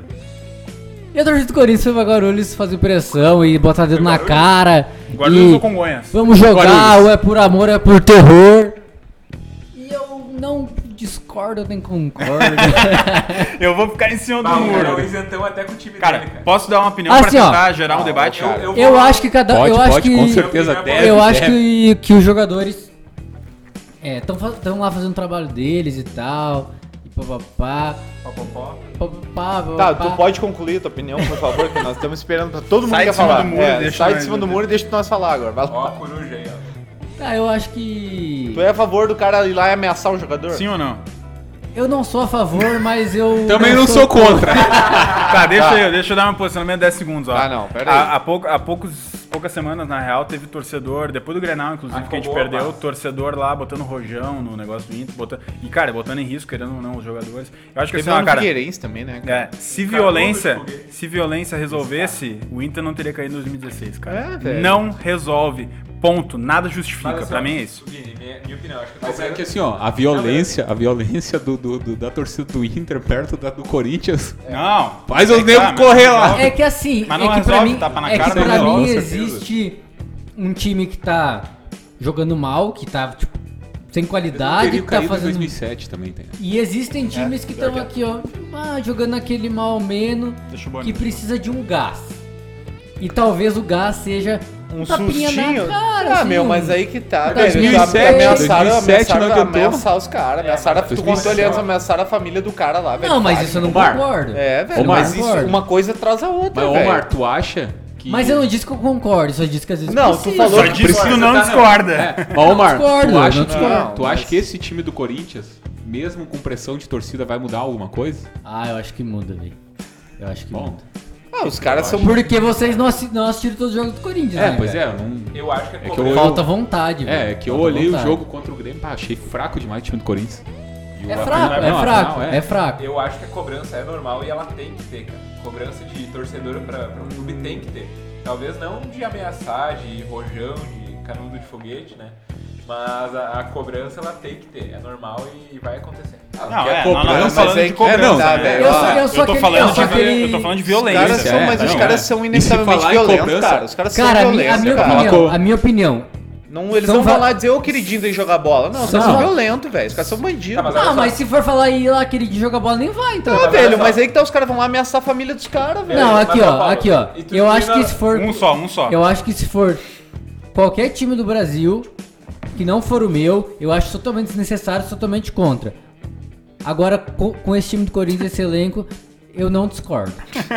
Speaker 5: E a torcida do Corinthians foi pra Guarulhos fazer pressão e botar dedo na
Speaker 3: Guarulhos?
Speaker 5: cara.
Speaker 4: Guarulhos
Speaker 5: e
Speaker 4: ou Congonhas?
Speaker 5: Vamos jogar,
Speaker 1: Guarulhos.
Speaker 5: ou é por amor, ou é por terror. E eu não discordo nem concordo.
Speaker 4: Eu vou ficar em cima do
Speaker 3: Bah, o cara é o
Speaker 4: muro.
Speaker 3: isentão até com o time dele,
Speaker 4: Cara,
Speaker 3: cara.
Speaker 4: posso dar uma opinião
Speaker 5: Ah,
Speaker 4: pra
Speaker 5: assim, ó.
Speaker 4: tentar gerar um debate?
Speaker 3: eu- eu-
Speaker 5: eu acho que cada.
Speaker 2: Pode,
Speaker 5: eu acho
Speaker 2: pode,
Speaker 5: que,
Speaker 2: com certeza.
Speaker 3: Eu
Speaker 2: deve,
Speaker 5: eu acho
Speaker 2: deve.
Speaker 5: que, que os jogadores é, estão lá fazendo o trabalho deles e tal. E papapá.
Speaker 3: Pó, pó, pó.
Speaker 5: papapá,
Speaker 1: Tá,
Speaker 5: papapá.
Speaker 1: tu pode concluir tua opinião, por favor, que nós estamos esperando pra todo mundo
Speaker 4: Sai
Speaker 1: que
Speaker 4: de cima
Speaker 1: falar.
Speaker 4: do muro,
Speaker 1: É,
Speaker 4: deixa
Speaker 1: sai de
Speaker 4: nós-
Speaker 1: cima do muro e deixa nós falar agora. Vai
Speaker 3: Ó
Speaker 1: lá.
Speaker 3: a coruja aí, ó.
Speaker 5: Ah, eu acho que.
Speaker 1: Tu é a favor do cara ir lá e ameaçar o jogador?
Speaker 4: Sim ou não?
Speaker 5: Eu não sou a favor, mas eu.
Speaker 2: Também não sou contra.
Speaker 4: Tá, deixa eu, deixa eu dar um posicionamento de 10 segundos, ó.
Speaker 1: Ah, não, pera aí.
Speaker 4: Há, há, pouco- há poucos, poucas semanas, na real, teve torcedor, depois do Grenal, inclusive,
Speaker 3: Ah,
Speaker 4: que a gente
Speaker 3: boa,
Speaker 4: perdeu,
Speaker 3: massa.
Speaker 4: torcedor lá botando rojão no negócio do Inter, botando, e, cara, botando em risco, querendo ou não, os jogadores. Eu acho que,
Speaker 1: Teve
Speaker 4: assim,
Speaker 1: um
Speaker 4: ó,
Speaker 1: no
Speaker 4: cara,
Speaker 1: Figueirense também, né? cara?
Speaker 4: é, se
Speaker 3: Cara,
Speaker 4: violência,
Speaker 3: todo de foguete.
Speaker 4: se violência resolvesse, o Inter não teria caído em 2016,
Speaker 1: É,
Speaker 4: cara.
Speaker 1: velho.
Speaker 4: não resolve, ponto, nada justifica,
Speaker 3: Mas, assim,
Speaker 4: pra
Speaker 3: ó,
Speaker 4: mim é isso.
Speaker 3: Vini, minha, minha opinião, acho que
Speaker 2: Mas é
Speaker 3: Palmeiras-
Speaker 2: que assim, ó, a violência, a violência do, do- do- da torcida do Inter perto da do Corinthians.
Speaker 4: Não,
Speaker 2: Faz
Speaker 4: é
Speaker 2: os
Speaker 4: que
Speaker 2: negros
Speaker 4: tá, mas
Speaker 2: correr
Speaker 4: não
Speaker 2: lá.
Speaker 4: resolve.
Speaker 5: É que assim,
Speaker 4: Mas
Speaker 5: é
Speaker 4: não
Speaker 5: que pra
Speaker 4: resolve,
Speaker 5: mim,
Speaker 4: tapa na
Speaker 5: é que
Speaker 4: cara,
Speaker 5: pra
Speaker 4: não
Speaker 5: mim
Speaker 2: resolve, com certeza.
Speaker 5: existe um time que tá jogando mal, que tá tipo, sem
Speaker 2: Eu
Speaker 5: qualidade,
Speaker 2: teria
Speaker 5: que tá
Speaker 2: caído em
Speaker 5: fazendo.
Speaker 2: 2007 também, tem.
Speaker 5: E existem
Speaker 2: É,
Speaker 5: times que estão aqui, ó, ah, jogando aquele mal menos,
Speaker 4: Deixa o
Speaker 5: que
Speaker 4: Boninho.
Speaker 5: precisa de um gás. E talvez o gás seja
Speaker 1: Um
Speaker 5: tapinha
Speaker 1: sustinho.
Speaker 5: na cara,
Speaker 1: ah,
Speaker 5: assim,
Speaker 1: meu,
Speaker 5: um-
Speaker 1: mas aí que tá.
Speaker 2: 2007,
Speaker 1: velho. ameaçaram,
Speaker 2: 2007
Speaker 1: ameaçaram,
Speaker 2: não adiantou. É,
Speaker 1: ameaçaram os caras. Ameaçaram, tu
Speaker 2: 2007.
Speaker 1: contou ali antes, ameaçaram a família do cara lá, velho.
Speaker 5: Não, mas
Speaker 1: Fácil.
Speaker 5: isso eu não
Speaker 1: Omar.
Speaker 5: concordo.
Speaker 1: É, velho,
Speaker 2: Omar.
Speaker 1: mas isso, uma coisa traz a outra,
Speaker 2: Mas,
Speaker 1: velho.
Speaker 2: Omar, tu acha que.
Speaker 5: Mas eu não disse que eu concordo, só disse que às vezes
Speaker 1: Não, tu
Speaker 5: precisa.
Speaker 1: falou
Speaker 4: Só diz que tu
Speaker 3: Tá,
Speaker 4: não
Speaker 3: não.
Speaker 4: discorda.
Speaker 1: É.
Speaker 2: Mas, Omar,
Speaker 5: discordo,
Speaker 2: tu acha,
Speaker 5: não
Speaker 2: que,
Speaker 1: discordo.
Speaker 2: tu acha que esse time do Corinthians, mesmo com pressão de torcida, vai mudar alguma coisa?
Speaker 5: Ah, eu acho que muda, velho. Eu acho que
Speaker 2: Bom.
Speaker 5: muda.
Speaker 1: Ah, os caras são muito.
Speaker 5: Então, Porque vocês não, assi- não assistiram todos os jogos do Corinthians,
Speaker 2: É,
Speaker 5: né?
Speaker 2: pois
Speaker 5: velho?
Speaker 2: é, eu não.
Speaker 3: Eu acho que é,
Speaker 2: que eu-
Speaker 3: Palmeiras.
Speaker 5: Falta vontade, velho.
Speaker 2: É, é que eu
Speaker 5: Falta
Speaker 2: olhei o
Speaker 5: vontade.
Speaker 2: jogo contra o Grêmio, pá, achei fraco demais o time do Corinthians. E o
Speaker 5: É
Speaker 2: Havaí
Speaker 5: fraco,
Speaker 2: vai-
Speaker 5: é
Speaker 2: não,
Speaker 5: fraco,
Speaker 2: afinal,
Speaker 5: é fraco.
Speaker 3: Eu acho que a cobrança é normal e ela tem que ter, cara. Cobrança de torcedor pra, pra um clube tem que ter. Talvez não de ameaçar, de rojão, de canudo de foguete, né? Mas a, a cobrança ela tem que ter, é normal e vai acontecer.
Speaker 4: Não,
Speaker 1: Que
Speaker 4: é, nós não
Speaker 1: cobrança,
Speaker 4: estamos falando
Speaker 1: é
Speaker 4: de
Speaker 1: que-
Speaker 4: cobrança,
Speaker 1: é, não,
Speaker 4: né?
Speaker 1: velho,
Speaker 5: Eu
Speaker 1: ó,
Speaker 5: sou- eu
Speaker 4: Eu
Speaker 5: sou
Speaker 4: tô
Speaker 5: aquele-
Speaker 4: falando
Speaker 5: eu
Speaker 4: de
Speaker 5: sou aquele-
Speaker 4: eu tô falando de
Speaker 1: Os
Speaker 4: violência. né?
Speaker 1: caras são,
Speaker 2: é,
Speaker 1: mas os
Speaker 2: não,
Speaker 1: caras
Speaker 2: é.
Speaker 1: são
Speaker 2: E se
Speaker 1: inevitavelmente
Speaker 2: falar em
Speaker 1: violentos,
Speaker 2: cobrança-
Speaker 1: cara. Os caras são
Speaker 5: Cara, a minha, a
Speaker 1: violentos,
Speaker 5: minha
Speaker 1: cara.
Speaker 2: Uma
Speaker 5: opinião,
Speaker 2: co-
Speaker 5: a minha opinião.
Speaker 1: Não, eles
Speaker 5: São
Speaker 1: não vão
Speaker 5: va-
Speaker 1: lá dizer, ô queridinho, vem jogar bola. Não, os
Speaker 5: São-
Speaker 1: caras são violentos, velho. Os caras são bandidos.
Speaker 3: Tá, mas
Speaker 1: Não,
Speaker 3: olha
Speaker 5: Ah,
Speaker 3: só.
Speaker 5: mas se for falar ir lá, aquele que joga bola, nem vai, então.
Speaker 1: ah,
Speaker 3: mas olha
Speaker 1: velho,
Speaker 3: só.
Speaker 1: mas aí que tá, os caras vão lá ameaçar a família dos caras, velho.
Speaker 5: Não, aqui
Speaker 3: Mas,
Speaker 5: ó,
Speaker 3: Paulo,
Speaker 5: aqui ó.
Speaker 3: e tu
Speaker 5: Eu acho
Speaker 3: imagina-
Speaker 5: que se for.
Speaker 4: Um só, um só.
Speaker 5: Eu acho que se for qualquer time do Brasil que não for o meu, eu acho totalmente desnecessário, totalmente contra. Agora, co- com, esse time do Corinthians, esse elenco, eu não discordo.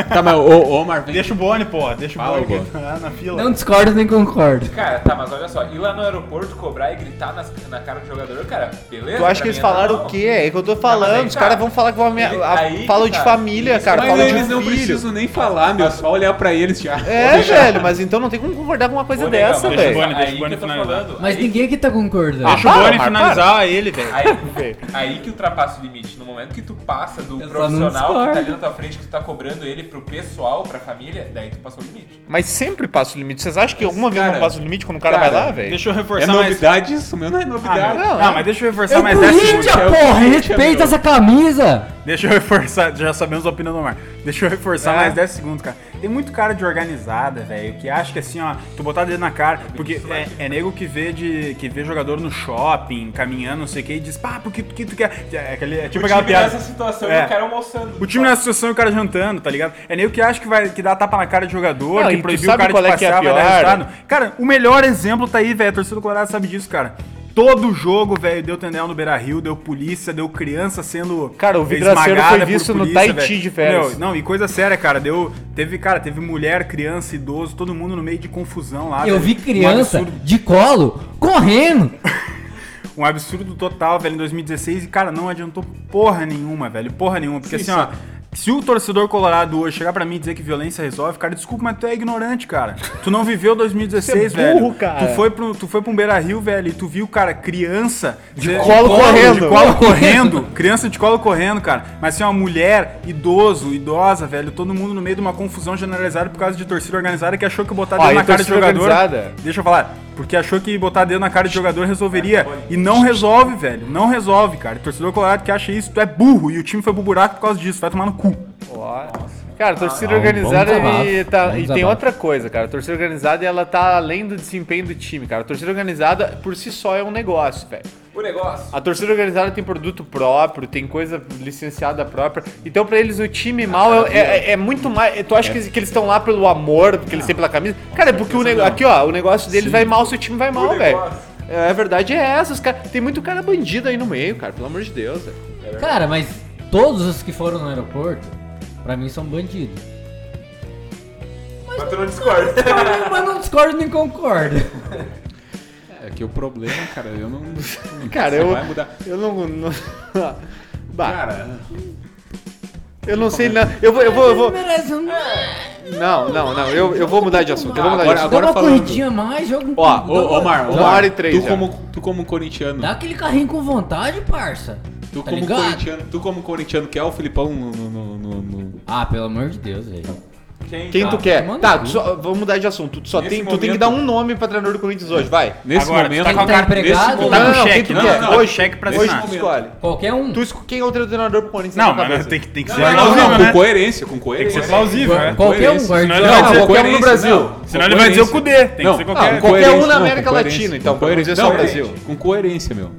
Speaker 2: Tá, mas ô, ô Marvin,
Speaker 4: Deixa o Boni, porra. Deixa o
Speaker 2: Fala,
Speaker 4: Boni que
Speaker 2: Boni.
Speaker 4: tá na fila.
Speaker 5: Não discordo nem concordo.
Speaker 3: Cara, tá, mas olha só, ir lá no aeroporto cobrar e gritar nas- na cara do jogador, cara, beleza?
Speaker 1: Tu acha
Speaker 3: pra
Speaker 1: que eles
Speaker 3: mim é
Speaker 1: falaram
Speaker 3: normal.
Speaker 1: o quê? É que eu tô
Speaker 3: Não, mas
Speaker 1: falando,
Speaker 3: aí,
Speaker 1: os
Speaker 3: cara,
Speaker 1: caras vão falar que vão me...
Speaker 3: ele-
Speaker 1: a-
Speaker 3: aí,
Speaker 1: falam de
Speaker 3: cara,
Speaker 1: família,
Speaker 3: isso
Speaker 1: cara,
Speaker 2: mas
Speaker 1: falam de
Speaker 2: eles não
Speaker 1: filho.
Speaker 2: precisam nem falar, meu. é Só olhar pra eles já.
Speaker 1: É, velho, mas então não tem como concordar com uma coisa
Speaker 3: Ô, negão,
Speaker 1: dessa,
Speaker 3: mas
Speaker 1: velho.
Speaker 4: Deixa o Boni,
Speaker 3: aí
Speaker 4: deixa o Boni
Speaker 3: que eu tô
Speaker 4: finalizar.
Speaker 3: falando,
Speaker 5: Mas
Speaker 3: aí-
Speaker 5: ninguém aqui tá concordando.
Speaker 4: Deixa o Boni
Speaker 1: para,
Speaker 4: finalizar ele, velho.
Speaker 3: Aí, aí que ultrapassa o limite. No momento que tu passa do
Speaker 5: Eu só não
Speaker 3: profissional que tá ali
Speaker 5: discordo.
Speaker 3: na tua frente, que tu tá cobrando ele pro pessoal, pra família, daí tu passou o limite.
Speaker 1: Mas sempre passa o limite. Vocês acham que alguma vez
Speaker 2: Cara,
Speaker 1: não passa o limite quando o cara,
Speaker 2: cara,
Speaker 1: vai lá, velho?
Speaker 4: Deixa eu
Speaker 2: É
Speaker 4: reforçar mais.
Speaker 2: novidade isso, meu. Não é novidade.
Speaker 1: meu.
Speaker 4: Ah,
Speaker 1: Não,
Speaker 4: não, mas deixa eu
Speaker 5: É
Speaker 4: reforçar
Speaker 5: o
Speaker 4: mais essa.
Speaker 5: Corinthians,
Speaker 2: é o
Speaker 5: porra!
Speaker 2: Corinthians,
Speaker 5: Respeita
Speaker 2: meu.
Speaker 5: essa camisa!
Speaker 4: Deixa eu reforçar, já sabemos a opinião do Omar. Deixa eu reforçar
Speaker 2: É.
Speaker 4: mais 10 segundos, cara. Tem muito cara de organizada, velho, que acha que assim, ó, tu botar dedo na cara, porque é, é nego que vê de que vê jogador no shopping, caminhando, não sei o que, e diz, pá, porque tu, que tu quer. É, aquele, é tipo
Speaker 3: o
Speaker 4: aquela
Speaker 3: time
Speaker 4: piada.
Speaker 3: nessa situação
Speaker 4: É.
Speaker 3: e o cara almoçando.
Speaker 4: O time na situação e o cara jantando, tá ligado? É nego que acha que vai que dá tapa na cara de jogador,
Speaker 1: Não, e
Speaker 4: que
Speaker 1: tu
Speaker 4: proibiu o
Speaker 1: sabe
Speaker 4: cara de
Speaker 1: qual é que é a
Speaker 4: passar, vai dar
Speaker 1: pior?
Speaker 4: resultado. Cara, o melhor exemplo tá aí, velho. A torcida do Colorado sabe disso, cara. Todo jogo, velho, deu tendel no Beira Rio, deu polícia, deu criança sendo. é,
Speaker 1: Cara, o vidraceiro
Speaker 4: esmagada
Speaker 1: foi visto
Speaker 4: por
Speaker 1: no
Speaker 4: polícia,
Speaker 1: Tahiti
Speaker 4: velho.
Speaker 1: de férias.
Speaker 4: Meu, não, e coisa séria, cara. Deu. Teve, cara, teve mulher, criança, idoso, todo mundo no meio de confusão lá.
Speaker 5: Eu
Speaker 4: velho.
Speaker 5: vi criança
Speaker 4: Um absurdo,
Speaker 5: de colo correndo!
Speaker 4: um absurdo total, velho, em 2016. E, cara, não adiantou porra nenhuma, velho. Porra nenhuma. Porque
Speaker 2: Sim,
Speaker 4: assim, ó. Se o torcedor colorado hoje chegar pra mim e dizer que violência resolve, cara, desculpa, mas tu é ignorante, cara. Tu não viveu 2016,
Speaker 1: Você é burro,
Speaker 4: velho.
Speaker 1: cara.
Speaker 4: Tu foi pro, tu foi pro Beira Rio, velho, e tu viu, cara, criança de
Speaker 1: colo correndo.
Speaker 4: de colo correndo, criança de colo correndo, cara. Mas assim, uma mulher, idoso, idosa, velho, todo mundo no meio de uma confusão generalizada por causa de torcida organizada que achou que botar
Speaker 1: Ó,
Speaker 4: dedo
Speaker 1: e
Speaker 4: na cara de
Speaker 1: torcida
Speaker 4: jogador.
Speaker 1: organizada?
Speaker 4: Deixa eu falar. Porque achou que botar dedo na cara de jogador resolveria. E não resolve, velho. Não resolve, cara. Torcedor colorado que acha isso, tu é burro. E o time foi pro buraco por causa disso. Vai tomar no cu.
Speaker 1: Ó. Cara, a torcida
Speaker 5: Ah,
Speaker 1: organizada
Speaker 5: bom desabafo,
Speaker 1: ele tá-
Speaker 5: bom
Speaker 1: e tem
Speaker 5: desabafo.
Speaker 1: outra coisa, cara. A torcida organizada ela tá além do desempenho do time, cara. A torcida organizada por si só é um negócio, velho.
Speaker 3: O negócio.
Speaker 1: A torcida organizada tem produto próprio, tem coisa licenciada própria. Então, pra eles, o
Speaker 2: Ah,
Speaker 1: time mal é, é- é muito mais. Tu acha que, que eles estão lá pelo amor, porque eles têm pela camisa? Cara, é porque o negócio. Aqui, ó, o negócio deles vai mal, seu time vai mal, velho.
Speaker 3: negócio.
Speaker 1: É, a verdade é essa, os cara, tem muito cara bandido aí no meio, cara, pelo amor de Deus. velho.
Speaker 5: Cara, mas todos os que foram no aeroporto, pra mim são bandidos.
Speaker 3: Mas tu não discorda.
Speaker 5: Mas não discordo nem concordo.
Speaker 2: É que o problema, cara, eu não.
Speaker 1: Cara,
Speaker 2: Isso
Speaker 1: eu.
Speaker 2: Vai mudar.
Speaker 1: Eu não. não- bah,
Speaker 2: Cara,
Speaker 1: eu não sei, não. Eu vou. Eu vou, eu vou
Speaker 5: Merece um...
Speaker 1: não, não, não. Eu, eu vou mudar de assunto. Eu vou mudar de
Speaker 2: Agora-
Speaker 1: assunto.
Speaker 5: Dá uma
Speaker 2: falando.
Speaker 5: corridinha a mais, joga um
Speaker 1: Ó,
Speaker 5: dá
Speaker 2: ô,
Speaker 5: uma-
Speaker 2: Omar,
Speaker 1: Uma
Speaker 2: Omar,
Speaker 1: hora e três
Speaker 2: tu
Speaker 1: já.
Speaker 2: como, tu como corintiano,
Speaker 5: Dá aquele carrinho com vontade, parça.
Speaker 2: tu
Speaker 5: tá
Speaker 2: como
Speaker 5: ligado?
Speaker 2: corintiano, tu como corintiano quer o Filipão no, no- no- no- no-
Speaker 5: Ah, pelo amor de Deus, velho.
Speaker 1: Quem tu quer?
Speaker 5: Manda
Speaker 1: Tá,
Speaker 5: tu.
Speaker 1: tu só, vamos mudar de assunto. Tu, só
Speaker 2: Nesse
Speaker 1: tem, tu tem que
Speaker 2: momento-
Speaker 1: dar um nome pra treinador do Corinthians hoje, vai.
Speaker 2: nesse
Speaker 4: Agora,
Speaker 2: momento. né?
Speaker 4: tá com a
Speaker 5: Tá
Speaker 4: cara-
Speaker 5: empregado?
Speaker 1: Não, não,
Speaker 4: momento- Tá
Speaker 1: não,
Speaker 4: com
Speaker 1: quem
Speaker 4: cheque,
Speaker 1: tu
Speaker 4: não,
Speaker 1: quer?
Speaker 4: não, não.
Speaker 1: hoje,
Speaker 4: Cheque pra
Speaker 1: hoje
Speaker 4: assinar.
Speaker 1: tu escolhe.
Speaker 5: Qualquer um.
Speaker 1: Tu esco- quem é o treinador pro Corinthians?
Speaker 4: Não,
Speaker 1: na tua
Speaker 4: mas
Speaker 1: cabeça?
Speaker 4: tem que, tem que ser
Speaker 2: Não, não,
Speaker 4: plausível,
Speaker 2: não,
Speaker 4: né?
Speaker 2: com coerência, com
Speaker 4: Tem que
Speaker 2: coerência.
Speaker 4: ser plausível, né?
Speaker 5: Qualquer um,
Speaker 2: Coerência.
Speaker 5: Guardiola.
Speaker 4: Senão ele vai
Speaker 1: Não, qualquer um
Speaker 4: dizer-
Speaker 1: no
Speaker 2: coerência,
Speaker 1: Brasil.
Speaker 2: não.
Speaker 4: Senão ele vai dizer o
Speaker 2: Coerência.
Speaker 4: Cudê. Tem que ser qualquer.
Speaker 1: não,
Speaker 2: com
Speaker 1: qualquer um na
Speaker 2: coerência, não,
Speaker 1: América
Speaker 2: com coerência,
Speaker 1: Latina, então,
Speaker 2: com
Speaker 1: pra não dizer
Speaker 2: coerência.
Speaker 1: só
Speaker 2: Não,
Speaker 1: Brasil.
Speaker 2: Com coerência, meu.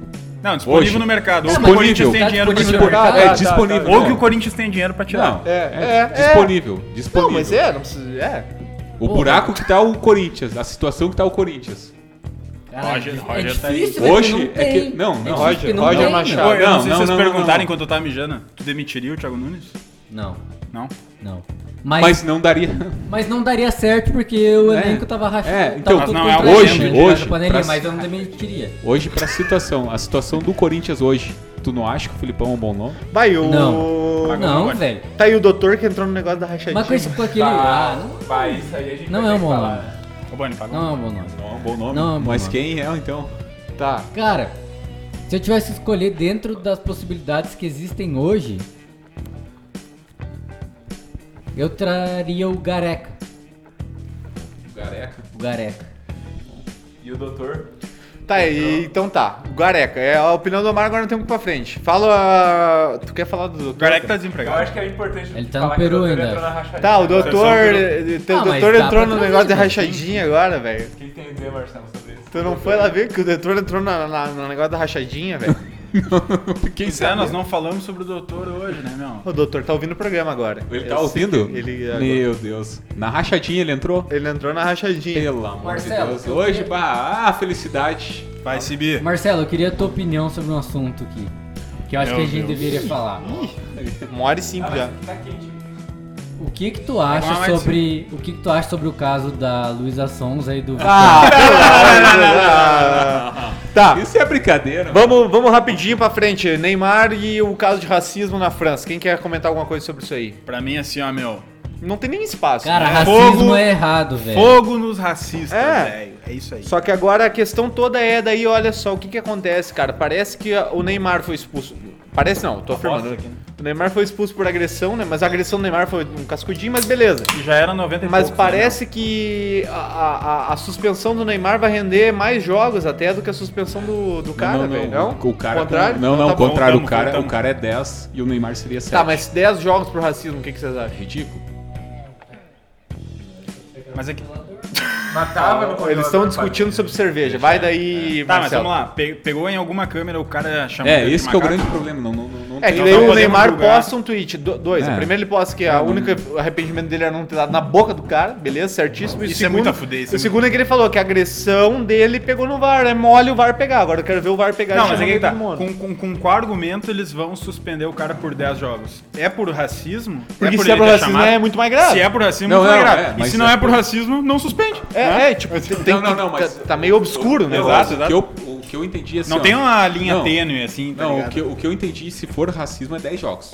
Speaker 4: Não, disponível
Speaker 2: Hoje.
Speaker 4: no mercado. Ou
Speaker 5: Não,
Speaker 4: o
Speaker 5: mas
Speaker 4: Corinthians
Speaker 2: disponível.
Speaker 4: tem
Speaker 5: Tá
Speaker 4: dinheiro pra
Speaker 5: disponível.
Speaker 4: tirar.
Speaker 1: Tá,
Speaker 2: é
Speaker 1: tá,
Speaker 2: disponível.
Speaker 1: tá, tá.
Speaker 4: Ou que o Corinthians tem dinheiro pra tirar.
Speaker 2: Não,
Speaker 1: É, é, é.
Speaker 2: Disponível,
Speaker 1: Não,
Speaker 2: disponível.
Speaker 1: mas é, não precisa. É.
Speaker 2: O buraco que tá o Corinthians, a situação que tá o Corinthians.
Speaker 5: Caralho,
Speaker 4: Roger-
Speaker 5: é
Speaker 4: Roger tá aí.
Speaker 5: difícil, velho,
Speaker 2: Hoje
Speaker 5: não
Speaker 2: é
Speaker 5: tem.
Speaker 2: que- não, não,
Speaker 5: difícil
Speaker 1: Roger-
Speaker 5: porque não
Speaker 1: Roger
Speaker 5: tem,
Speaker 1: Machado.
Speaker 4: Pô,
Speaker 5: meu.
Speaker 4: eu não,
Speaker 2: Não,
Speaker 4: sei
Speaker 2: não,
Speaker 4: se vocês
Speaker 2: não,
Speaker 4: perguntaram
Speaker 2: não.
Speaker 4: enquanto eu tava mijando. Tu demitiria o Thiago Nunes?
Speaker 5: Não,
Speaker 4: Não.
Speaker 5: não.
Speaker 2: Mas
Speaker 5: Mas,
Speaker 2: não daria.
Speaker 5: mas não daria certo porque o
Speaker 2: É.
Speaker 5: elenco tava rachado.
Speaker 2: É,
Speaker 5: tava
Speaker 2: então,
Speaker 5: tudo
Speaker 4: mas não é
Speaker 5: contratado,
Speaker 4: hoje,
Speaker 5: né, ligado,
Speaker 2: hoje,
Speaker 5: a panelinha,
Speaker 2: pra-
Speaker 5: Mas eu não demitiria.
Speaker 2: Hoje, pra situação, a situação do Corinthians hoje, tu não acha que o Filipão é um bom nome?
Speaker 1: Vai, o.
Speaker 5: Não. Não,
Speaker 4: agora.
Speaker 5: velho.
Speaker 1: Tá aí o doutor que entrou no negócio da rachadinha.
Speaker 5: Mas com, esse, com aquele.
Speaker 3: Bah,
Speaker 5: Ah, não,
Speaker 3: bah, isso aí a gente
Speaker 5: Não
Speaker 3: tá vai
Speaker 5: é
Speaker 3: ter
Speaker 5: um
Speaker 3: que
Speaker 5: bom
Speaker 3: falar,
Speaker 5: nome.
Speaker 3: né?
Speaker 4: Ô, Boni, pagou.
Speaker 5: não é um bom nome.
Speaker 2: Não é um bom nome.
Speaker 5: Não é um bom
Speaker 2: mas
Speaker 5: nome.
Speaker 2: quem é, então?
Speaker 1: Tá.
Speaker 5: Cara, Se eu tivesse que escolher dentro das possibilidades que existem hoje, eu traria o Gareca.
Speaker 3: Gareca.
Speaker 5: O Gareca.
Speaker 3: E o doutor?
Speaker 1: Tá, e, então tá. O Gareca. É a opinião do Omar agora não tem muito pra frente. Fala. Tu quer falar do doutor?
Speaker 4: O Garek tá
Speaker 3: Eu
Speaker 4: desempregado.
Speaker 3: acho que é importante
Speaker 5: Ele tá
Speaker 3: falar
Speaker 5: no Peru
Speaker 3: que o doutor
Speaker 5: ainda.
Speaker 3: entrou na rachadinha.
Speaker 1: Tá, o doutor.
Speaker 4: um
Speaker 5: Ah,
Speaker 1: o
Speaker 5: mas
Speaker 1: doutor
Speaker 5: dá pra
Speaker 1: entrou no
Speaker 5: trazer,
Speaker 1: negócio de
Speaker 5: né?
Speaker 1: rachadinha agora, velho.
Speaker 3: O que tem a dizer, Marcelo, sobre isso?
Speaker 1: Tu não foi lá ver que o doutor entrou na, na- no negócio da rachadinha, velho?
Speaker 2: Quem
Speaker 4: Pois é, nós não falamos sobre o doutor hoje, né, meu?
Speaker 1: o doutor tá ouvindo o programa agora.
Speaker 2: Ele
Speaker 1: Eu
Speaker 2: tá
Speaker 1: sei
Speaker 2: ouvindo?
Speaker 1: que Ele, agora-
Speaker 2: Meu Deus. Na rachadinha ele entrou?
Speaker 1: ele entrou na rachadinha.
Speaker 2: Pelo amor
Speaker 5: Marcelo,
Speaker 2: de Deus.
Speaker 5: eu
Speaker 2: Hoje,
Speaker 5: queria-
Speaker 2: bah, ah, felicidade.
Speaker 4: Vai, Sibi.
Speaker 5: Marcelo, eu queria a tua opinião sobre um assunto aqui. Que eu acho
Speaker 4: Meu
Speaker 5: que a gente
Speaker 4: Deus.
Speaker 5: deveria falar.
Speaker 1: Uma hora e cinco
Speaker 3: Ah,
Speaker 1: já.
Speaker 3: mas tá quente.
Speaker 5: O que que tu acha
Speaker 4: Vamos lá,
Speaker 5: sobre o que que tu acha sobre o caso da Luísa Sons aí do
Speaker 1: Tá,
Speaker 2: Isso é brincadeira.
Speaker 1: vamos, vamos rapidinho pra frente. Neymar e o caso de racismo na França. Quem quer comentar alguma coisa sobre isso aí?
Speaker 4: Pra mim, assim, ó, meu.
Speaker 1: Não tem nem espaço.
Speaker 5: Cara,
Speaker 1: né?
Speaker 5: racismo
Speaker 4: Fogo.
Speaker 5: é errado, velho.
Speaker 4: Fogo nos racistas,
Speaker 1: É.
Speaker 4: velho. É isso aí.
Speaker 1: Só que agora a questão toda é daí, olha só, o que que acontece, cara? Parece que a- o Neymar foi expulso. Parece não, tô afirmando.
Speaker 4: aqui, né?
Speaker 1: O Neymar foi expulso por agressão, né? Mas a agressão do Neymar foi um cascudinho, mas beleza.
Speaker 4: E já era 90 e
Speaker 1: Mas
Speaker 4: poucos, né,
Speaker 1: parece que a, a- a- a suspensão do Neymar vai render mais jogos até do que a suspensão do, do cara, velho. Não,
Speaker 2: O cara
Speaker 1: contrário?
Speaker 2: Não, não,
Speaker 1: Então
Speaker 2: o contrário.
Speaker 4: voltamos,
Speaker 2: o, cara,
Speaker 4: voltamos.
Speaker 2: o cara é 10 e o Neymar seria 7.
Speaker 1: Tá, tá, mas 10 jogos pro racismo, o que, que vocês acham?
Speaker 2: Ridículo.
Speaker 4: meu? Mas é que-
Speaker 3: Matava no
Speaker 1: Eles estão discutindo sobre cerveja. Vai daí,
Speaker 4: Tá, mas
Speaker 1: Marcelo.
Speaker 4: vamos lá. Pe- Pegou em alguma câmera, o cara chamou.
Speaker 2: É,
Speaker 4: ele de
Speaker 2: esse que é o
Speaker 4: macaco.
Speaker 2: grande problema. Não, não, não, não
Speaker 1: É
Speaker 2: tem-
Speaker 1: que
Speaker 4: Então
Speaker 1: daí
Speaker 4: não
Speaker 1: o
Speaker 4: podemos
Speaker 1: Neymar
Speaker 4: julgar. Uhum.
Speaker 1: posta um tweet. do- dois.
Speaker 2: É.
Speaker 1: O primeiro ele posta que a única o arrependimento dele era não ter dado na boca do cara, beleza, certíssimo. E o
Speaker 4: Isso é
Speaker 1: segundo,
Speaker 4: muito a fuder, isso é
Speaker 1: O segundo é que ele falou que a agressão dele pegou no VAR. É mole o VAR pegar. Agora eu quero ver o VAR pegar.
Speaker 4: Não,
Speaker 1: e
Speaker 4: mas é
Speaker 1: chamar
Speaker 4: que tá.
Speaker 1: todo mundo.
Speaker 4: Com, com, com qual argumento eles vão suspender o cara por 10 jogos? É por racismo?
Speaker 1: Porque
Speaker 4: por
Speaker 1: se
Speaker 4: ele
Speaker 1: é pro
Speaker 4: ter
Speaker 1: racismo
Speaker 4: chamado?
Speaker 1: é muito mais grave.
Speaker 4: Se é por racismo,
Speaker 2: Não,
Speaker 4: não, é
Speaker 2: não, é,
Speaker 4: grave. e
Speaker 2: mas
Speaker 4: se não
Speaker 2: é
Speaker 4: é por
Speaker 2: por-
Speaker 4: racismo, não suspende.
Speaker 1: É, é, tipo, tem,
Speaker 2: Não, não, não,
Speaker 1: tá-
Speaker 2: mas-
Speaker 1: tá, meio obscuro, né?
Speaker 2: Eu-
Speaker 4: Exato,
Speaker 2: o
Speaker 4: exato.
Speaker 2: que eu- O que eu entendi assim.
Speaker 4: Não
Speaker 2: ó,
Speaker 4: tem uma linha
Speaker 2: não.
Speaker 4: tênue assim, tá
Speaker 2: Não, o
Speaker 4: ligado?
Speaker 2: que, eu- o que eu entendi, se for racismo, é 10 jogos.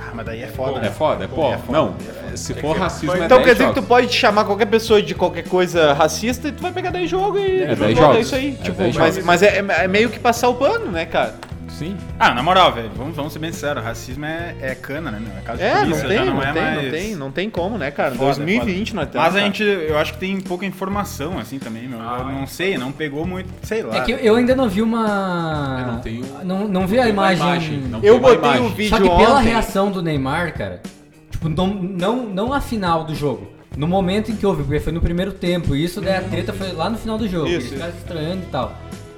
Speaker 4: Ah, mas daí é foda,
Speaker 2: É
Speaker 4: né?
Speaker 2: foda, é pó. Não, se for racismo, é 10
Speaker 1: Então quer dizer que tu
Speaker 2: jogos.
Speaker 1: pode chamar qualquer pessoa de qualquer coisa racista e tu vai pegar 10 jogos e
Speaker 2: É, 10
Speaker 1: pronto,
Speaker 2: jogos.
Speaker 1: isso aí.
Speaker 2: É,
Speaker 1: tipo,
Speaker 2: 10
Speaker 1: mas
Speaker 2: jogos.
Speaker 1: mas é, é meio que passar o pano, né, cara?
Speaker 2: Sim.
Speaker 4: Ah, na moral, velho, vamos, vamos ser bem sinceros, racismo é, é cana, né, meu? É caso de
Speaker 1: É, não
Speaker 4: polícia,
Speaker 1: tem,
Speaker 4: já
Speaker 1: não,
Speaker 4: é
Speaker 1: tem, não
Speaker 4: mais-
Speaker 1: tem, não tem como, né, cara?
Speaker 4: Foda,
Speaker 1: 2020 nós temos.
Speaker 4: Mas a
Speaker 1: cara.
Speaker 4: gente, eu acho que tem pouca informação, assim, também, meu. Eu não sei, não pegou muito, sei lá.
Speaker 5: Ah, então. É que eu ainda não vi uma
Speaker 2: Eu não tenho-
Speaker 5: não, não vi a
Speaker 2: Tem uma
Speaker 5: imagem.
Speaker 2: não tem
Speaker 1: Eu
Speaker 2: uma
Speaker 1: botei
Speaker 2: imagem.
Speaker 1: o vídeo
Speaker 5: Só que pela
Speaker 1: ontem.
Speaker 5: reação do Neymar, cara, tipo, não, não, não a final do jogo. No momento em que houve, porque foi no primeiro tempo, e isso daí a treta foi lá no final do jogo,
Speaker 1: Isso,
Speaker 5: isso, os caras estranhando e tal.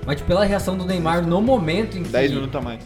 Speaker 5: Mas tipo, pela reação do Neymar no momento em que,
Speaker 1: 10 minutos a mais.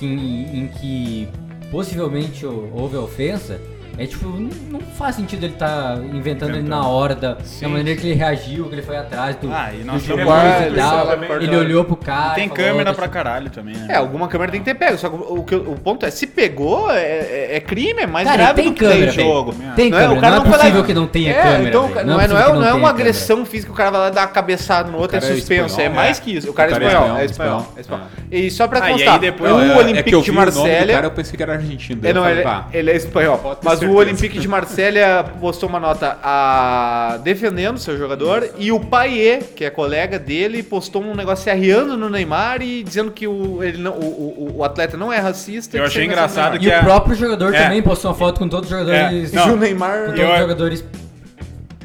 Speaker 5: em, em que possivelmente hou- houve a ofensa, é tipo, não, não faz sentido ele estar inventando, ele na hora da, da maneira que ele reagiu, que ele foi atrás do,
Speaker 4: Ah, e
Speaker 5: do
Speaker 4: nós
Speaker 5: jogo
Speaker 4: estamos
Speaker 5: e
Speaker 1: muito
Speaker 5: tal.
Speaker 1: isso também.
Speaker 5: Ele olhou pro cara.
Speaker 4: E tem
Speaker 5: e falou,
Speaker 4: câmera
Speaker 5: "Tá
Speaker 4: pra caralho também, né?
Speaker 1: É, alguma câmera tem que ter pego, só que o, que- o ponto é, se pegou, é, é- é crime, é mais
Speaker 5: Cara,
Speaker 1: grave
Speaker 5: tem
Speaker 1: do que tem
Speaker 5: câmera,
Speaker 1: jogo.
Speaker 5: Tem
Speaker 1: Não é?
Speaker 5: câmera,
Speaker 1: O cara
Speaker 5: não,
Speaker 1: não
Speaker 5: é
Speaker 1: foi lá-
Speaker 5: possível que não tenha câmera.
Speaker 1: então,
Speaker 5: velho.
Speaker 1: não, é, não,
Speaker 5: possível
Speaker 1: é,
Speaker 5: que
Speaker 1: não é
Speaker 5: tenha
Speaker 1: uma
Speaker 5: câmera.
Speaker 1: agressão física, o cara vai lá dar a cabeçada no outro, é
Speaker 2: cara é
Speaker 1: suspenso. É,
Speaker 2: espanhol,
Speaker 1: mais que isso. O cara é espanhol, é espanhol. É espanhol. E só pra
Speaker 4: Ah, e aí
Speaker 1: constar,
Speaker 4: depois-
Speaker 1: o
Speaker 2: Não, é- é que
Speaker 1: um Olympique
Speaker 2: eu vi
Speaker 1: de
Speaker 2: o nome do Cara,
Speaker 1: Marselha.
Speaker 2: eu pensei que era argentino. daí
Speaker 1: É,
Speaker 2: eu
Speaker 1: não,
Speaker 2: falei,
Speaker 1: ele,
Speaker 2: pá.
Speaker 1: ele é espanhol.
Speaker 2: Tá. Pode ter
Speaker 1: Mas o
Speaker 2: certeza.
Speaker 1: Olympique de Marselha postou uma nota a... defendendo seu jogador. E o Paier, que é colega dele, postou um negócio se arriando no Neymar e dizendo que o, ele não- o, o- o atleta não é racista.
Speaker 4: Eu
Speaker 1: que
Speaker 4: achei
Speaker 1: sem racismo
Speaker 4: engraçado
Speaker 1: nenhum.
Speaker 5: E
Speaker 4: que é-
Speaker 5: o próprio jogador
Speaker 4: é.
Speaker 5: também postou uma foto com todos os jogadores.
Speaker 4: É, não.
Speaker 5: Com
Speaker 1: E o Neymar...
Speaker 5: todos
Speaker 4: Eu-
Speaker 5: os jogadores.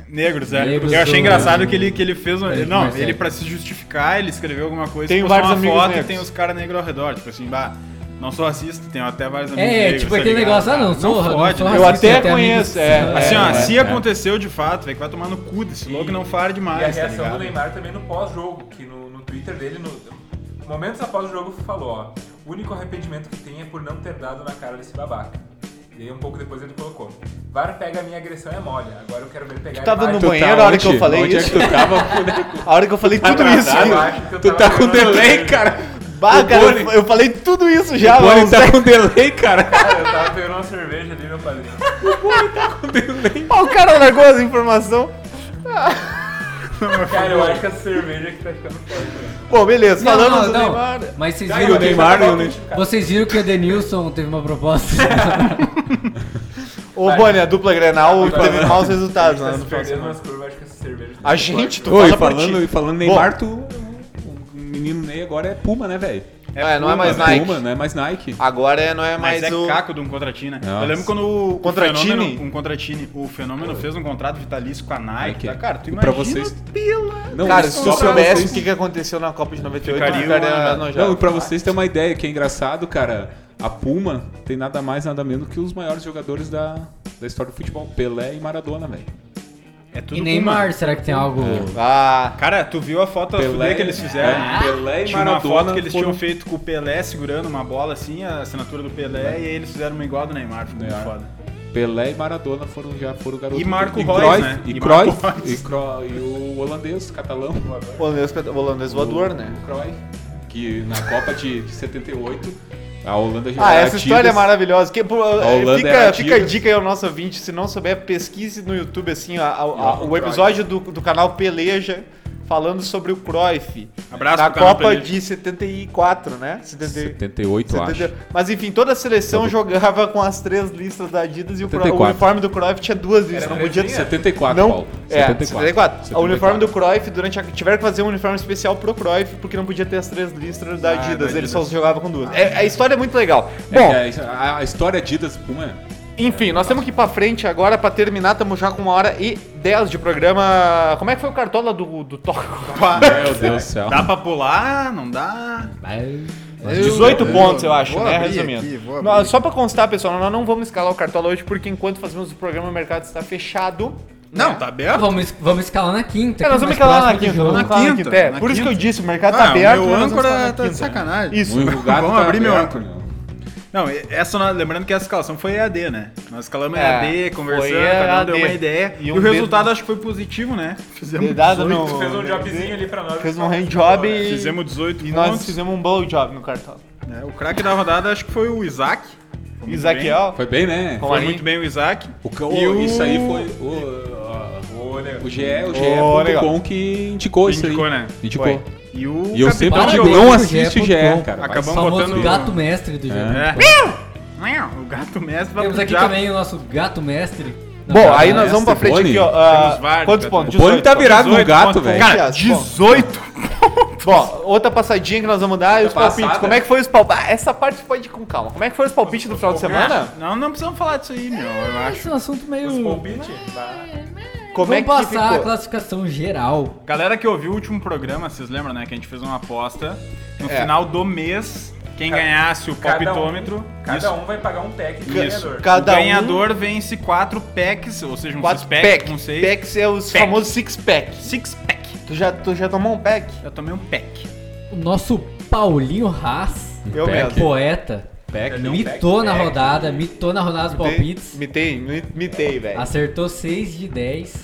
Speaker 4: Negros, é.
Speaker 5: Negros
Speaker 4: eu achei
Speaker 5: do-
Speaker 4: engraçado que ele, que ele fez um.
Speaker 5: É,
Speaker 4: não,
Speaker 5: mas é.
Speaker 4: ele pra se justificar, ele escreveu alguma coisa,
Speaker 1: Tem
Speaker 4: postou
Speaker 1: vários
Speaker 4: uma
Speaker 1: amigos
Speaker 4: foto
Speaker 1: negros.
Speaker 4: e tem os caras negros ao redor. Tipo assim, bah, não sou racista, tenho até vários amigos
Speaker 5: É,
Speaker 4: negros.
Speaker 5: tipo
Speaker 4: tá
Speaker 5: aquele
Speaker 4: ligado?
Speaker 5: negócio, ah não,
Speaker 4: Não
Speaker 5: sou, não
Speaker 4: fode,
Speaker 5: sou
Speaker 4: né?
Speaker 1: Eu
Speaker 5: racista,
Speaker 1: até
Speaker 5: eu tenho amigos-
Speaker 1: conheço, é.
Speaker 5: Ah,
Speaker 4: Assim,
Speaker 2: É,
Speaker 4: ó,
Speaker 2: é,
Speaker 4: se
Speaker 2: é.
Speaker 4: aconteceu de fato, velho, que vai tomar no cu desse louco, não fara demais,
Speaker 3: E a
Speaker 4: tá
Speaker 3: reação
Speaker 4: ligado?
Speaker 3: do Neymar também no pós-jogo, que no, no Twitter dele, no, momentos após o jogo, falou, ó, o único arrependimento que tem é por não ter dado na cara desse babaca. E aí um pouco depois ele colocou, VAR pega a minha agressão é mole, agora eu quero ver pegar
Speaker 1: Tu tava
Speaker 3: a imagem
Speaker 1: no banheiro a hora que eu
Speaker 2: tá onde?
Speaker 1: falei
Speaker 2: Onde é
Speaker 1: isso?
Speaker 2: que tu tava? fuder?
Speaker 1: A hora que eu falei tudo isso.
Speaker 3: da imagem que eu
Speaker 2: Tu
Speaker 3: tava
Speaker 2: tá com
Speaker 3: pegando
Speaker 2: delay,
Speaker 3: no-
Speaker 2: cara.
Speaker 1: Bah,
Speaker 2: O
Speaker 1: cara, eu-
Speaker 2: Boni-
Speaker 1: eu falei tudo isso já,
Speaker 2: O Boni
Speaker 1: mano.
Speaker 2: tá com delay, cara.
Speaker 3: Cara, eu tava pegando uma cerveja ali, meu padrinho.
Speaker 1: Ó, o cara largou as informações.
Speaker 3: Cara, eu acho que essa cerveja que tá ficando forte.
Speaker 1: Bom, beleza.
Speaker 5: Não,
Speaker 1: Falamos
Speaker 5: não,
Speaker 1: do
Speaker 5: não.
Speaker 1: Neymar.
Speaker 5: Mas vocês
Speaker 2: E o
Speaker 5: viram,
Speaker 2: Neymar,
Speaker 3: eu-
Speaker 2: né?
Speaker 5: vocês viram que o Edenilson teve uma proposta.
Speaker 1: Ô, Boni, a dupla Grenal
Speaker 3: Vai,
Speaker 1: teve
Speaker 3: vai.
Speaker 1: maus resultados.
Speaker 3: Tá
Speaker 1: né,
Speaker 3: se
Speaker 1: no próximo.
Speaker 3: perdendo umas curvas, acho que essa cerveja... tá
Speaker 1: A
Speaker 3: ficando forte.
Speaker 1: gente, tu
Speaker 2: Oi,
Speaker 1: fala por
Speaker 2: falando,
Speaker 1: ti.
Speaker 2: e falando Neymar, tu. O menino Ney agora é Puma, né, velho?
Speaker 1: É, não é mais
Speaker 2: Puma,
Speaker 1: Nike.
Speaker 2: Puma, não é mais Nike.
Speaker 1: Agora é- não é mais
Speaker 4: Mas é
Speaker 1: o.
Speaker 4: caco de um contratinho, né?
Speaker 2: Nossa.
Speaker 4: Eu lembro quando o
Speaker 1: Contratine?
Speaker 4: Fenômeno, um contratine, o Fenômeno fez um contrato vitalício com a
Speaker 2: Nike.
Speaker 4: Nike. tá? Cara, tu
Speaker 2: E
Speaker 4: imagina
Speaker 2: pra vocês-
Speaker 4: pela...
Speaker 2: Não,
Speaker 1: Cara,
Speaker 2: isso
Speaker 1: se tu
Speaker 2: só pra
Speaker 1: soubesse
Speaker 2: vocês-
Speaker 1: o que, tá que aconteceu na Copa de 98,
Speaker 4: Ficaria
Speaker 1: tu ficaria
Speaker 4: uma-
Speaker 1: anojado.
Speaker 2: Não, e pra vocês terem uma ideia que é engraçado, cara, a Puma tem nada mais, nada menos que os maiores jogadores da, da história do futebol. Pelé e Maradona, velho.
Speaker 4: É tudo
Speaker 5: E
Speaker 4: Puma.
Speaker 5: Neymar, será que tem algo.
Speaker 1: Ah,
Speaker 4: Cara, tu viu a foto a fuder que eles fizeram, né?
Speaker 2: é, Pelé e
Speaker 4: Tinha uma
Speaker 2: Maradona
Speaker 4: foto que eles
Speaker 2: foram-
Speaker 4: tinham feito com o Pelé segurando uma bola assim, a assinatura do Pelé, e aí eles fizeram uma igual do Neymar, ficou muito
Speaker 2: Neymar.
Speaker 4: foda.
Speaker 2: Pelé e Maradona foram já foram garotos.
Speaker 4: E Marco
Speaker 2: e
Speaker 4: Reus,
Speaker 2: Cruyff,
Speaker 4: né?
Speaker 2: E
Speaker 4: E
Speaker 2: Cruyff,
Speaker 4: Marco Reus.
Speaker 2: e, Cro- e o holandês, catalão.
Speaker 1: o holandês, o holandês voador, né?
Speaker 2: O Cruyff, que na Copa de, de 78, a Holanda já
Speaker 1: Ah,
Speaker 2: era
Speaker 1: essa história é
Speaker 2: Adidas.
Speaker 1: maravilhosa. Que, pô, é,
Speaker 2: Holanda
Speaker 1: fica,
Speaker 2: era
Speaker 1: fica a
Speaker 2: Adidas.
Speaker 1: dica aí ao nosso ouvinte, se não souber, pesquise no YouTube assim a- a- a- o
Speaker 2: Cruyff.
Speaker 1: episódio do, do canal Peleja falando sobre o Cruyff.
Speaker 4: Abraço
Speaker 1: Na
Speaker 4: pro canal
Speaker 1: Copa
Speaker 4: Peleja.
Speaker 1: de 74, né? 70,
Speaker 2: 78, eu acho.
Speaker 1: 70. Mas enfim, toda a seleção jogava com as três listas da Adidas e o, Cruyff- o
Speaker 2: 74.
Speaker 1: uniforme do Cruyff tinha duas listas.
Speaker 3: Era
Speaker 1: não podia
Speaker 3: três, né?
Speaker 2: 74,
Speaker 1: não,
Speaker 2: Paulo.
Speaker 1: É, 74. O
Speaker 2: 74.
Speaker 1: uniforme do Cruyff, durante a, tiveram que fazer um uniforme especial pro Cruyff, porque não podia ter as três listras da
Speaker 4: Ah,
Speaker 1: Adidas,
Speaker 4: da
Speaker 1: ele
Speaker 4: Adidas.
Speaker 1: só jogava com duas. É, a história é muito legal.
Speaker 2: É
Speaker 1: Bom,
Speaker 2: que a, a história Adidas Puma é.
Speaker 1: enfim, nós temos que ir pra frente agora pra terminar, estamos já com uma hora e dez de programa. Como é que foi o cartola do, do Toco?
Speaker 2: Meu Deus do céu.
Speaker 4: Dá pra pular? Não dá?
Speaker 5: Mas-
Speaker 6: Eu-
Speaker 1: 18 pontos, eu acho,
Speaker 6: vou
Speaker 1: né?
Speaker 6: abrir
Speaker 1: Resumindo.
Speaker 6: aqui, vou
Speaker 1: Não,
Speaker 6: abrir.
Speaker 1: só pra constar, pessoal, nós não vamos escalar o cartola hoje, porque enquanto fazemos o programa, o mercado está fechado. né?
Speaker 4: Não, tá aberto?
Speaker 5: Ah, Vamos, vamos escalar na quinta.
Speaker 1: É, nós
Speaker 5: que
Speaker 1: vamos
Speaker 5: mais
Speaker 1: escalar na
Speaker 5: próximo do
Speaker 1: quinta. Vamos
Speaker 5: jogo.
Speaker 1: escalar na
Speaker 4: quinta,
Speaker 1: quinta. É,
Speaker 4: na
Speaker 1: por isso que eu
Speaker 4: quinta.
Speaker 1: disse, o mercado tá
Speaker 6: Ah,
Speaker 1: aberto. mas
Speaker 6: o meu
Speaker 1: nós vamos
Speaker 6: âncora
Speaker 1: escalar na
Speaker 6: tá de
Speaker 1: quinta.
Speaker 6: sacanagem.
Speaker 1: Isso.
Speaker 2: O gato
Speaker 4: Vamos
Speaker 2: né? tá
Speaker 4: abrir meu
Speaker 2: aberto,
Speaker 4: âncora.
Speaker 2: meu.
Speaker 4: Não, e- essa nós- lembrando que essa escalação foi EAD, né? Nós escalamos
Speaker 1: É,
Speaker 4: EAD, conversando,
Speaker 1: foi
Speaker 4: cada um deu
Speaker 1: EAD.
Speaker 4: uma ideia.
Speaker 1: E
Speaker 4: E,
Speaker 1: um
Speaker 4: o
Speaker 1: dedo-
Speaker 4: resultado acho que foi positivo, né? Fizemos
Speaker 1: Dedada no-
Speaker 3: Tu fez um jobzinho ali pra nós. tá
Speaker 1: Fez um hand job e,
Speaker 4: Fizemos 18
Speaker 1: e
Speaker 4: pontos.
Speaker 1: nós fizemos um blow job no cartola.
Speaker 4: né? O craque da rodada acho que foi o Isaac. Foi muito
Speaker 1: Isaquiel.
Speaker 2: Foi bem, né?
Speaker 1: Com
Speaker 4: bem. Foi
Speaker 1: aí.
Speaker 4: muito bem o Isaac.
Speaker 2: O, ca-
Speaker 4: E o-
Speaker 2: Isso aí foi o,
Speaker 3: Olha,
Speaker 2: o GE, o
Speaker 1: Ô, legal.
Speaker 2: GE.com que indicou isso
Speaker 4: Oh, Indicou,
Speaker 2: aí.
Speaker 4: né?
Speaker 2: Indicou.
Speaker 1: Foi.
Speaker 4: E o
Speaker 2: E eu sempre
Speaker 4: capitão é
Speaker 5: Parabéns
Speaker 2: digo,
Speaker 4: de
Speaker 2: não
Speaker 5: pro
Speaker 2: assiste o GE,
Speaker 5: GE.com.
Speaker 2: cara. mas-
Speaker 4: Acabamos
Speaker 5: famoso
Speaker 1: É.
Speaker 4: botando-
Speaker 5: gato mestre do jogo.
Speaker 4: É. Não, O gato mestre vai
Speaker 5: Temos
Speaker 4: pro
Speaker 5: aqui
Speaker 4: diabo.
Speaker 5: também o nosso gato mestre.
Speaker 1: Bom, aí
Speaker 2: não,
Speaker 1: nós vamos pra
Speaker 2: essa
Speaker 1: frente
Speaker 2: Boni.
Speaker 1: aqui, ó. ah,
Speaker 4: Temos vários,
Speaker 1: quantos
Speaker 4: cara.
Speaker 1: pontos?
Speaker 2: O Boni tá
Speaker 1: 18.
Speaker 2: virado num
Speaker 4: 18
Speaker 2: gato,
Speaker 4: pontos.
Speaker 2: velho.
Speaker 4: Cara,
Speaker 1: Yes, bom.
Speaker 4: 18
Speaker 1: Bom, outra passadinha que nós vamos dar e os
Speaker 2: Passada.
Speaker 1: palpites. Como é que foi os palpites? Ah, essa parte pode ir com calma. Como é que foi os palpites do final de semana?
Speaker 4: Não, não precisamos falar disso aí, meu. Eu acho.
Speaker 5: Esse é um assunto meio.
Speaker 4: Hum.
Speaker 3: os palpites.
Speaker 1: Como
Speaker 5: vamos
Speaker 1: é que
Speaker 5: passar a
Speaker 1: ficou?
Speaker 5: classificação geral.
Speaker 4: Galera que ouviu o último programa, vocês lembram, né? Que a gente fez uma aposta. No
Speaker 1: É.
Speaker 4: final do mês, quem ganhasse o
Speaker 3: cada um-
Speaker 4: palpitômetro.
Speaker 3: Cada
Speaker 4: isso,
Speaker 3: um vai pagar um técnico
Speaker 4: Isso.
Speaker 3: ganhador.
Speaker 1: Cada
Speaker 4: o
Speaker 1: um-
Speaker 4: ganhador vence 4 packs, ou seja, um
Speaker 1: Quatro
Speaker 4: 6 pack,
Speaker 1: pack.
Speaker 4: um 6.
Speaker 1: Packs é os
Speaker 4: Pack.
Speaker 1: famosos six packs.
Speaker 4: Six pack.
Speaker 1: Tu já, tu já tomou um pack?
Speaker 4: Eu tomei um pack.
Speaker 5: O nosso Paulinho Haas,
Speaker 1: Eu
Speaker 2: pack.
Speaker 1: mesmo.
Speaker 5: poeta,
Speaker 4: é
Speaker 2: Pack.
Speaker 5: mitou na rodada, mitou na rodada dos palpites.
Speaker 1: Mitei, mitei, mitei, velho.
Speaker 5: Acertou 6 de 10.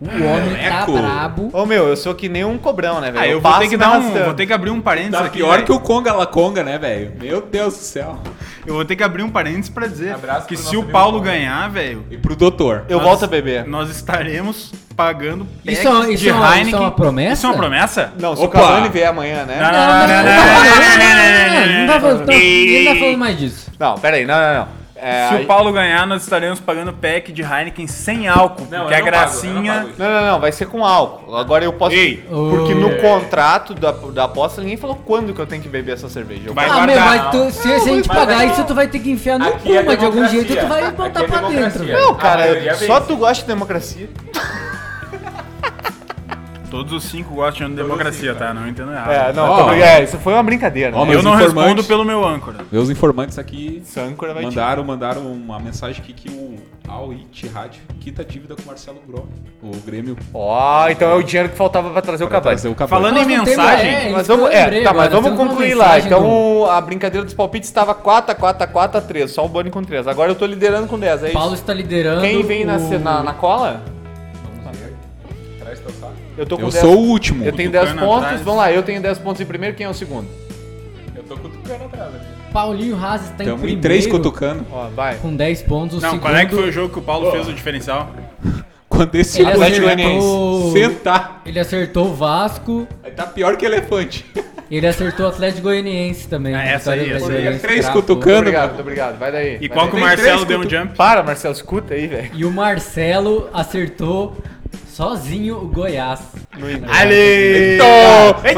Speaker 5: O homem tá
Speaker 2: Eco.
Speaker 5: brabo.
Speaker 1: Ô meu, eu sou que nem um cobrão, né, velho?
Speaker 4: Ah, eu vou ter
Speaker 1: passo
Speaker 4: que dar um.
Speaker 1: arrastando.
Speaker 4: Vou ter que abrir um parênteses
Speaker 2: Tá
Speaker 4: aqui.
Speaker 2: pior
Speaker 4: velho.
Speaker 2: que o Conga La Conga, né, velho? Meu Deus do céu.
Speaker 4: Eu vou ter que abrir um parênteses pra dizer
Speaker 3: Abraço
Speaker 4: que
Speaker 3: pro
Speaker 4: se
Speaker 3: nosso
Speaker 4: o
Speaker 3: amigo
Speaker 4: Paulo
Speaker 3: Paulo.
Speaker 4: ganhar, velho,
Speaker 2: E pro doutor.
Speaker 1: Eu volto a beber.
Speaker 4: nós estaremos pagando packs
Speaker 5: Isso é uma- isso
Speaker 4: de
Speaker 5: é uma- isso é
Speaker 4: Heineken.
Speaker 5: uma promessa?
Speaker 4: Isso é uma promessa?
Speaker 1: Não, se o
Speaker 2: Opa.
Speaker 1: Cavani vier amanhã, né?
Speaker 4: Não, não,
Speaker 5: Não, não, não, não, não, não, não, não, não, não, não, tá falando- não, Ele não tá falando
Speaker 4: não.
Speaker 5: mais disso.
Speaker 1: Não, pera aí, não, não, não. É,
Speaker 4: Se
Speaker 1: aí-
Speaker 4: o Paulo ganhar, nós estaremos pagando pack de Heineken sem álcool,
Speaker 3: Não,
Speaker 4: porque
Speaker 3: eu
Speaker 4: a
Speaker 3: não pago, eu
Speaker 4: gracinha.
Speaker 3: não pago isso.
Speaker 1: Não, não, não, vai ser com álcool. Agora eu posso.
Speaker 4: Ei.
Speaker 1: Porque
Speaker 5: Ô.
Speaker 1: no contrato da, da aposta ninguém falou quando que eu tenho que beber essa cerveja. Eu
Speaker 4: Vai
Speaker 5: Ah,
Speaker 4: guardar.
Speaker 5: meu, mas tu- se, se a gente
Speaker 3: mas
Speaker 5: pagar
Speaker 3: aqui-
Speaker 5: isso, tu vai ter que enfiar no
Speaker 3: aqui é
Speaker 5: cu, mas de algum
Speaker 3: democracia.
Speaker 5: jeito tu vai
Speaker 3: Aqui
Speaker 5: botar
Speaker 3: é
Speaker 5: pra dentro.
Speaker 3: democracia.
Speaker 5: velho.
Speaker 1: Não, cara,
Speaker 3: A maioria
Speaker 1: só
Speaker 3: vence.
Speaker 1: tu gosta de democracia.
Speaker 4: Todos os cinco gostam de democracia, tá? Não entendo errado.
Speaker 1: É, não,
Speaker 2: Ó.
Speaker 1: tô- é, isso foi uma brincadeira.
Speaker 2: Ó,
Speaker 1: né?
Speaker 2: mas
Speaker 4: eu não
Speaker 2: os informantes-
Speaker 4: respondo pelo meu âncora.
Speaker 2: Meus informantes aqui
Speaker 1: Sâncora vai te-
Speaker 2: mandaram, mandaram uma mensagem aqui que o Al Ittihad quita a dívida com o Marcelo Grohe. O Grêmio
Speaker 1: Ó, então é o dinheiro que faltava pra trazer o
Speaker 2: pra
Speaker 1: Cavani.
Speaker 2: trazer o Cavani.
Speaker 4: Falando em
Speaker 5: Nós não temos-
Speaker 4: mensagem,
Speaker 5: é,
Speaker 1: Mas
Speaker 5: isso que
Speaker 1: vamos,
Speaker 5: eu
Speaker 1: é,
Speaker 5: lembrei
Speaker 1: tá, mas
Speaker 5: agora,
Speaker 1: vamos
Speaker 5: temos uma
Speaker 1: concluir lá.
Speaker 5: mensagem do
Speaker 1: Então a brincadeira dos palpites estava 4 a 4 a 4 a 3, só o Boni com 3. Agora eu tô liderando com 10, é
Speaker 5: Paulo
Speaker 1: isso.
Speaker 5: está liderando.
Speaker 1: Quem vem na,
Speaker 5: o-
Speaker 1: na, na cola?
Speaker 3: Traz teu saco.
Speaker 1: Eu tô com
Speaker 2: Eu
Speaker 1: 10.
Speaker 2: sou o último.
Speaker 1: eu tenho
Speaker 4: Tucano
Speaker 1: 10 pontos,
Speaker 4: atrás.
Speaker 1: vamos lá, eu tenho 10 pontos em primeiro, quem é o segundo?
Speaker 3: Eu tô cutucando atrás ali.
Speaker 5: Paulinho Haas está em
Speaker 2: Tamo
Speaker 5: primeiro.
Speaker 2: em três cutucando.
Speaker 1: Ó, vai.
Speaker 5: Com 10 pontos. O
Speaker 4: Não,
Speaker 5: segundo,
Speaker 4: qual é que foi o jogo que o Paulo fez o diferencial?
Speaker 2: Quando esse
Speaker 5: Ele
Speaker 2: Atlético
Speaker 5: acertou-
Speaker 2: Goianiense sentar,
Speaker 5: Ele acertou o Vasco.
Speaker 2: aí tá pior que elefante.
Speaker 5: Ele acertou o Atlético Goianiense também. né?
Speaker 4: Ah, essa aí,
Speaker 5: Vitória
Speaker 4: essa
Speaker 5: do
Speaker 4: aí.
Speaker 5: Goianiense,
Speaker 2: Três
Speaker 5: crafou.
Speaker 2: cutucando. Cano,
Speaker 1: obrigado,
Speaker 2: mano.
Speaker 1: muito obrigado. Vai daí.
Speaker 4: E
Speaker 1: vai
Speaker 4: qual que
Speaker 1: daí.
Speaker 4: o
Speaker 2: Tem três
Speaker 4: Marcelo deu um
Speaker 2: cutu-
Speaker 4: jump?
Speaker 1: Para, Marcelo, escuta aí, velho.
Speaker 5: E o Marcelo acertou sozinho o Goiás. Né?
Speaker 1: Ali!
Speaker 2: Então,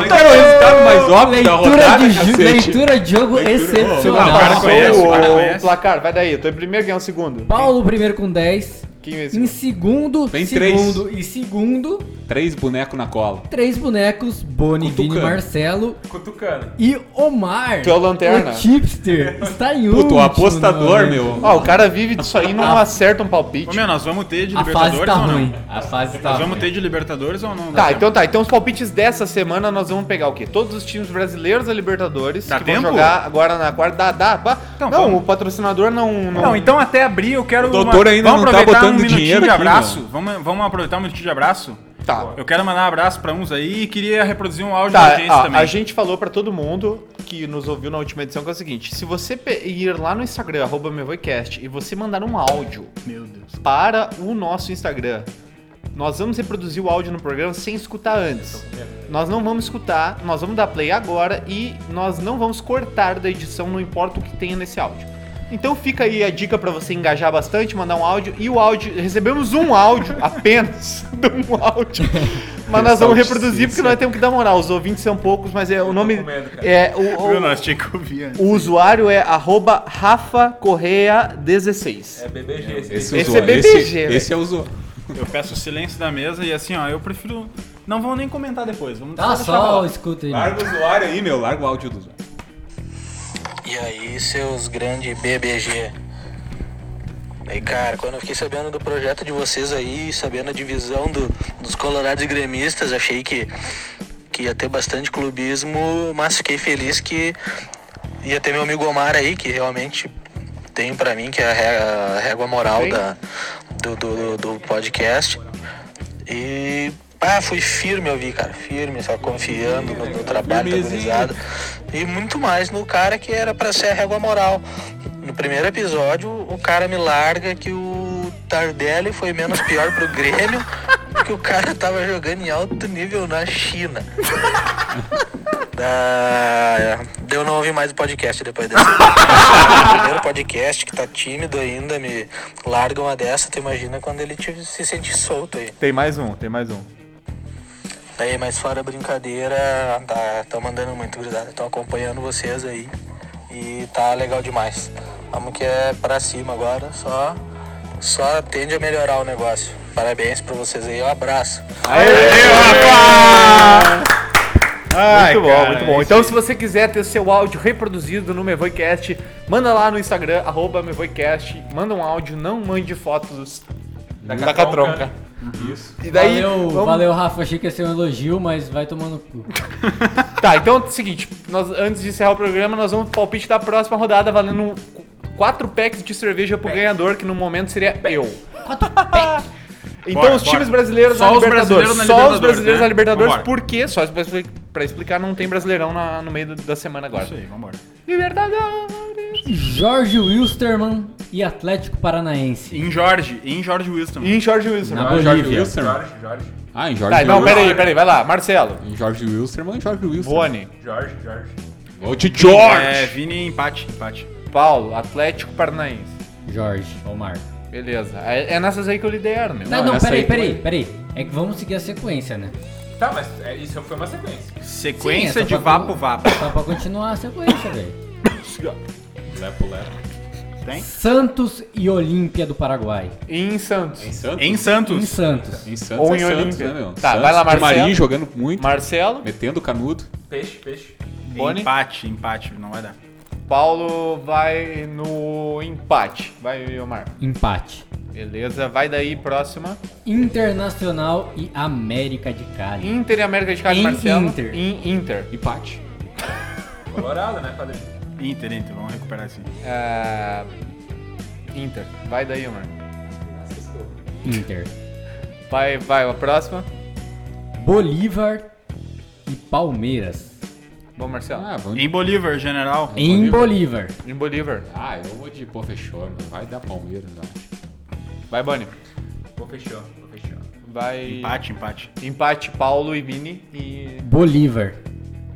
Speaker 2: Mas era o resultado mais óbvio da
Speaker 5: Leitura
Speaker 2: rodada,
Speaker 5: de, ju-
Speaker 2: cacete.
Speaker 5: leitura de jogo
Speaker 2: Leitura-
Speaker 5: excepcional.
Speaker 4: Não, o cara
Speaker 1: Passou
Speaker 4: conhece, o cara
Speaker 1: o
Speaker 4: conhece.
Speaker 1: placar, vai daí. Eu tô em primeiro, ganhou um segundo.
Speaker 5: Paulo primeiro com 10.
Speaker 1: Quem é
Speaker 5: Em
Speaker 1: esse?
Speaker 5: segundo,
Speaker 2: Vem três.
Speaker 5: segundo e segundo,
Speaker 2: Três bonecos na cola.
Speaker 5: três bonecos, Boni, Vini,
Speaker 2: Cutucando.
Speaker 5: Marcelo
Speaker 3: Cutucando.
Speaker 5: e Omar.
Speaker 1: Tu é o lanterna.
Speaker 5: O chipster está em último.
Speaker 2: Puta, o apostador,
Speaker 5: né?
Speaker 2: meu.
Speaker 1: Ó, o cara vive disso aí e não
Speaker 4: Ah.
Speaker 1: acerta um
Speaker 4: Ô,
Speaker 1: palpite.
Speaker 4: meu, nós vamos ter de
Speaker 5: A fase
Speaker 4: Libertadores
Speaker 5: tá
Speaker 4: ou não?
Speaker 5: ruim. A fase tá
Speaker 4: Nós vamos
Speaker 5: ruim.
Speaker 4: ter de Libertadores ou não?
Speaker 1: Tá, então tá. Então os palpites dessa semana nós vamos pegar o quê? Todos os times brasileiros da Libertadores
Speaker 4: Dá
Speaker 1: que
Speaker 4: tempo?
Speaker 1: vão jogar agora na quarta. Dá, dá. pá.
Speaker 4: Então,
Speaker 1: não,
Speaker 4: vamos.
Speaker 1: o patrocinador não. não...
Speaker 4: Não, então até abrir eu quero.
Speaker 2: O doutor ainda
Speaker 4: vamos
Speaker 2: não tá
Speaker 4: aproveitar
Speaker 2: botando
Speaker 4: um minutinho
Speaker 2: dinheiro
Speaker 4: de
Speaker 2: aqui,
Speaker 4: abraço. Vamos, vamos aproveitar um minutinho de abraço?
Speaker 1: Tá.
Speaker 4: Eu quero mandar um abraço pra uns aí e queria reproduzir um áudio da
Speaker 1: Tá,
Speaker 4: audiência
Speaker 1: ó,
Speaker 4: também.
Speaker 1: a gente falou pra todo mundo que nos ouviu na última edição que é o seguinte: se você pe- ir lá no Instagram, arroba mevoicast, e você mandar um áudio
Speaker 4: Meu Deus.
Speaker 1: para o nosso Instagram, nós vamos reproduzir o áudio no programa sem escutar antes. Nós não vamos escutar, nós vamos dar play agora e nós não vamos cortar da edição, não importa o que tenha nesse áudio. Então fica aí a dica pra você engajar bastante, mandar um áudio e o áudio, recebemos um áudio apenas, de um áudio. Mas nós vamos reproduzir porque é nós temos que dar moral. Os ouvintes são poucos, mas é o nome
Speaker 3: com medo, cara.
Speaker 1: é o,
Speaker 4: Viu,
Speaker 1: o,
Speaker 4: nós tinha que ouvir antes.
Speaker 1: o usuário é arroba Rafa Correia 16.
Speaker 3: É BBG esse.
Speaker 2: Esse,
Speaker 1: Esse
Speaker 2: usuário-
Speaker 1: é
Speaker 2: esse-
Speaker 1: BBG, velho.
Speaker 2: Esse, é o usuário.
Speaker 4: Eu peço o silêncio da mesa e assim, ó, eu prefiro. Não vão nem comentar depois. Vamos
Speaker 5: Tá
Speaker 4: deixar pra
Speaker 5: só,
Speaker 4: lá.
Speaker 5: escuta aí.
Speaker 2: Larga o usuário aí, meu. Larga o áudio do usuário.
Speaker 6: E aí, seus grandes BBG? Aí, cara, quando eu fiquei sabendo do projeto de vocês aí, sabendo a divisão do- dos colorados e gremistas, achei que, que ia ter bastante clubismo, mas fiquei feliz que ia ter meu amigo Omar aí, que realmente tem pra mim, que é a ré- a régua moral
Speaker 1: Bem.
Speaker 6: da, do, do, do podcast. E, ah, fui firme, eu vi, cara, firme, só confiando no, no trabalho da
Speaker 2: Firmezinho.
Speaker 6: gurizada. E muito mais no cara que era pra ser a régua moral. No primeiro episódio, o cara me larga que o Tardelli foi menos pior pro Grêmio, porque o cara tava jogando em alto nível na China. Da... Ah, é. Eu não ouvi mais o podcast depois dessa. O primeiro podcast que tá tímido ainda, me larga uma dessa, tu imagina quando ele te- se sente solto aí.
Speaker 1: Tem mais um, tem mais um.
Speaker 6: Daí, mas fora a brincadeira, tá, tá mandando muito, gurizada. Tô acompanhando vocês aí e tá legal demais. Vamos que é pra cima agora, só, só tende a melhorar o negócio. Parabéns pra vocês aí, um abraço.
Speaker 4: Ai,
Speaker 1: muito
Speaker 4: cara,
Speaker 1: bom, muito bom. Então, se você quiser ter seu áudio reproduzido no Mevoicast, manda lá no Instagram, arroba Mevoicast, manda um áudio, não mande fotos da,
Speaker 3: catronca.
Speaker 1: catronca.
Speaker 2: Isso.
Speaker 1: E daí.
Speaker 5: valeu,
Speaker 1: vamos-
Speaker 5: valeu, Rafa. Achei que ia ser um elogio, mas vai tomando cu.
Speaker 1: Tá, então é o seguinte: nós, antes de encerrar o programa, nós vamos pro palpite da próxima rodada, valendo um qu- quatro packs de cerveja pro ganhador, que no momento seria eu. Então,
Speaker 4: Bora,
Speaker 1: os
Speaker 4: bora.
Speaker 1: times brasileiros
Speaker 4: Só
Speaker 1: na
Speaker 4: os
Speaker 1: Libertadores.
Speaker 4: brasileiros na
Speaker 1: só os
Speaker 4: Libertadores,
Speaker 1: brasileiros
Speaker 4: né?
Speaker 1: na Libertadores,
Speaker 4: Vambora.
Speaker 1: por quê? Só pra expli- pra explicar, não tem brasileirão na- no meio do- da semana agora.
Speaker 4: Isso aí, vambora.
Speaker 1: Libertadores!
Speaker 5: Jorge Wilstermann e Atlético Paranaense.
Speaker 4: Em Jorge, em Jorge Wilson.
Speaker 1: E em Jorge Wilson.
Speaker 5: Na
Speaker 1: né?
Speaker 2: Ah, o Jorge
Speaker 5: Bolívia.
Speaker 2: Wilson.
Speaker 3: Jorge, Jorge.
Speaker 2: Ah, em Jorge
Speaker 1: Tá, não,
Speaker 2: Wilson.
Speaker 1: peraí, peraí, vai lá. Marcelo.
Speaker 2: Em Jorge Wilson, mano. Jorge Wilson.
Speaker 1: Boni,
Speaker 3: Jorge, Jorge.
Speaker 2: Gol de Jorge.
Speaker 4: É, Vini, empate, empate.
Speaker 1: Paulo, Atlético Paranaense.
Speaker 5: Jorge, Omar.
Speaker 1: Beleza. É, é nessas aí que eu lidei, meu.
Speaker 5: Não, não,
Speaker 2: essa
Speaker 5: peraí,
Speaker 2: aí
Speaker 5: peraí, peraí. É que vamos seguir a sequência, né?
Speaker 3: Tá, mas é, isso foi uma sequência.
Speaker 5: Sim, é
Speaker 4: Sequência
Speaker 5: só
Speaker 4: de
Speaker 5: pra-
Speaker 4: vapo vapo.
Speaker 5: Só pra continuar a sequência, velho.
Speaker 2: Lepo, lepo.
Speaker 5: Santos e Olímpia do Paraguai.
Speaker 1: Em Santos.
Speaker 2: Em Santos?
Speaker 4: Em
Speaker 5: Em
Speaker 4: Santos.
Speaker 5: Santos.
Speaker 2: Em Santos
Speaker 1: Ou
Speaker 2: é
Speaker 1: em
Speaker 2: Santos,
Speaker 1: Olímpia.
Speaker 2: né, meu?
Speaker 1: Tá,
Speaker 2: Santos,
Speaker 1: vai lá,
Speaker 2: Di Maria
Speaker 1: Marcelo.
Speaker 2: jogando muito,
Speaker 1: Marcelo,
Speaker 2: metendo canudo.
Speaker 3: Peixe, peixe.
Speaker 1: Boni.
Speaker 4: Empate, empate, não vai dar.
Speaker 1: Paulo vai no empate. Vai, Omar.
Speaker 5: Empate.
Speaker 1: Beleza. Vai daí, próxima.
Speaker 5: Internacional e América de Cali.
Speaker 1: Inter e América de Cali,
Speaker 5: Em
Speaker 1: Marcelo.
Speaker 5: Inter.
Speaker 1: Em Inter.
Speaker 2: Empate.
Speaker 3: Colorado, né, padrinho?
Speaker 4: Inter, Inter, vamos recuperar assim.
Speaker 1: É, Inter. Vai daí, Omar.
Speaker 5: Inter.
Speaker 1: Vai, vai, a próxima.
Speaker 5: Bolívar e Palmeiras.
Speaker 1: Bom, Marcelo.
Speaker 2: Ah, vamos...
Speaker 4: Em Bolívar, general.
Speaker 5: Em Bolívar.
Speaker 1: Em Bolívar.
Speaker 2: Ah, eu vou de pô, fechou, mano. Vai dar Palmeiras, eu acho.
Speaker 1: Vai, Boni.
Speaker 3: Pô, fechou, pô, fechou.
Speaker 1: Vai.
Speaker 4: Empate, empate.
Speaker 1: Empate, Paulo e Vini. E
Speaker 5: Bolívar.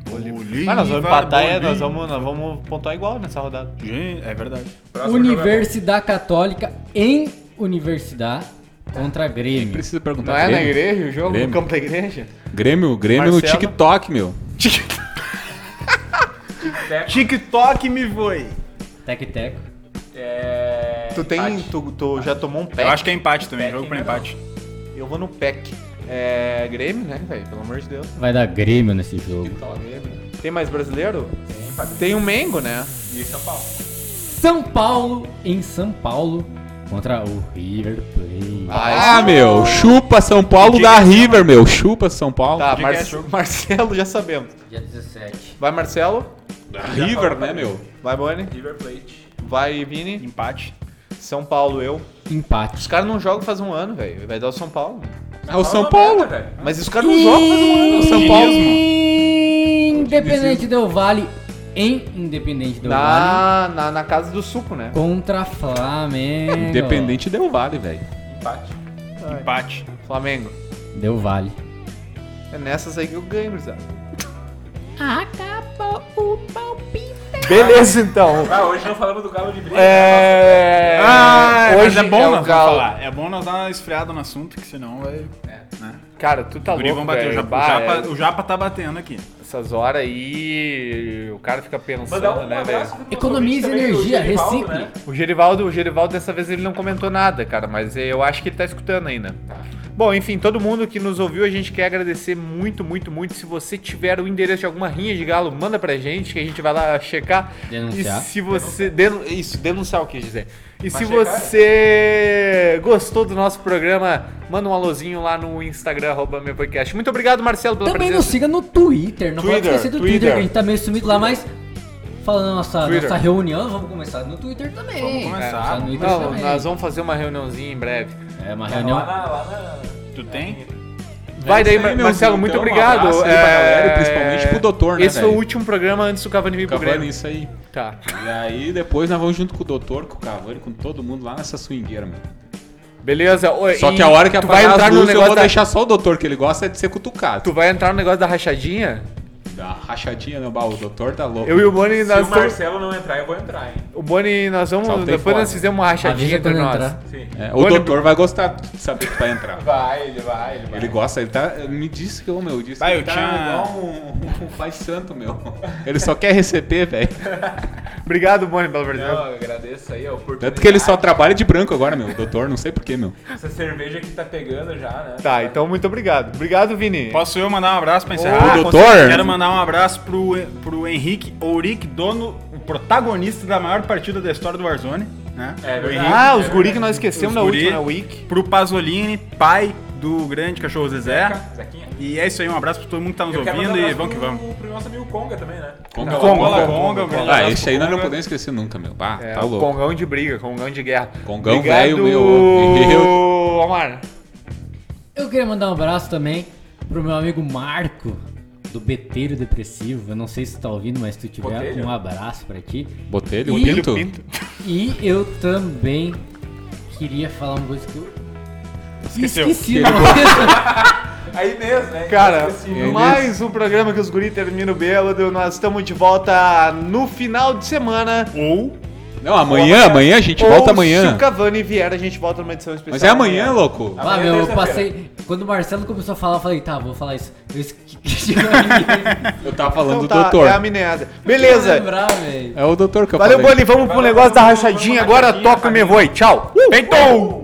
Speaker 4: Bolívar.
Speaker 1: Mas nós vamos empatar, é, nós
Speaker 4: Bolívar.
Speaker 1: vamos, nós vamos pontuar igual nessa rodada.
Speaker 4: Gente, É verdade.
Speaker 3: Próximo jogo é
Speaker 5: Universidade Católica em Universidade contra Grêmio.
Speaker 2: Precisa perguntar.
Speaker 1: Não é na
Speaker 2: Grêmio?
Speaker 1: igreja o jogo?
Speaker 2: Grêmio.
Speaker 1: No campo da igreja?
Speaker 2: Grêmio, Grêmio no
Speaker 1: Marcelo.
Speaker 2: TikTok, meu.
Speaker 4: TikTok me voe.
Speaker 5: Tec-tec.
Speaker 3: É...
Speaker 1: Tu tem.
Speaker 3: empate.
Speaker 1: Tu, tu já tomou um pack?
Speaker 4: Eu acho que é empate também,
Speaker 3: Pack
Speaker 4: jogo pra
Speaker 3: ainda não.
Speaker 4: empate.
Speaker 1: Eu vou no pack. É. Grêmio, né, velho? Pelo amor de Deus. né?
Speaker 5: Vai dar Grêmio nesse jogo.
Speaker 1: Então. Tem mais brasileiro? Tem o Mengo, né?
Speaker 3: E São Paulo.
Speaker 5: São Paulo em São Paulo contra o River Plate.
Speaker 2: Ah, meu, chupa São Paulo da River, meu. Chupa São Paulo.
Speaker 1: Tá,
Speaker 4: que
Speaker 1: Mar-
Speaker 4: é esse jogo?
Speaker 1: Marcelo já sabemos.
Speaker 5: Dia 17.
Speaker 1: Vai Marcelo,
Speaker 2: Da River, né, meu?
Speaker 1: vai Boni,
Speaker 3: River Plate.
Speaker 1: vai Vini,
Speaker 4: Empate.
Speaker 1: São Paulo eu.
Speaker 5: Empate.
Speaker 1: Os caras não jogam faz um ano, velho. Vai dar o São Paulo.
Speaker 2: É o São
Speaker 3: Fala
Speaker 2: Paulo.
Speaker 3: uma merda, velho.
Speaker 1: Mas os caras não jogam faz um ano. O São Paulo.
Speaker 5: Independente Del Vale em Independente
Speaker 4: Um
Speaker 5: Del
Speaker 1: Na,
Speaker 5: Vale
Speaker 1: na, na casa do suco, né?
Speaker 5: contra Flamengo.
Speaker 2: Independente Del Vale, velho.
Speaker 3: Empate.
Speaker 4: Empate.
Speaker 1: Flamengo.
Speaker 5: Del Vale.
Speaker 1: É nessas aí que eu ganho, Grisado.
Speaker 5: Acabou o palpite.
Speaker 1: Beleza, então.
Speaker 3: Ah, hoje não falamos do Galo de Briga.
Speaker 1: É.
Speaker 4: hoje é bom
Speaker 1: o
Speaker 4: nós não
Speaker 1: Galo.
Speaker 4: falar. É bom nós dar uma esfriada no assunto, que senão vai. Né?
Speaker 1: Cara, tu tá
Speaker 4: Os guri
Speaker 1: louco,
Speaker 4: vão bater. O
Speaker 1: velho.
Speaker 4: Japa,
Speaker 1: Bah,
Speaker 4: o Japa-
Speaker 1: é,
Speaker 4: o Japa tá batendo aqui.
Speaker 1: Essas horas aí, o cara fica
Speaker 3: Mandar
Speaker 1: pensando,
Speaker 3: um
Speaker 1: né, velho?
Speaker 3: abraço pro nosso
Speaker 5: Economize
Speaker 3: ouvinte também, o
Speaker 5: energia,
Speaker 3: Genivaldo,
Speaker 5: recicle.
Speaker 3: né?
Speaker 1: O Gerivaldo, o Gerivaldo dessa vez ele não comentou nada, cara, mas eu acho que ele tá escutando ainda. Bom, enfim, todo mundo que nos ouviu, a gente quer agradecer muito, muito, muito. Se você tiver o endereço de alguma rinha de galo, manda pra gente, que a gente vai lá checar.
Speaker 5: Denunciar.
Speaker 1: E se você. denu- isso, denunciar o que dizer. E se
Speaker 3: checar. é.
Speaker 1: você gostou do nosso programa, manda um alôzinho lá no Instagram, arroba meu podcast. Muito obrigado, Marcelo, pela
Speaker 5: Também nos
Speaker 1: presença.
Speaker 5: siga no Twitter. Não pode
Speaker 1: Twitter,
Speaker 5: esquecer do Twitter,
Speaker 1: Twitter.
Speaker 5: que a gente tá meio sumido lá, mas. Falando da nossa,
Speaker 1: Twitter.
Speaker 5: nossa reunião, vamos começar no Twitter também.
Speaker 4: Vamos começar.
Speaker 5: Vamos no Twitter
Speaker 1: Não,
Speaker 5: também.
Speaker 1: nós vamos fazer uma reuniãozinha em breve.
Speaker 5: É uma
Speaker 3: Lá
Speaker 5: reunião.
Speaker 3: na, lá na-
Speaker 4: Tu tem?
Speaker 1: Vai daí,
Speaker 2: isso aí,
Speaker 1: Mar-
Speaker 2: meu
Speaker 1: Marcelo,
Speaker 2: Zinho.
Speaker 1: muito
Speaker 2: Então, um
Speaker 1: obrigado. É,
Speaker 2: abraço aí pra galera e principalmente pro doutor, né,
Speaker 1: Esse foi
Speaker 2: velho?
Speaker 1: o último programa antes do Cavani vir pro
Speaker 2: Cavani,
Speaker 1: Grêmio.
Speaker 2: isso aí.
Speaker 1: Tá.
Speaker 2: E aí depois nós vamos junto com o doutor, com o Cavani, com todo mundo lá nessa swingueira, mano.
Speaker 1: Beleza. Oi,
Speaker 2: Só
Speaker 1: e
Speaker 2: que a hora que
Speaker 1: tu vai
Speaker 2: apagar
Speaker 1: entrar
Speaker 2: as
Speaker 1: no
Speaker 2: luzes eu
Speaker 1: negócio
Speaker 2: vou
Speaker 1: da...
Speaker 2: deixar só o doutor, que ele gosta é de ser cutucado.
Speaker 1: Tu vai entrar no negócio da rachadinha?
Speaker 2: Da rachadinha, né? Bah, o doutor tá louco.
Speaker 1: Eu e o Boni,
Speaker 3: Se
Speaker 1: nós
Speaker 3: o
Speaker 1: vamos...
Speaker 3: Marcelo não entrar, eu vou entrar, hein?
Speaker 1: O Boni, nós vamos...
Speaker 2: Saltei
Speaker 1: Depois
Speaker 2: fora.
Speaker 1: nós fizemos uma rachadinha
Speaker 5: Avisa
Speaker 1: entre
Speaker 5: quando
Speaker 1: nós.
Speaker 5: entrar.
Speaker 3: Sim.
Speaker 2: É, o
Speaker 1: Boni-
Speaker 2: doutor vai gostar de saber que vai entrar.
Speaker 3: Vai, ele vai, ele vai.
Speaker 2: Ele gosta, ele tá. Me disse que, ô meu, disse
Speaker 4: Vai,
Speaker 2: que
Speaker 4: eu
Speaker 2: ele tá
Speaker 4: tinha-
Speaker 2: igual um, um pai santo, meu. Ele só quer receber, velho.
Speaker 1: Obrigado, Boni, pela presença.
Speaker 3: Não, eu agradeço aí a oportunidade.
Speaker 2: Tanto que ele só trabalha de branco agora, meu. Doutor, não sei porquê, meu.
Speaker 3: Essa cerveja que tá pegando já, né?
Speaker 1: Tá, então muito obrigado. Obrigado, Vini.
Speaker 4: Posso eu mandar um abraço pra
Speaker 2: Ô,
Speaker 4: encerrar?
Speaker 2: doutor!
Speaker 4: Quero mandar um abraço pro, pro Henrique Ouric, dono, o protagonista da maior partida da história do Warzone. Né?
Speaker 3: É
Speaker 4: o
Speaker 3: verdade.
Speaker 4: Henrique.
Speaker 1: Ah, os guri que nós esquecemos na
Speaker 4: Os guri.
Speaker 2: né,
Speaker 1: última week.
Speaker 4: Pro Pasolini, pai do grande cachorro Zezé.
Speaker 3: Zequinha.
Speaker 4: E é isso aí, um abraço pra todo mundo que tá nos
Speaker 3: Eu quero
Speaker 4: ouvindo
Speaker 3: mandar
Speaker 4: e
Speaker 3: um
Speaker 4: vamos que
Speaker 3: abraço
Speaker 4: vamos.
Speaker 3: Pro, pro nosso amigo Conga também, né?
Speaker 2: Conga,
Speaker 4: Conga,
Speaker 2: Conga,
Speaker 4: Conga, Conga.
Speaker 2: Ah, esse aí nós não podemos esquecer nunca, meu. Ah,
Speaker 1: É,
Speaker 2: tá
Speaker 1: o
Speaker 2: louco.
Speaker 1: Congão de briga, Congão de guerra.
Speaker 2: Congão
Speaker 1: Obrigado,
Speaker 2: velho, meu.
Speaker 1: Omar.
Speaker 5: Eu queria mandar um abraço também pro meu amigo Marco, do Beteiro Depressivo. Eu não sei se tu tá ouvindo, mas se tu tiver,
Speaker 3: Botelho.
Speaker 5: um abraço pra ti.
Speaker 2: Botelho,
Speaker 5: Ih,
Speaker 1: Filho
Speaker 2: pinto.
Speaker 1: Pinto.
Speaker 5: E eu também queria falar uma coisa que eu.
Speaker 4: Esqueceu.
Speaker 5: Esqueci, não esqueço.
Speaker 3: Aí mesmo, né?
Speaker 1: Cara,
Speaker 3: Inesquecível.
Speaker 1: mais um programa que os guri terminam bêbado. Nós estamos de volta no final de semana.
Speaker 4: Ou
Speaker 2: Não, amanhã, amanhã, a gente
Speaker 1: Ou
Speaker 2: volta
Speaker 1: Se
Speaker 2: amanhã.
Speaker 1: o Cavani vier, a gente volta numa edição especial.
Speaker 2: Mas é amanhã, louco.
Speaker 5: Ah,
Speaker 3: Amanhã
Speaker 5: meu,
Speaker 3: é
Speaker 5: eu
Speaker 3: terça-feira.
Speaker 5: passei. Quando o Marcelo começou a falar, eu falei, tá, vou falar isso. Eu esqueci. Eu
Speaker 2: Eu tava falando
Speaker 1: Então tá,
Speaker 2: do doutor.
Speaker 1: é
Speaker 2: É,
Speaker 1: a amnésia. Beleza.
Speaker 5: lembrar, velho.
Speaker 2: o doutor que eu
Speaker 1: Valeu,
Speaker 2: falei.
Speaker 1: Boni. Vamos pro
Speaker 3: Valeu,
Speaker 1: negócio da
Speaker 3: vamos, vamos,
Speaker 1: rachadinha.
Speaker 3: vamos,
Speaker 1: Agora
Speaker 3: rachadinha,
Speaker 1: toca o Mevoi. Tchau. Peitou!